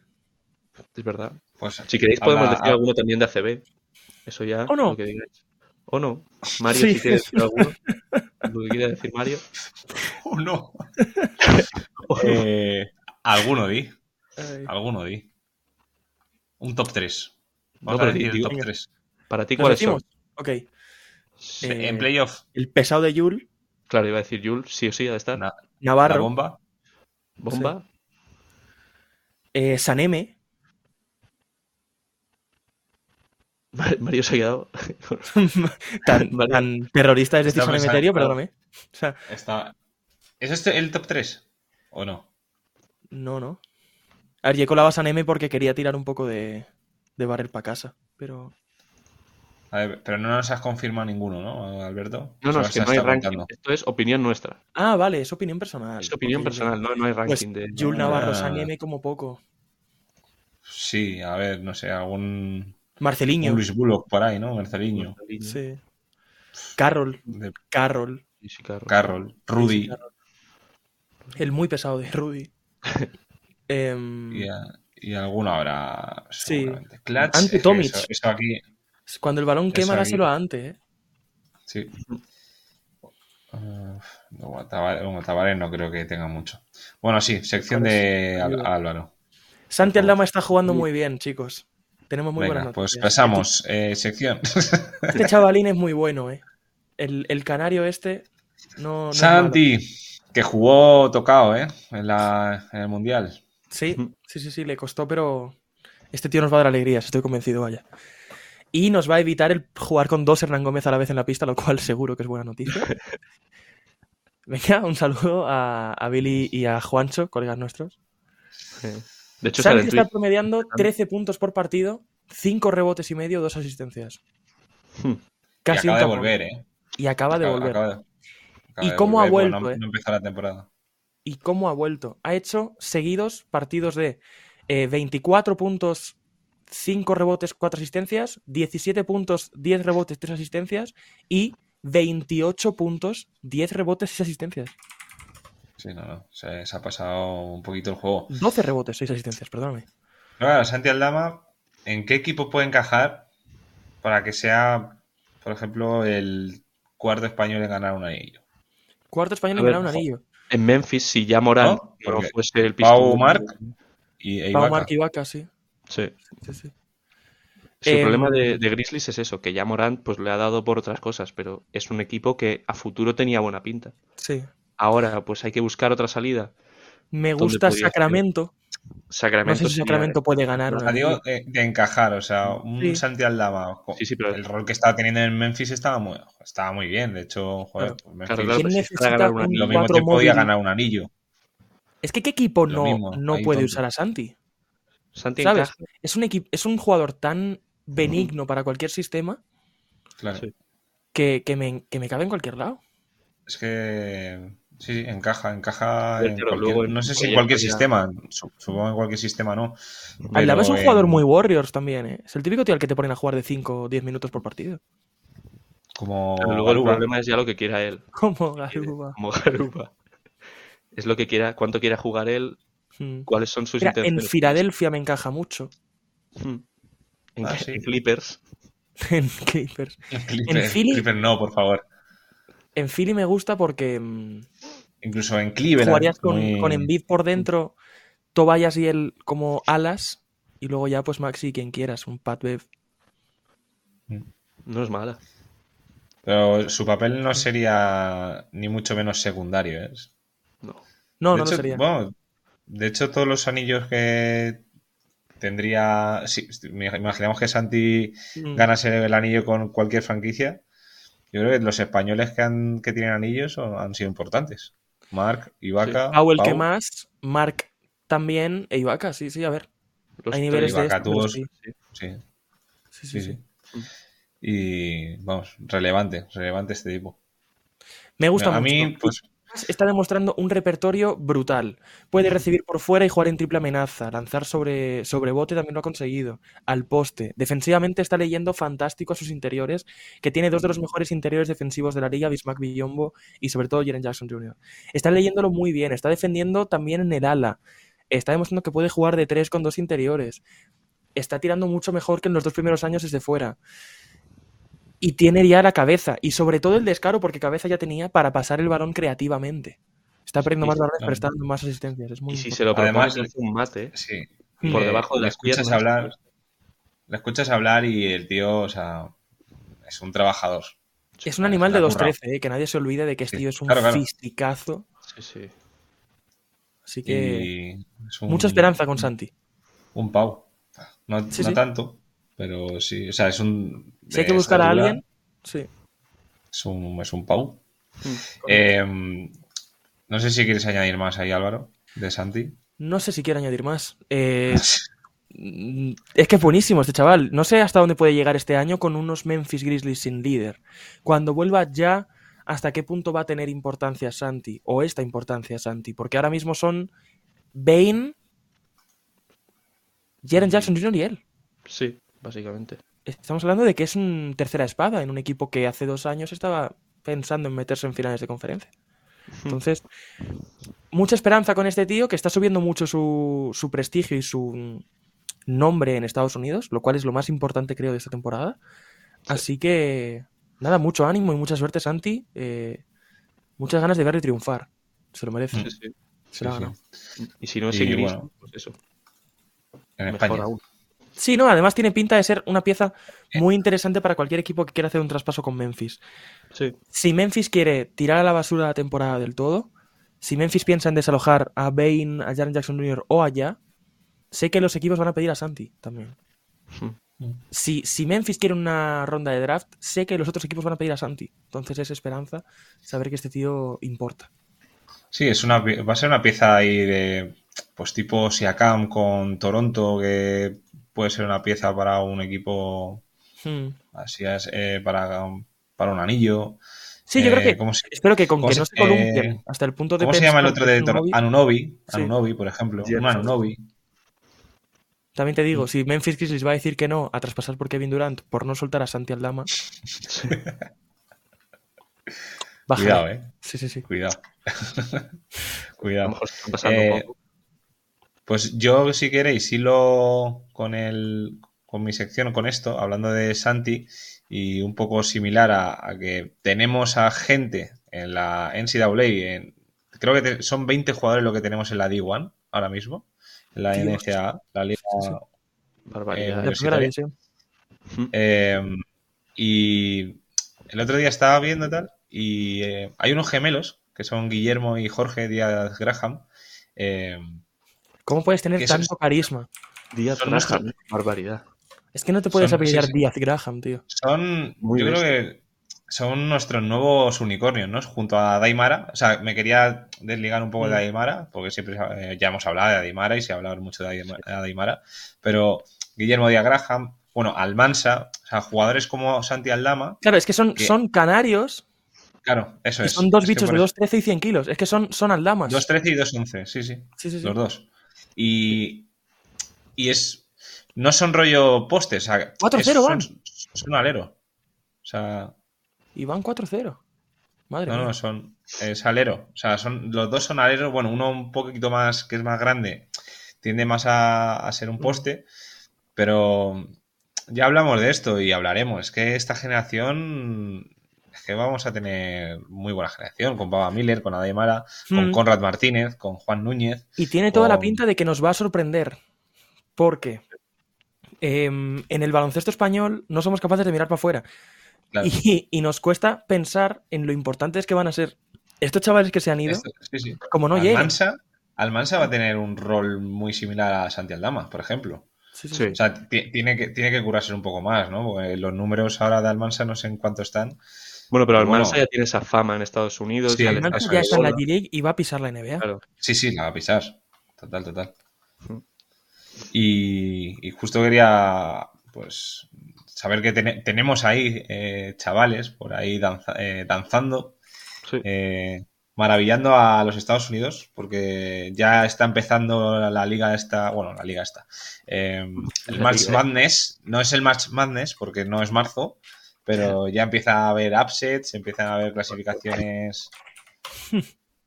[SPEAKER 3] Es verdad.
[SPEAKER 1] Pues
[SPEAKER 3] Si queréis
[SPEAKER 1] habla-
[SPEAKER 3] podemos decir
[SPEAKER 1] ha-
[SPEAKER 3] alguno también de ACB. Eso ya
[SPEAKER 2] O no.
[SPEAKER 3] lo que digáis. O no. Mario, si
[SPEAKER 2] Sí.
[SPEAKER 3] quiere decir alguno. Lo que quiera decir Mario.
[SPEAKER 1] Oh, no.
[SPEAKER 3] O no.
[SPEAKER 1] Eh, alguno di,
[SPEAKER 2] Eh,
[SPEAKER 3] Ah,
[SPEAKER 1] alguno di. Un top 3.
[SPEAKER 3] No,
[SPEAKER 1] Vamos
[SPEAKER 3] pero
[SPEAKER 1] a decir el
[SPEAKER 3] digo-
[SPEAKER 1] top 3.
[SPEAKER 3] Para ti,
[SPEAKER 2] ¿Nos
[SPEAKER 3] ¿cuáles
[SPEAKER 2] decimos?
[SPEAKER 3] son?
[SPEAKER 2] Ok. Eh,
[SPEAKER 1] en playoff,
[SPEAKER 2] el pesado de Yul,
[SPEAKER 3] Claro, iba a decir Jules, sí o sí, ha de estar.
[SPEAKER 1] No. la
[SPEAKER 2] Navarro,
[SPEAKER 1] bomba.
[SPEAKER 3] Bomba.
[SPEAKER 2] eh, Saneme,
[SPEAKER 3] Ma- Mario se ha quedado.
[SPEAKER 2] tan,
[SPEAKER 3] Vale.
[SPEAKER 2] tan terrorista es decir
[SPEAKER 1] Está
[SPEAKER 2] San
[SPEAKER 1] pensando,
[SPEAKER 2] Emeterio,
[SPEAKER 1] claro.
[SPEAKER 2] perdóname. O sea,
[SPEAKER 1] Está... ¿Es este el top 3? ¿O no?
[SPEAKER 2] no, no. A ver, yo colaba San M porque quería tirar un poco de, de barrel para casa, pero...
[SPEAKER 1] A ver, pero no nos has confirmado ninguno, ¿no, Alberto?
[SPEAKER 3] No, no,
[SPEAKER 1] Solo
[SPEAKER 3] es que
[SPEAKER 1] se
[SPEAKER 3] no hay
[SPEAKER 1] está
[SPEAKER 3] ranking.
[SPEAKER 1] apuntando.
[SPEAKER 3] Esto es opinión nuestra.
[SPEAKER 2] Ah, vale, es opinión personal.
[SPEAKER 3] Es opinión
[SPEAKER 2] Ok,
[SPEAKER 3] personal, no, no hay
[SPEAKER 2] Pues,
[SPEAKER 3] ranking de.
[SPEAKER 2] Yul Navarro, San
[SPEAKER 1] Ah.
[SPEAKER 2] M como poco.
[SPEAKER 1] Sí, a ver, no sé, algún un
[SPEAKER 2] Marceliño.
[SPEAKER 1] Luis Bullock por ahí, ¿no? Marceliño,
[SPEAKER 2] Sí. Carroll,
[SPEAKER 1] de
[SPEAKER 2] Carroll.
[SPEAKER 3] Sí, sí, claro.
[SPEAKER 1] Carroll, Rudy.
[SPEAKER 2] El muy pesado de Rudy. Em,
[SPEAKER 1] Y, a- y alguno habrá.
[SPEAKER 2] Sí.
[SPEAKER 1] seguramente. Clutch.
[SPEAKER 2] Ante
[SPEAKER 1] es que
[SPEAKER 2] Tomic.
[SPEAKER 1] Eso, eso aquí.
[SPEAKER 2] Cuando el balón
[SPEAKER 1] Eso
[SPEAKER 2] quema,
[SPEAKER 1] ahí.
[SPEAKER 2] dáselo a Ante, ¿eh?
[SPEAKER 1] Sí. Uh, no, Tavares, bueno, Tavares no creo que tenga mucho. Bueno, sí, sección de Al-
[SPEAKER 2] ayuda.
[SPEAKER 1] Álvaro.
[SPEAKER 2] Santi
[SPEAKER 1] favor.
[SPEAKER 2] Aldama está jugando muy bien, chicos. Tenemos muy
[SPEAKER 1] Venga,
[SPEAKER 2] buenas
[SPEAKER 1] pues
[SPEAKER 2] noticias.
[SPEAKER 1] pasamos. eh, sección.
[SPEAKER 2] Este chavalín es muy bueno, ¿eh? El, el canario este no... no es malo.
[SPEAKER 1] Santi, que jugó tocado, ¿eh? En, la, en el Mundial.
[SPEAKER 2] Sí, sí, sí, sí, le costó, pero este tío nos va a dar alegrías, estoy convencido, vaya. Y nos va a evitar el jugar con dos Hernán Gómez a la vez en la pista, lo cual seguro que es buena noticia. Venga, un saludo a, a Billy y a Juancho, colegas nuestros.
[SPEAKER 3] Sí. eh. De hecho, sale
[SPEAKER 2] Sánchez
[SPEAKER 3] en
[SPEAKER 2] está
[SPEAKER 3] Twitter.
[SPEAKER 2] promediando 13 puntos por partido, 5 rebotes y medio, 2 asistencias.
[SPEAKER 3] Hmm.
[SPEAKER 1] y
[SPEAKER 2] Casi
[SPEAKER 1] acaba
[SPEAKER 2] un
[SPEAKER 1] de
[SPEAKER 2] tapón.
[SPEAKER 1] volver, ¿eh?
[SPEAKER 2] Y acaba de volver.
[SPEAKER 1] acaba- acaba
[SPEAKER 2] ¿Y
[SPEAKER 1] de
[SPEAKER 2] cómo ha
[SPEAKER 1] volver, bueno,
[SPEAKER 2] vuelto,
[SPEAKER 1] no-
[SPEAKER 2] eh?
[SPEAKER 1] No empezó la temporada.
[SPEAKER 2] ¿Y cómo ha vuelto? Ha hecho seguidos partidos de eh, 24 puntos, 5 rebotes, 4 asistencias, 17 puntos, 10 rebotes, 3 asistencias y 28 puntos, 10 rebotes, 6 asistencias.
[SPEAKER 1] Sí, no, no. Se, se ha pasado un poquito el juego.
[SPEAKER 2] 12 rebotes, 6 asistencias, perdóname.
[SPEAKER 1] Pero claro, Santi Aldama, ¿en qué equipo puede encajar para que sea, por ejemplo, el cuarto español en ganar un anillo?
[SPEAKER 2] Cuarto español
[SPEAKER 3] A
[SPEAKER 2] en
[SPEAKER 3] ver,
[SPEAKER 2] ganar un
[SPEAKER 3] ojo.
[SPEAKER 2] anillo.
[SPEAKER 3] En Memphis, si ya Morán
[SPEAKER 1] ¿No?
[SPEAKER 3] no
[SPEAKER 1] Porque
[SPEAKER 3] fuese el pistón.
[SPEAKER 1] Pau Marc y e
[SPEAKER 2] Pau
[SPEAKER 1] Ibaka.
[SPEAKER 2] Marc Ibaka, sí.
[SPEAKER 3] Sí.
[SPEAKER 2] sí, sí.
[SPEAKER 3] Sí,
[SPEAKER 2] Em,
[SPEAKER 3] el problema de, de Grizzlies es eso, que ya Morán pues le ha dado por otras cosas, pero es un equipo que a futuro tenía buena pinta.
[SPEAKER 2] Sí.
[SPEAKER 3] Ahora, pues hay que buscar otra salida.
[SPEAKER 2] Me
[SPEAKER 3] ¿Dónde
[SPEAKER 2] gusta
[SPEAKER 3] podría ser?
[SPEAKER 2] Sacramento. No
[SPEAKER 3] Sacramento.
[SPEAKER 2] sé si
[SPEAKER 3] sería-
[SPEAKER 2] Sacramento puede ganar.
[SPEAKER 1] O
[SPEAKER 2] un
[SPEAKER 1] sea, digo,
[SPEAKER 2] anillo.
[SPEAKER 1] eh, de encajar, o sea, un
[SPEAKER 2] Sí.
[SPEAKER 1] Santi Aldama. jo,
[SPEAKER 3] Sí, sí, pero-
[SPEAKER 1] El rol que estaba teniendo en Memphis estaba muy, estaba muy bien. De hecho, joder,
[SPEAKER 2] Claro.
[SPEAKER 1] pues Memphis
[SPEAKER 3] Claro, claro,
[SPEAKER 2] ¿Quién
[SPEAKER 3] pero si es
[SPEAKER 2] necesita
[SPEAKER 3] para ganar una-
[SPEAKER 2] un
[SPEAKER 1] lo mismo
[SPEAKER 2] cuatro
[SPEAKER 1] te podía
[SPEAKER 2] móvil?
[SPEAKER 1] ganar un anillo.
[SPEAKER 2] Es que qué equipo
[SPEAKER 1] Lo
[SPEAKER 2] no,
[SPEAKER 1] mismo,
[SPEAKER 2] no
[SPEAKER 1] ahí
[SPEAKER 2] puede
[SPEAKER 1] tonto.
[SPEAKER 2] usar a Santi.
[SPEAKER 3] eh. Santi
[SPEAKER 2] ¿Sabes?
[SPEAKER 3] encaja,
[SPEAKER 2] Es un equipo, es un jugador tan benigno para cualquier sistema
[SPEAKER 1] Claro.
[SPEAKER 3] Sí.
[SPEAKER 2] que, que me, que me cabe en cualquier lado.
[SPEAKER 1] Es que sí, sí, encaja, encaja
[SPEAKER 3] Pero
[SPEAKER 1] en
[SPEAKER 3] claro,
[SPEAKER 1] cualquier,
[SPEAKER 3] luego en
[SPEAKER 1] no sé si en
[SPEAKER 3] proyecto
[SPEAKER 1] cualquier
[SPEAKER 3] ya-
[SPEAKER 1] sistema, su- supongo en cualquier sistema no.
[SPEAKER 2] Aldama es
[SPEAKER 1] pero
[SPEAKER 2] un jugador
[SPEAKER 1] en-
[SPEAKER 2] muy Warriors también, ¿eh? Es el típico tío al que te ponen a jugar de 5 o 10 minutos por partido.
[SPEAKER 1] como
[SPEAKER 3] pero luego el
[SPEAKER 1] Garuba.
[SPEAKER 3] problema es ya lo que quiera él,
[SPEAKER 2] Como Garuba.
[SPEAKER 3] como Garuba. Es lo que quiera, cuánto quiera jugar él,
[SPEAKER 2] Mm.
[SPEAKER 3] cuáles son sus
[SPEAKER 2] Mira, en
[SPEAKER 3] intenciones.
[SPEAKER 2] Filadelfia me encaja mucho.
[SPEAKER 3] Mm. En,
[SPEAKER 1] Ah, sí.
[SPEAKER 3] en Clippers.
[SPEAKER 2] En Clippers.
[SPEAKER 1] Clipper-
[SPEAKER 2] Philly-
[SPEAKER 1] Clipper no, por favor.
[SPEAKER 2] En Philly me gusta porque mm,
[SPEAKER 1] Incluso en Cleveland.
[SPEAKER 2] jugarías con,
[SPEAKER 1] muy-
[SPEAKER 2] con Embiid por dentro, Tobayas y él como alas, y luego ya pues Maxi quien quieras, un Pat Bev.
[SPEAKER 3] No es mala.
[SPEAKER 1] Pero su papel no sería ni mucho menos secundario. ¿eh?
[SPEAKER 3] No.
[SPEAKER 2] No,
[SPEAKER 1] de
[SPEAKER 2] no
[SPEAKER 1] hecho,
[SPEAKER 2] lo sería.
[SPEAKER 1] bueno, de hecho, todos los anillos que tendría. Si, si- imaginamos que Santi
[SPEAKER 2] Mm.
[SPEAKER 1] ganase el anillo con cualquier franquicia. Yo creo que los españoles que, han, que tienen anillos son- han sido importantes. Marc, Ibaka.
[SPEAKER 2] Pau el que
[SPEAKER 1] Pau.
[SPEAKER 2] más, Mark también, e Ibaka, sí, sí, a ver.
[SPEAKER 3] Los
[SPEAKER 2] Hay
[SPEAKER 3] tres.
[SPEAKER 2] niveles de
[SPEAKER 1] Ibaka,
[SPEAKER 2] esto, pero
[SPEAKER 1] Tuos,
[SPEAKER 2] sí,
[SPEAKER 1] Sí,
[SPEAKER 2] sí, sí,
[SPEAKER 1] sí,
[SPEAKER 2] sí.
[SPEAKER 1] sí. Y vamos, relevante, relevante este tipo.
[SPEAKER 2] Me gusta
[SPEAKER 1] a
[SPEAKER 2] mucho.
[SPEAKER 1] mí, pues,
[SPEAKER 2] Está demostrando un repertorio brutal. Puede recibir por fuera y jugar en triple amenaza. Lanzar sobre, sobre bote también lo ha conseguido. Al poste. Defensivamente está leyendo fantástico a sus interiores, que tiene dos de los mejores interiores defensivos de la liga, Bismack Villombo y sobre todo Jaren Jackson Jr. Está leyéndolo muy bien. Está defendiendo también en el ala. Está demostrando que puede jugar de tres con dos interiores. Está tirando mucho mejor que en los dos primeros años desde fuera. Y tiene ya la cabeza, y sobre todo el descaro, porque cabeza ya tenía para pasar el balón creativamente. Está perdiendo
[SPEAKER 3] Sí,
[SPEAKER 2] más balones,
[SPEAKER 1] claro.
[SPEAKER 2] pero está dando más asistencias. Es muy
[SPEAKER 3] Y si
[SPEAKER 2] importante.
[SPEAKER 3] se lo propones,
[SPEAKER 1] Además-
[SPEAKER 3] hace un mate.
[SPEAKER 1] sí.
[SPEAKER 2] Por
[SPEAKER 1] Le-
[SPEAKER 3] debajo de
[SPEAKER 1] le
[SPEAKER 3] las
[SPEAKER 1] escuchas
[SPEAKER 3] piernas.
[SPEAKER 1] hablar. Le escuchas hablar y el tío, o sea, es un trabajador.
[SPEAKER 2] Es un animal de
[SPEAKER 1] Está currado.
[SPEAKER 2] 2.13, eh, que nadie se olvide de que este
[SPEAKER 1] Sí,
[SPEAKER 2] tío es un
[SPEAKER 1] claro, claro.
[SPEAKER 2] fisticazo.
[SPEAKER 3] Sí, sí.
[SPEAKER 2] Así que
[SPEAKER 1] Y es un-
[SPEAKER 2] mucha esperanza con Santi.
[SPEAKER 1] Un pau. No,
[SPEAKER 2] Sí,
[SPEAKER 1] no
[SPEAKER 2] sí.
[SPEAKER 1] tanto, pero sí, o sea, es un.
[SPEAKER 2] Si hay
[SPEAKER 1] de
[SPEAKER 2] que buscar a
[SPEAKER 1] estatura,
[SPEAKER 2] alguien, sí.
[SPEAKER 1] Es un, es un pau.
[SPEAKER 3] Mm,
[SPEAKER 1] Eh, no sé si quieres añadir más ahí, Álvaro, de Santi.
[SPEAKER 2] No sé si quiero añadir más. Eh, Mm, Es que es buenísimo este chaval. No sé hasta dónde puede llegar este año con unos Memphis Grizzlies sin líder. Cuando vuelva ya, ¿hasta qué punto va a tener importancia Santi? O esta importancia Santi. Porque ahora mismo son Bane, Jaren Jackson Jr. y él.
[SPEAKER 3] Sí, básicamente.
[SPEAKER 2] Estamos hablando de que es un tercera espada en un equipo que hace dos años estaba pensando en meterse en finales de conferencia. Entonces, mucha esperanza con este tío que está subiendo mucho su, su prestigio y su nombre en Estados Unidos, lo cual es lo más importante, creo, de esta temporada. Así que, nada, mucho ánimo y mucha suerte, Santi. Eh, muchas ganas de verle triunfar. Se lo merece.
[SPEAKER 3] Sí, sí.
[SPEAKER 2] Se lo ha
[SPEAKER 1] Sí, sí.
[SPEAKER 2] ganado.
[SPEAKER 3] Y si no es
[SPEAKER 1] Mm. Y
[SPEAKER 3] en Grizzlies,
[SPEAKER 1] bueno,
[SPEAKER 3] pues eso,
[SPEAKER 1] En
[SPEAKER 3] mejor
[SPEAKER 1] España.
[SPEAKER 3] aún.
[SPEAKER 2] Sí, no, además tiene pinta de ser una pieza muy interesante para cualquier equipo que quiera hacer un traspaso con Memphis.
[SPEAKER 3] Sí,
[SPEAKER 2] si Memphis quiere tirar a la basura la temporada del todo, si Memphis piensa en desalojar a Bane, a Jaren Jackson Jr. o allá, sé que los equipos van a pedir a Santi también.
[SPEAKER 1] Hmm.
[SPEAKER 2] Si, si Memphis quiere una ronda de draft, sé que los otros equipos van a pedir a Santi. Entonces es esperanza saber que este tío importa.
[SPEAKER 1] Sí, es una, pie- va a ser una pieza ahí de pues tipo Siakam con Toronto, que puede ser una pieza para un equipo,
[SPEAKER 2] Hmm.
[SPEAKER 1] así es, eh, para, para un anillo.
[SPEAKER 2] Sí, yo
[SPEAKER 1] Eh,
[SPEAKER 2] creo que.
[SPEAKER 1] ¿cómo se-
[SPEAKER 2] Espero que con
[SPEAKER 1] ¿cómo
[SPEAKER 2] que
[SPEAKER 1] se-
[SPEAKER 2] no se columpien
[SPEAKER 1] eh,
[SPEAKER 2] hasta el punto de.
[SPEAKER 1] ¿Cómo se llama el otro de Toronto?
[SPEAKER 2] Toronto?
[SPEAKER 1] Anunobi.
[SPEAKER 2] Sí.
[SPEAKER 1] Anunobi, por ejemplo.
[SPEAKER 3] Jefferson.
[SPEAKER 1] Un Anunobi.
[SPEAKER 2] También te digo, si Memphis Grizzlies va a decir que no a traspasar por Kevin Durant por no soltar a Santi Aldama. bájale.
[SPEAKER 1] Cuidado, eh.
[SPEAKER 2] Sí, sí, sí.
[SPEAKER 1] Cuidado.
[SPEAKER 3] A lo
[SPEAKER 1] Cuidado.
[SPEAKER 3] mejor se están pasando un
[SPEAKER 1] Eh,
[SPEAKER 3] poco.
[SPEAKER 1] Pues yo, si queréis, hilo con el, con mi sección, con esto, hablando de Santi, y un poco similar a, a que tenemos a gente en la NCAA, en- creo que te- son 20 jugadores lo que tenemos en la D1 ahora mismo, en la
[SPEAKER 2] Dios.
[SPEAKER 1] NCAA, la liga
[SPEAKER 2] Sí, sí.
[SPEAKER 1] eh,
[SPEAKER 3] Barbaridad.
[SPEAKER 2] La primera
[SPEAKER 1] universitaria.
[SPEAKER 2] división.
[SPEAKER 3] Ujú.
[SPEAKER 1] eh, y el otro día estaba viendo tal, y eh, hay unos gemelos, que son Guillermo y Jorge Díaz Graham. eh,
[SPEAKER 2] ¿Cómo puedes tener
[SPEAKER 1] Que eso
[SPEAKER 2] tanto carisma?
[SPEAKER 3] Díaz
[SPEAKER 1] son
[SPEAKER 3] Graham,
[SPEAKER 1] nuestros-
[SPEAKER 3] barbaridad.
[SPEAKER 2] Es que no te puedes
[SPEAKER 1] Son-
[SPEAKER 2] apellidar
[SPEAKER 1] sí, sí.
[SPEAKER 2] Díaz Graham, tío.
[SPEAKER 1] son,
[SPEAKER 3] Muy
[SPEAKER 1] yo creo
[SPEAKER 3] bestia.
[SPEAKER 1] que son nuestros nuevos unicornios, ¿no? Junto a Daimara. O sea, me quería desligar un poco de
[SPEAKER 2] Mm.
[SPEAKER 1] Daimara, porque siempre eh, ya hemos hablado de Daimara y se ha hablado mucho de Daima- de Daimara. Pero Guillermo Díaz Graham, bueno, Almansa, o sea, jugadores como Santi Aldama,
[SPEAKER 2] Claro, es que son,
[SPEAKER 1] Que-
[SPEAKER 2] son canarios
[SPEAKER 1] claro, eso
[SPEAKER 2] y
[SPEAKER 1] es.
[SPEAKER 2] son dos
[SPEAKER 1] Es que
[SPEAKER 2] bichos
[SPEAKER 1] por
[SPEAKER 2] de
[SPEAKER 1] eso-
[SPEAKER 2] 2,13 y 100 kilos. Es que son, son aldamas.
[SPEAKER 1] 2.13 y 2.11, sí, sí.
[SPEAKER 2] Sí, sí, sí.
[SPEAKER 1] Los dos. Y, y es. No son rollo postes. O sea,
[SPEAKER 2] 4-0
[SPEAKER 1] es-
[SPEAKER 2] van.
[SPEAKER 1] Son, son alero. O sea,
[SPEAKER 2] Y van 4-0. Madre
[SPEAKER 1] no,
[SPEAKER 2] mía.
[SPEAKER 1] no, son. Es alero. O sea, son, los dos son aleros. Bueno, uno un poquito más, que es más grande, tiende más a, a ser
[SPEAKER 2] Mm.
[SPEAKER 1] un poste. Pero ya hablamos de esto y hablaremos. Es que esta generación. Es que vamos a tener muy buena generación. Con Baba Miller, con Ademara, con
[SPEAKER 2] Mm.
[SPEAKER 1] Conrad Martínez, con Juan Núñez.
[SPEAKER 2] Y tiene toda la
[SPEAKER 1] con-
[SPEAKER 2] pinta de que nos va a sorprender. Porque em, en el baloncesto español no somos capaces de mirar para afuera.
[SPEAKER 1] Claro.
[SPEAKER 2] Y, y nos cuesta pensar en lo importantes que van a ser estos chavales que se han ido.
[SPEAKER 1] Esto- sí, sí.
[SPEAKER 2] Como no lleguen.
[SPEAKER 1] Almansa, Almansa va a tener un rol muy similar a Santi Aldama, por ejemplo.
[SPEAKER 2] Sí, sí, sí.
[SPEAKER 3] Sí.
[SPEAKER 1] O sea, ti- tiene que, tiene que curarse un poco más, ¿no? Porque los números ahora de Almansa no sé en cuánto están.
[SPEAKER 3] Bueno, pero Almansa
[SPEAKER 1] Bueno.
[SPEAKER 3] ya tiene esa fama en Estados Unidos.
[SPEAKER 1] Sí,
[SPEAKER 3] ya le
[SPEAKER 2] Almanza
[SPEAKER 1] eso
[SPEAKER 2] ya
[SPEAKER 1] es.
[SPEAKER 2] está en la G-League y va a pisar la NBA.
[SPEAKER 3] Claro.
[SPEAKER 1] Sí, sí, la va a pisar. Total, total.
[SPEAKER 3] Mm.
[SPEAKER 1] Y, y justo quería, pues, saber que tene- tenemos ahí eh, chavales por ahí danza- eh, danzando
[SPEAKER 3] Sí.
[SPEAKER 1] eh, maravillando a los Estados Unidos porque ya está empezando la, la liga esta, bueno, la liga esta. Eh, el
[SPEAKER 3] La
[SPEAKER 1] March
[SPEAKER 3] liga.
[SPEAKER 1] Madness, no es el March Madness porque no es marzo, pero ya empieza a haber upsets, empiezan a haber clasificaciones.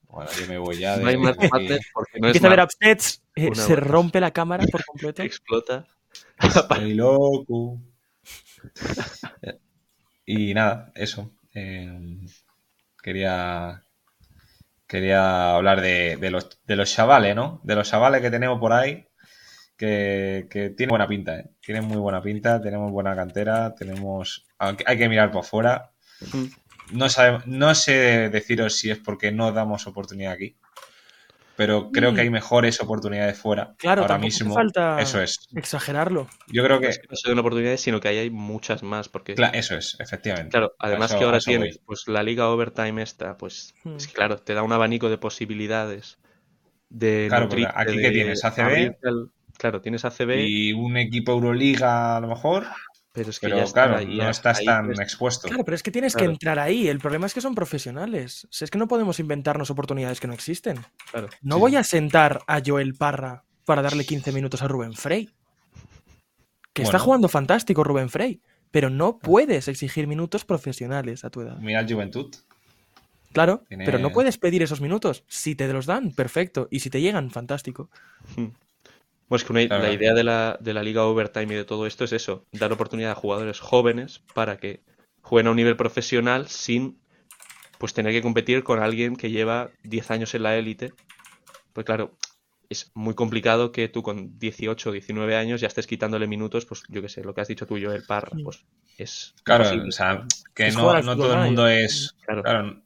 [SPEAKER 1] Bueno, yo me voy ya de...
[SPEAKER 3] No hay más
[SPEAKER 1] de aquí.
[SPEAKER 3] debates porque no es
[SPEAKER 2] Empieza a ver
[SPEAKER 3] más.
[SPEAKER 2] upsets, eh,
[SPEAKER 3] Una
[SPEAKER 2] se
[SPEAKER 3] buena.
[SPEAKER 2] rompe la cámara por completo.
[SPEAKER 3] Explota.
[SPEAKER 1] Estoy loco. Y nada, eso. Eh, quería quería hablar de, de los, de los chavales, ¿no? De los chavales que tenemos por ahí, que, que tienen buena pinta, ¿eh? Tienen muy buena pinta, tenemos buena cantera, tenemos... aunque Hay que mirar por fuera.
[SPEAKER 3] Ujú.
[SPEAKER 1] No, sabe- no sé deciros si es porque no damos oportunidad aquí, pero creo que hay mejores oportunidades fuera.
[SPEAKER 2] Mm. Claro,
[SPEAKER 1] ahora
[SPEAKER 2] tampoco hace
[SPEAKER 1] mismo.
[SPEAKER 2] falta-
[SPEAKER 1] Eso es.
[SPEAKER 2] Exagerarlo.
[SPEAKER 1] Yo creo que
[SPEAKER 3] Es que no se den oportunidades, sino que ahí hay muchas más. Porque,
[SPEAKER 1] Cla- eso es, efectivamente.
[SPEAKER 3] claro, además
[SPEAKER 1] Eso-
[SPEAKER 3] que ahora
[SPEAKER 1] eso
[SPEAKER 3] tienes
[SPEAKER 1] voy.
[SPEAKER 3] pues, la liga overtime esta, pues
[SPEAKER 2] Hmm.
[SPEAKER 3] es que, claro, te da un abanico de posibilidades. De
[SPEAKER 1] Claro, porque
[SPEAKER 3] nutrirte,
[SPEAKER 1] aquí que
[SPEAKER 3] de
[SPEAKER 1] tienes, ACB.
[SPEAKER 3] abrirte al- Claro, tienes ACB,
[SPEAKER 1] Y un equipo Euroliga, a lo mejor,
[SPEAKER 3] pero es que
[SPEAKER 1] pero
[SPEAKER 3] ya está
[SPEAKER 1] claro,
[SPEAKER 3] ahí,
[SPEAKER 1] no
[SPEAKER 3] ya-
[SPEAKER 1] estás
[SPEAKER 3] ahí
[SPEAKER 1] tan
[SPEAKER 3] tienes-
[SPEAKER 1] expuesto.
[SPEAKER 2] Claro, pero es que tienes que
[SPEAKER 3] Claro.
[SPEAKER 2] entrar ahí. El problema es que son profesionales. Si es que no podemos inventarnos oportunidades que no existen.
[SPEAKER 3] claro.
[SPEAKER 2] No
[SPEAKER 1] Sí.
[SPEAKER 2] voy a sentar a Joel Parra para darle 15 minutos a Rubén Frey. Que está
[SPEAKER 1] Bueno.
[SPEAKER 2] jugando fantástico Rubén Frey. Pero no puedes exigir minutos profesionales a tu edad.
[SPEAKER 1] Mira el Juventud.
[SPEAKER 2] Claro,
[SPEAKER 1] Tiene-
[SPEAKER 2] pero no puedes pedir esos minutos. Si te los dan, perfecto. Y si te llegan, fantástico.
[SPEAKER 3] Pues que una-
[SPEAKER 1] Claro.
[SPEAKER 3] la idea de la, de la liga overtime y de todo esto es eso, dar oportunidad a jugadores jóvenes para que jueguen a un nivel profesional sin pues tener que competir con alguien que lleva 10 años en la élite. Pues claro, es muy complicado que tú con 18 o 19 años ya estés quitándole minutos, pues yo qué sé, lo que has dicho tú, el Parra,
[SPEAKER 2] Sí.
[SPEAKER 3] pues es
[SPEAKER 1] Claro,
[SPEAKER 3] imposible.
[SPEAKER 1] o sea, que
[SPEAKER 2] Es jugar
[SPEAKER 1] no,
[SPEAKER 2] al
[SPEAKER 1] no
[SPEAKER 2] fútbol
[SPEAKER 1] todo el
[SPEAKER 2] manager.
[SPEAKER 1] mundo es.
[SPEAKER 3] Claro.
[SPEAKER 1] Claro,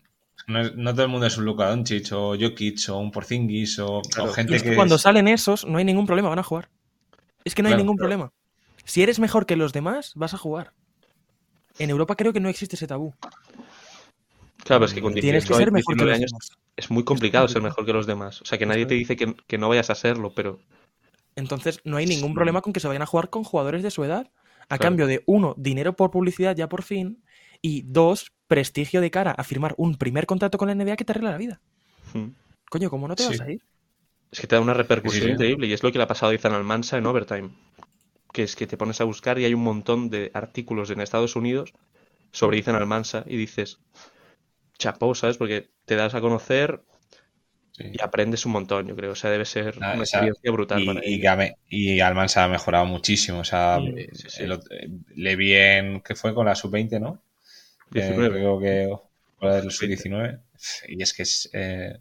[SPEAKER 1] no, es- no todo el mundo es un Luka Doncic o Jokic o un Porzingis o, o
[SPEAKER 3] Claro.
[SPEAKER 2] Y
[SPEAKER 1] gente
[SPEAKER 2] es que
[SPEAKER 1] que.
[SPEAKER 2] cuando
[SPEAKER 1] es-
[SPEAKER 2] salen esos, no hay ningún problema, van a jugar. Es que no
[SPEAKER 1] Claro,
[SPEAKER 2] hay ningún problema. Si eres mejor que los demás, vas a jugar. En Europa creo que no existe ese tabú.
[SPEAKER 3] Claro, pero es que con
[SPEAKER 2] Tienes que
[SPEAKER 3] 18,
[SPEAKER 2] ser mejor que
[SPEAKER 3] 19
[SPEAKER 2] los
[SPEAKER 3] años
[SPEAKER 2] demás.
[SPEAKER 3] es muy complicado ser mejor que los demás. O sea, que nadie te dice que, que no vayas a serlo, pero
[SPEAKER 2] Entonces, no hay ningún problema con que se vayan a jugar con jugadores de su edad. A
[SPEAKER 3] Claro.
[SPEAKER 2] cambio de, uno, dinero por publicidad ya por fin. Y dos, prestigio de cara a firmar un primer contrato con la NBA que te arregla la vida.
[SPEAKER 3] mm,
[SPEAKER 2] Coño, ¿cómo no te
[SPEAKER 1] Sí.
[SPEAKER 2] vas a ir?
[SPEAKER 3] es que te da una repercusión
[SPEAKER 1] Sí, sí.
[SPEAKER 3] increíble. Y es lo que le ha pasado a Izan Almansa en Overtime. Que es que te pones a buscar y hay un montón de artículos en Estados Unidos sobre Izan Almansa y dices, chapó, ¿sabes? Porque te das a conocer
[SPEAKER 1] Sí.
[SPEAKER 3] y aprendes un montón, yo creo. O sea, debe ser
[SPEAKER 1] Ah,
[SPEAKER 3] una
[SPEAKER 1] o sea,
[SPEAKER 3] experiencia brutal para
[SPEAKER 1] Y, y,
[SPEAKER 3] él.
[SPEAKER 1] que Ame- y Almansa ha mejorado muchísimo. O sea,
[SPEAKER 2] Sí,
[SPEAKER 1] eh,
[SPEAKER 3] sí, sí.
[SPEAKER 1] el otro- eh, le vi en que fue con la sub-20, ¿no? Eh,
[SPEAKER 3] 19.
[SPEAKER 1] creo que con la del sub-19. Y es que es. eh,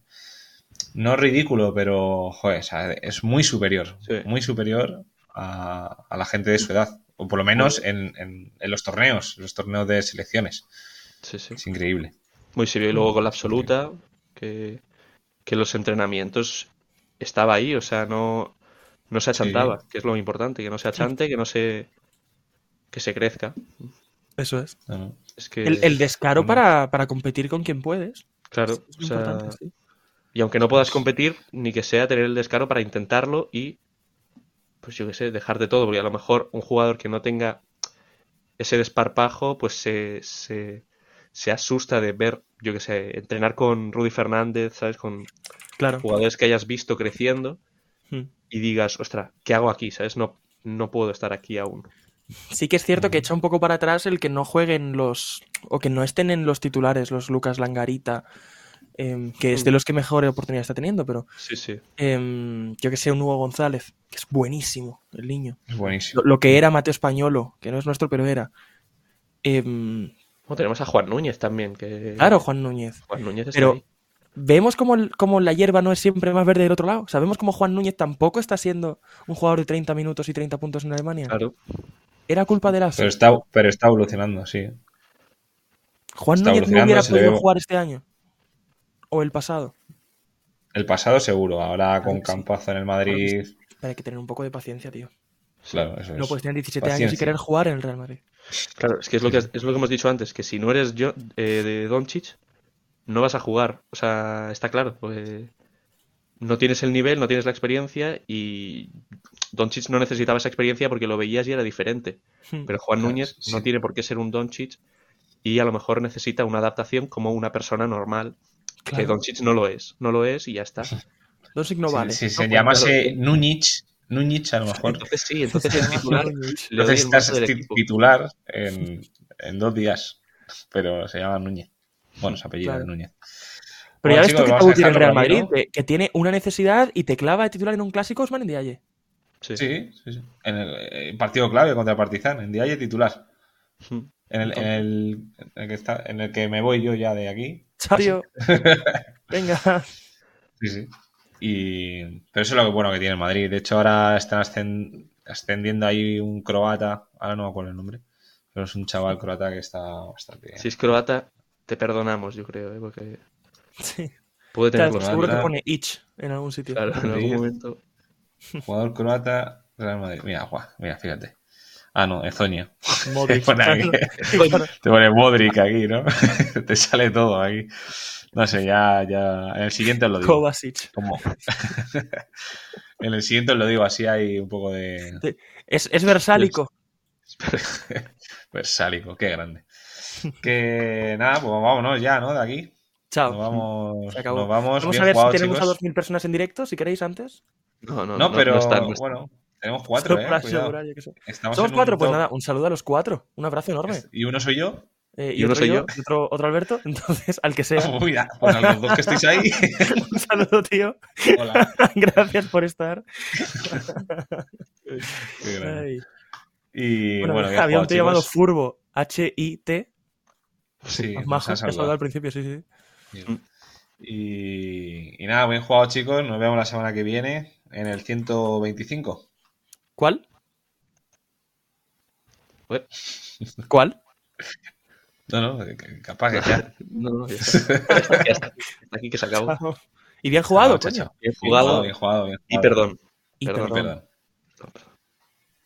[SPEAKER 1] no ridículo, pero joder, o sea, es muy superior.
[SPEAKER 3] Sí.
[SPEAKER 1] Muy superior a, a la gente de su edad. O por lo menos en, en- en los torneos, los torneos de selecciones.
[SPEAKER 3] Sí, sí.
[SPEAKER 1] Es increíble.
[SPEAKER 3] Muy serio. Y luego con la absoluta, que, que los entrenamientos estaba ahí, o sea, no, no se achantaba, que es lo importante, que no se achante, que no se, que se crezca.
[SPEAKER 2] Eso es.
[SPEAKER 1] No, no.
[SPEAKER 3] Es que,
[SPEAKER 2] El, el descaro
[SPEAKER 1] bueno.
[SPEAKER 2] para, para competir con quien puedes.
[SPEAKER 3] claro,
[SPEAKER 2] Es
[SPEAKER 3] o sea,
[SPEAKER 2] importante, sí.
[SPEAKER 3] y aunque no puedas competir, ni que sea tener el descaro para intentarlo y, pues yo qué sé, dejar de todo, porque a lo mejor un jugador que no tenga ese desparpajo, pues se, se, se asusta de ver, yo qué sé, entrenar con Rudy Fernández, ¿sabes? Con
[SPEAKER 2] Claro.
[SPEAKER 3] jugadores que hayas visto creciendo.
[SPEAKER 2] Mm.
[SPEAKER 3] y digas, ostra, ¿qué hago aquí? ¿Sabes? No, no puedo estar aquí aún.
[SPEAKER 2] Sí que es cierto que echa un poco para atrás el que no jueguen los. o que no estén en los titulares, los Lucas Langarita, em, que es de
[SPEAKER 1] Hmm.
[SPEAKER 3] Mm.
[SPEAKER 2] los que mejor oportunidad está teniendo, pero
[SPEAKER 3] Sí, sí.
[SPEAKER 2] em, yo que sé, un Hugo González, que es buenísimo, el niño.
[SPEAKER 1] Es buenísimo.
[SPEAKER 2] Lo, lo que era Mateo Españolo, que no es nuestro, pero era. Em,
[SPEAKER 3] Bueno, tenemos a Juan Núñez también, que...
[SPEAKER 2] claro, Juan Núñez.
[SPEAKER 3] Juan Núñez está
[SPEAKER 2] Pero
[SPEAKER 3] ahí.
[SPEAKER 2] vemos como, la hierba no es siempre más verde del otro lado. Sabemos como Juan Núñez tampoco está siendo un jugador de 30 minutos y 30 puntos en Alemania.
[SPEAKER 3] Claro.
[SPEAKER 2] Era culpa de la
[SPEAKER 1] Pero está, pero está evolucionando, sí.
[SPEAKER 2] Juan
[SPEAKER 1] Está
[SPEAKER 2] Núñez no
[SPEAKER 1] evolucionando,
[SPEAKER 2] hubiera
[SPEAKER 1] se le
[SPEAKER 2] podido
[SPEAKER 1] ve-
[SPEAKER 2] jugar este año. O el pasado.
[SPEAKER 1] El pasado seguro, ahora
[SPEAKER 2] Claro
[SPEAKER 1] con
[SPEAKER 2] que sí.
[SPEAKER 1] Campazo en el Madrid.
[SPEAKER 2] Pero hay que tener un poco de paciencia, tío.
[SPEAKER 1] Claro, eso
[SPEAKER 2] No pues,
[SPEAKER 1] es.
[SPEAKER 2] puedes tener 17 años y
[SPEAKER 1] Pues, Paciencia.
[SPEAKER 2] querer jugar en el Real Madrid.
[SPEAKER 3] Claro, es que es lo que, es lo que hemos dicho antes, que si no eres yo, eh, de Doncic, no vas a jugar. O sea, está claro. porque no tienes el nivel, no tienes la experiencia y Doncic no necesitaba esa experiencia porque lo veías y era diferente.
[SPEAKER 2] Hmm.
[SPEAKER 3] Pero Juan
[SPEAKER 1] Claro,
[SPEAKER 3] Núñez
[SPEAKER 1] sí,
[SPEAKER 3] no
[SPEAKER 1] sí.
[SPEAKER 3] tiene por qué ser un Doncic y a lo mejor necesita una adaptación como una persona normal, que
[SPEAKER 2] Claro.
[SPEAKER 3] Doncic no lo es, no lo es y ya está.
[SPEAKER 2] Doncic no
[SPEAKER 1] Si-
[SPEAKER 2] vale.
[SPEAKER 1] Si,
[SPEAKER 2] No
[SPEAKER 1] se
[SPEAKER 2] cuenta.
[SPEAKER 1] llamase Núñez, Núñez a lo mejor.
[SPEAKER 3] Entonces sí, entonces el titular
[SPEAKER 2] Núñez.
[SPEAKER 3] le doy
[SPEAKER 1] Entonces
[SPEAKER 3] el mando
[SPEAKER 1] estás
[SPEAKER 3] del
[SPEAKER 1] ti-
[SPEAKER 3] equipo.
[SPEAKER 1] titular en, en dos días. Pero se llama Núñez. Bueno, su apellido
[SPEAKER 2] Claro.
[SPEAKER 1] es Núñez.
[SPEAKER 2] Pero ya
[SPEAKER 1] Bueno,
[SPEAKER 2] ves tú
[SPEAKER 1] chicos,
[SPEAKER 2] que
[SPEAKER 1] vamos
[SPEAKER 2] tabú
[SPEAKER 1] a
[SPEAKER 2] tiene el Real
[SPEAKER 1] dejarlo por
[SPEAKER 2] Madrid,
[SPEAKER 1] aquí, ¿no?
[SPEAKER 2] de- que tiene una necesidad y te clava de titular en un clásico Osman Dialle.
[SPEAKER 3] Sí.
[SPEAKER 1] Sí, sí, sí. En el eh, partido clave contra Partizan, en Dialle titular.
[SPEAKER 3] Mm.
[SPEAKER 1] En el, en el- en el que está, en el que me voy yo ya de aquí.
[SPEAKER 2] Chario. Venga.
[SPEAKER 1] Sí, sí. Y, pero eso es lo que bueno que tiene el Madrid. De hecho, ahora están ascen- ascendiendo ahí un croata. Ahora no me acuerdo el nombre. Pero es un chaval croata que está bastante bien.
[SPEAKER 3] Si es croata, te perdonamos, yo creo, ¿eh? porque
[SPEAKER 2] Sí.
[SPEAKER 3] puede tener
[SPEAKER 2] Claro,
[SPEAKER 3] los
[SPEAKER 2] seguro que
[SPEAKER 1] Claro.
[SPEAKER 2] pone itch en algún sitio.
[SPEAKER 3] claro, en algún
[SPEAKER 1] Sí.
[SPEAKER 3] momento.
[SPEAKER 1] Jugador croata, Real Madrid. Mira, guau, mira, fíjate. Ah, no, Ezoña.
[SPEAKER 2] Modric.
[SPEAKER 1] Pone aquí.
[SPEAKER 2] Claro.
[SPEAKER 1] Te pone Modric aquí, ¿no? Te sale todo aquí. No sé, ya, ya. En el siguiente os lo digo.
[SPEAKER 2] Kovacic.
[SPEAKER 1] Como- en el siguiente os lo digo, así hay un poco de
[SPEAKER 2] Es, es versálico.
[SPEAKER 1] versálico, qué grande. Que nada, pues vámonos ya, ¿no? De aquí.
[SPEAKER 2] Chao.
[SPEAKER 1] Nos vamos.
[SPEAKER 2] Ah, Se acabó.
[SPEAKER 1] Nos vamos.
[SPEAKER 2] Vamos
[SPEAKER 1] Bien
[SPEAKER 2] a ver
[SPEAKER 1] jugado,
[SPEAKER 2] si tenemos
[SPEAKER 1] chicos.
[SPEAKER 2] a 2.000 personas en directo, si queréis antes.
[SPEAKER 3] No, no,
[SPEAKER 1] No, pero
[SPEAKER 3] está, no está.
[SPEAKER 1] bueno, tenemos cuatro,
[SPEAKER 2] Solo
[SPEAKER 1] ¿eh?
[SPEAKER 2] para
[SPEAKER 1] Cuidado.
[SPEAKER 2] asegurar, yo qué sé.
[SPEAKER 1] Estamos
[SPEAKER 2] Somos
[SPEAKER 1] en un
[SPEAKER 2] cuatro, pues
[SPEAKER 1] top.
[SPEAKER 2] nada, un saludo a los cuatro. Un abrazo enorme.
[SPEAKER 1] Y uno soy yo.
[SPEAKER 2] Eh, y,
[SPEAKER 3] y uno
[SPEAKER 2] otro
[SPEAKER 3] soy
[SPEAKER 2] yo,
[SPEAKER 3] yo.
[SPEAKER 2] y otro, otro Alberto. Entonces, al que sea,
[SPEAKER 1] Uy, ya, pues a los dos que estáis ahí.
[SPEAKER 2] un saludo, tío.
[SPEAKER 1] Hola.
[SPEAKER 2] Gracias por estar.
[SPEAKER 1] Qué grande.
[SPEAKER 2] Ay.
[SPEAKER 1] Y
[SPEAKER 2] Bueno,
[SPEAKER 1] bueno, bien
[SPEAKER 2] había un
[SPEAKER 1] jugado,
[SPEAKER 2] tío llamado
[SPEAKER 1] chicos.
[SPEAKER 2] Furbo, H-I-T,
[SPEAKER 1] Sí, nos
[SPEAKER 2] majo, que
[SPEAKER 1] han
[SPEAKER 2] ha saludado
[SPEAKER 1] saludado.
[SPEAKER 2] al principio, sí, sí.
[SPEAKER 1] Mm. Y, y nada, bien jugado, chicos. Nos vemos la semana que viene en el 125.
[SPEAKER 2] ¿Cuál?
[SPEAKER 3] Ué.
[SPEAKER 2] ¿Cuál?
[SPEAKER 1] No, no, que- que- capaz que ya.
[SPEAKER 3] No, no, ya está. Ya está, ya está. Está aquí que se acabó.
[SPEAKER 2] Y bien jugado,
[SPEAKER 1] Chao, chao,
[SPEAKER 2] coño.
[SPEAKER 1] chao.
[SPEAKER 3] Bien
[SPEAKER 1] Bien jugado,
[SPEAKER 3] jugado
[SPEAKER 1] bien jugado. bien
[SPEAKER 3] y
[SPEAKER 1] jugado.
[SPEAKER 3] perdón.
[SPEAKER 2] Y
[SPEAKER 3] Perdón,
[SPEAKER 1] Perdón.
[SPEAKER 2] perdón.
[SPEAKER 3] No, perdón.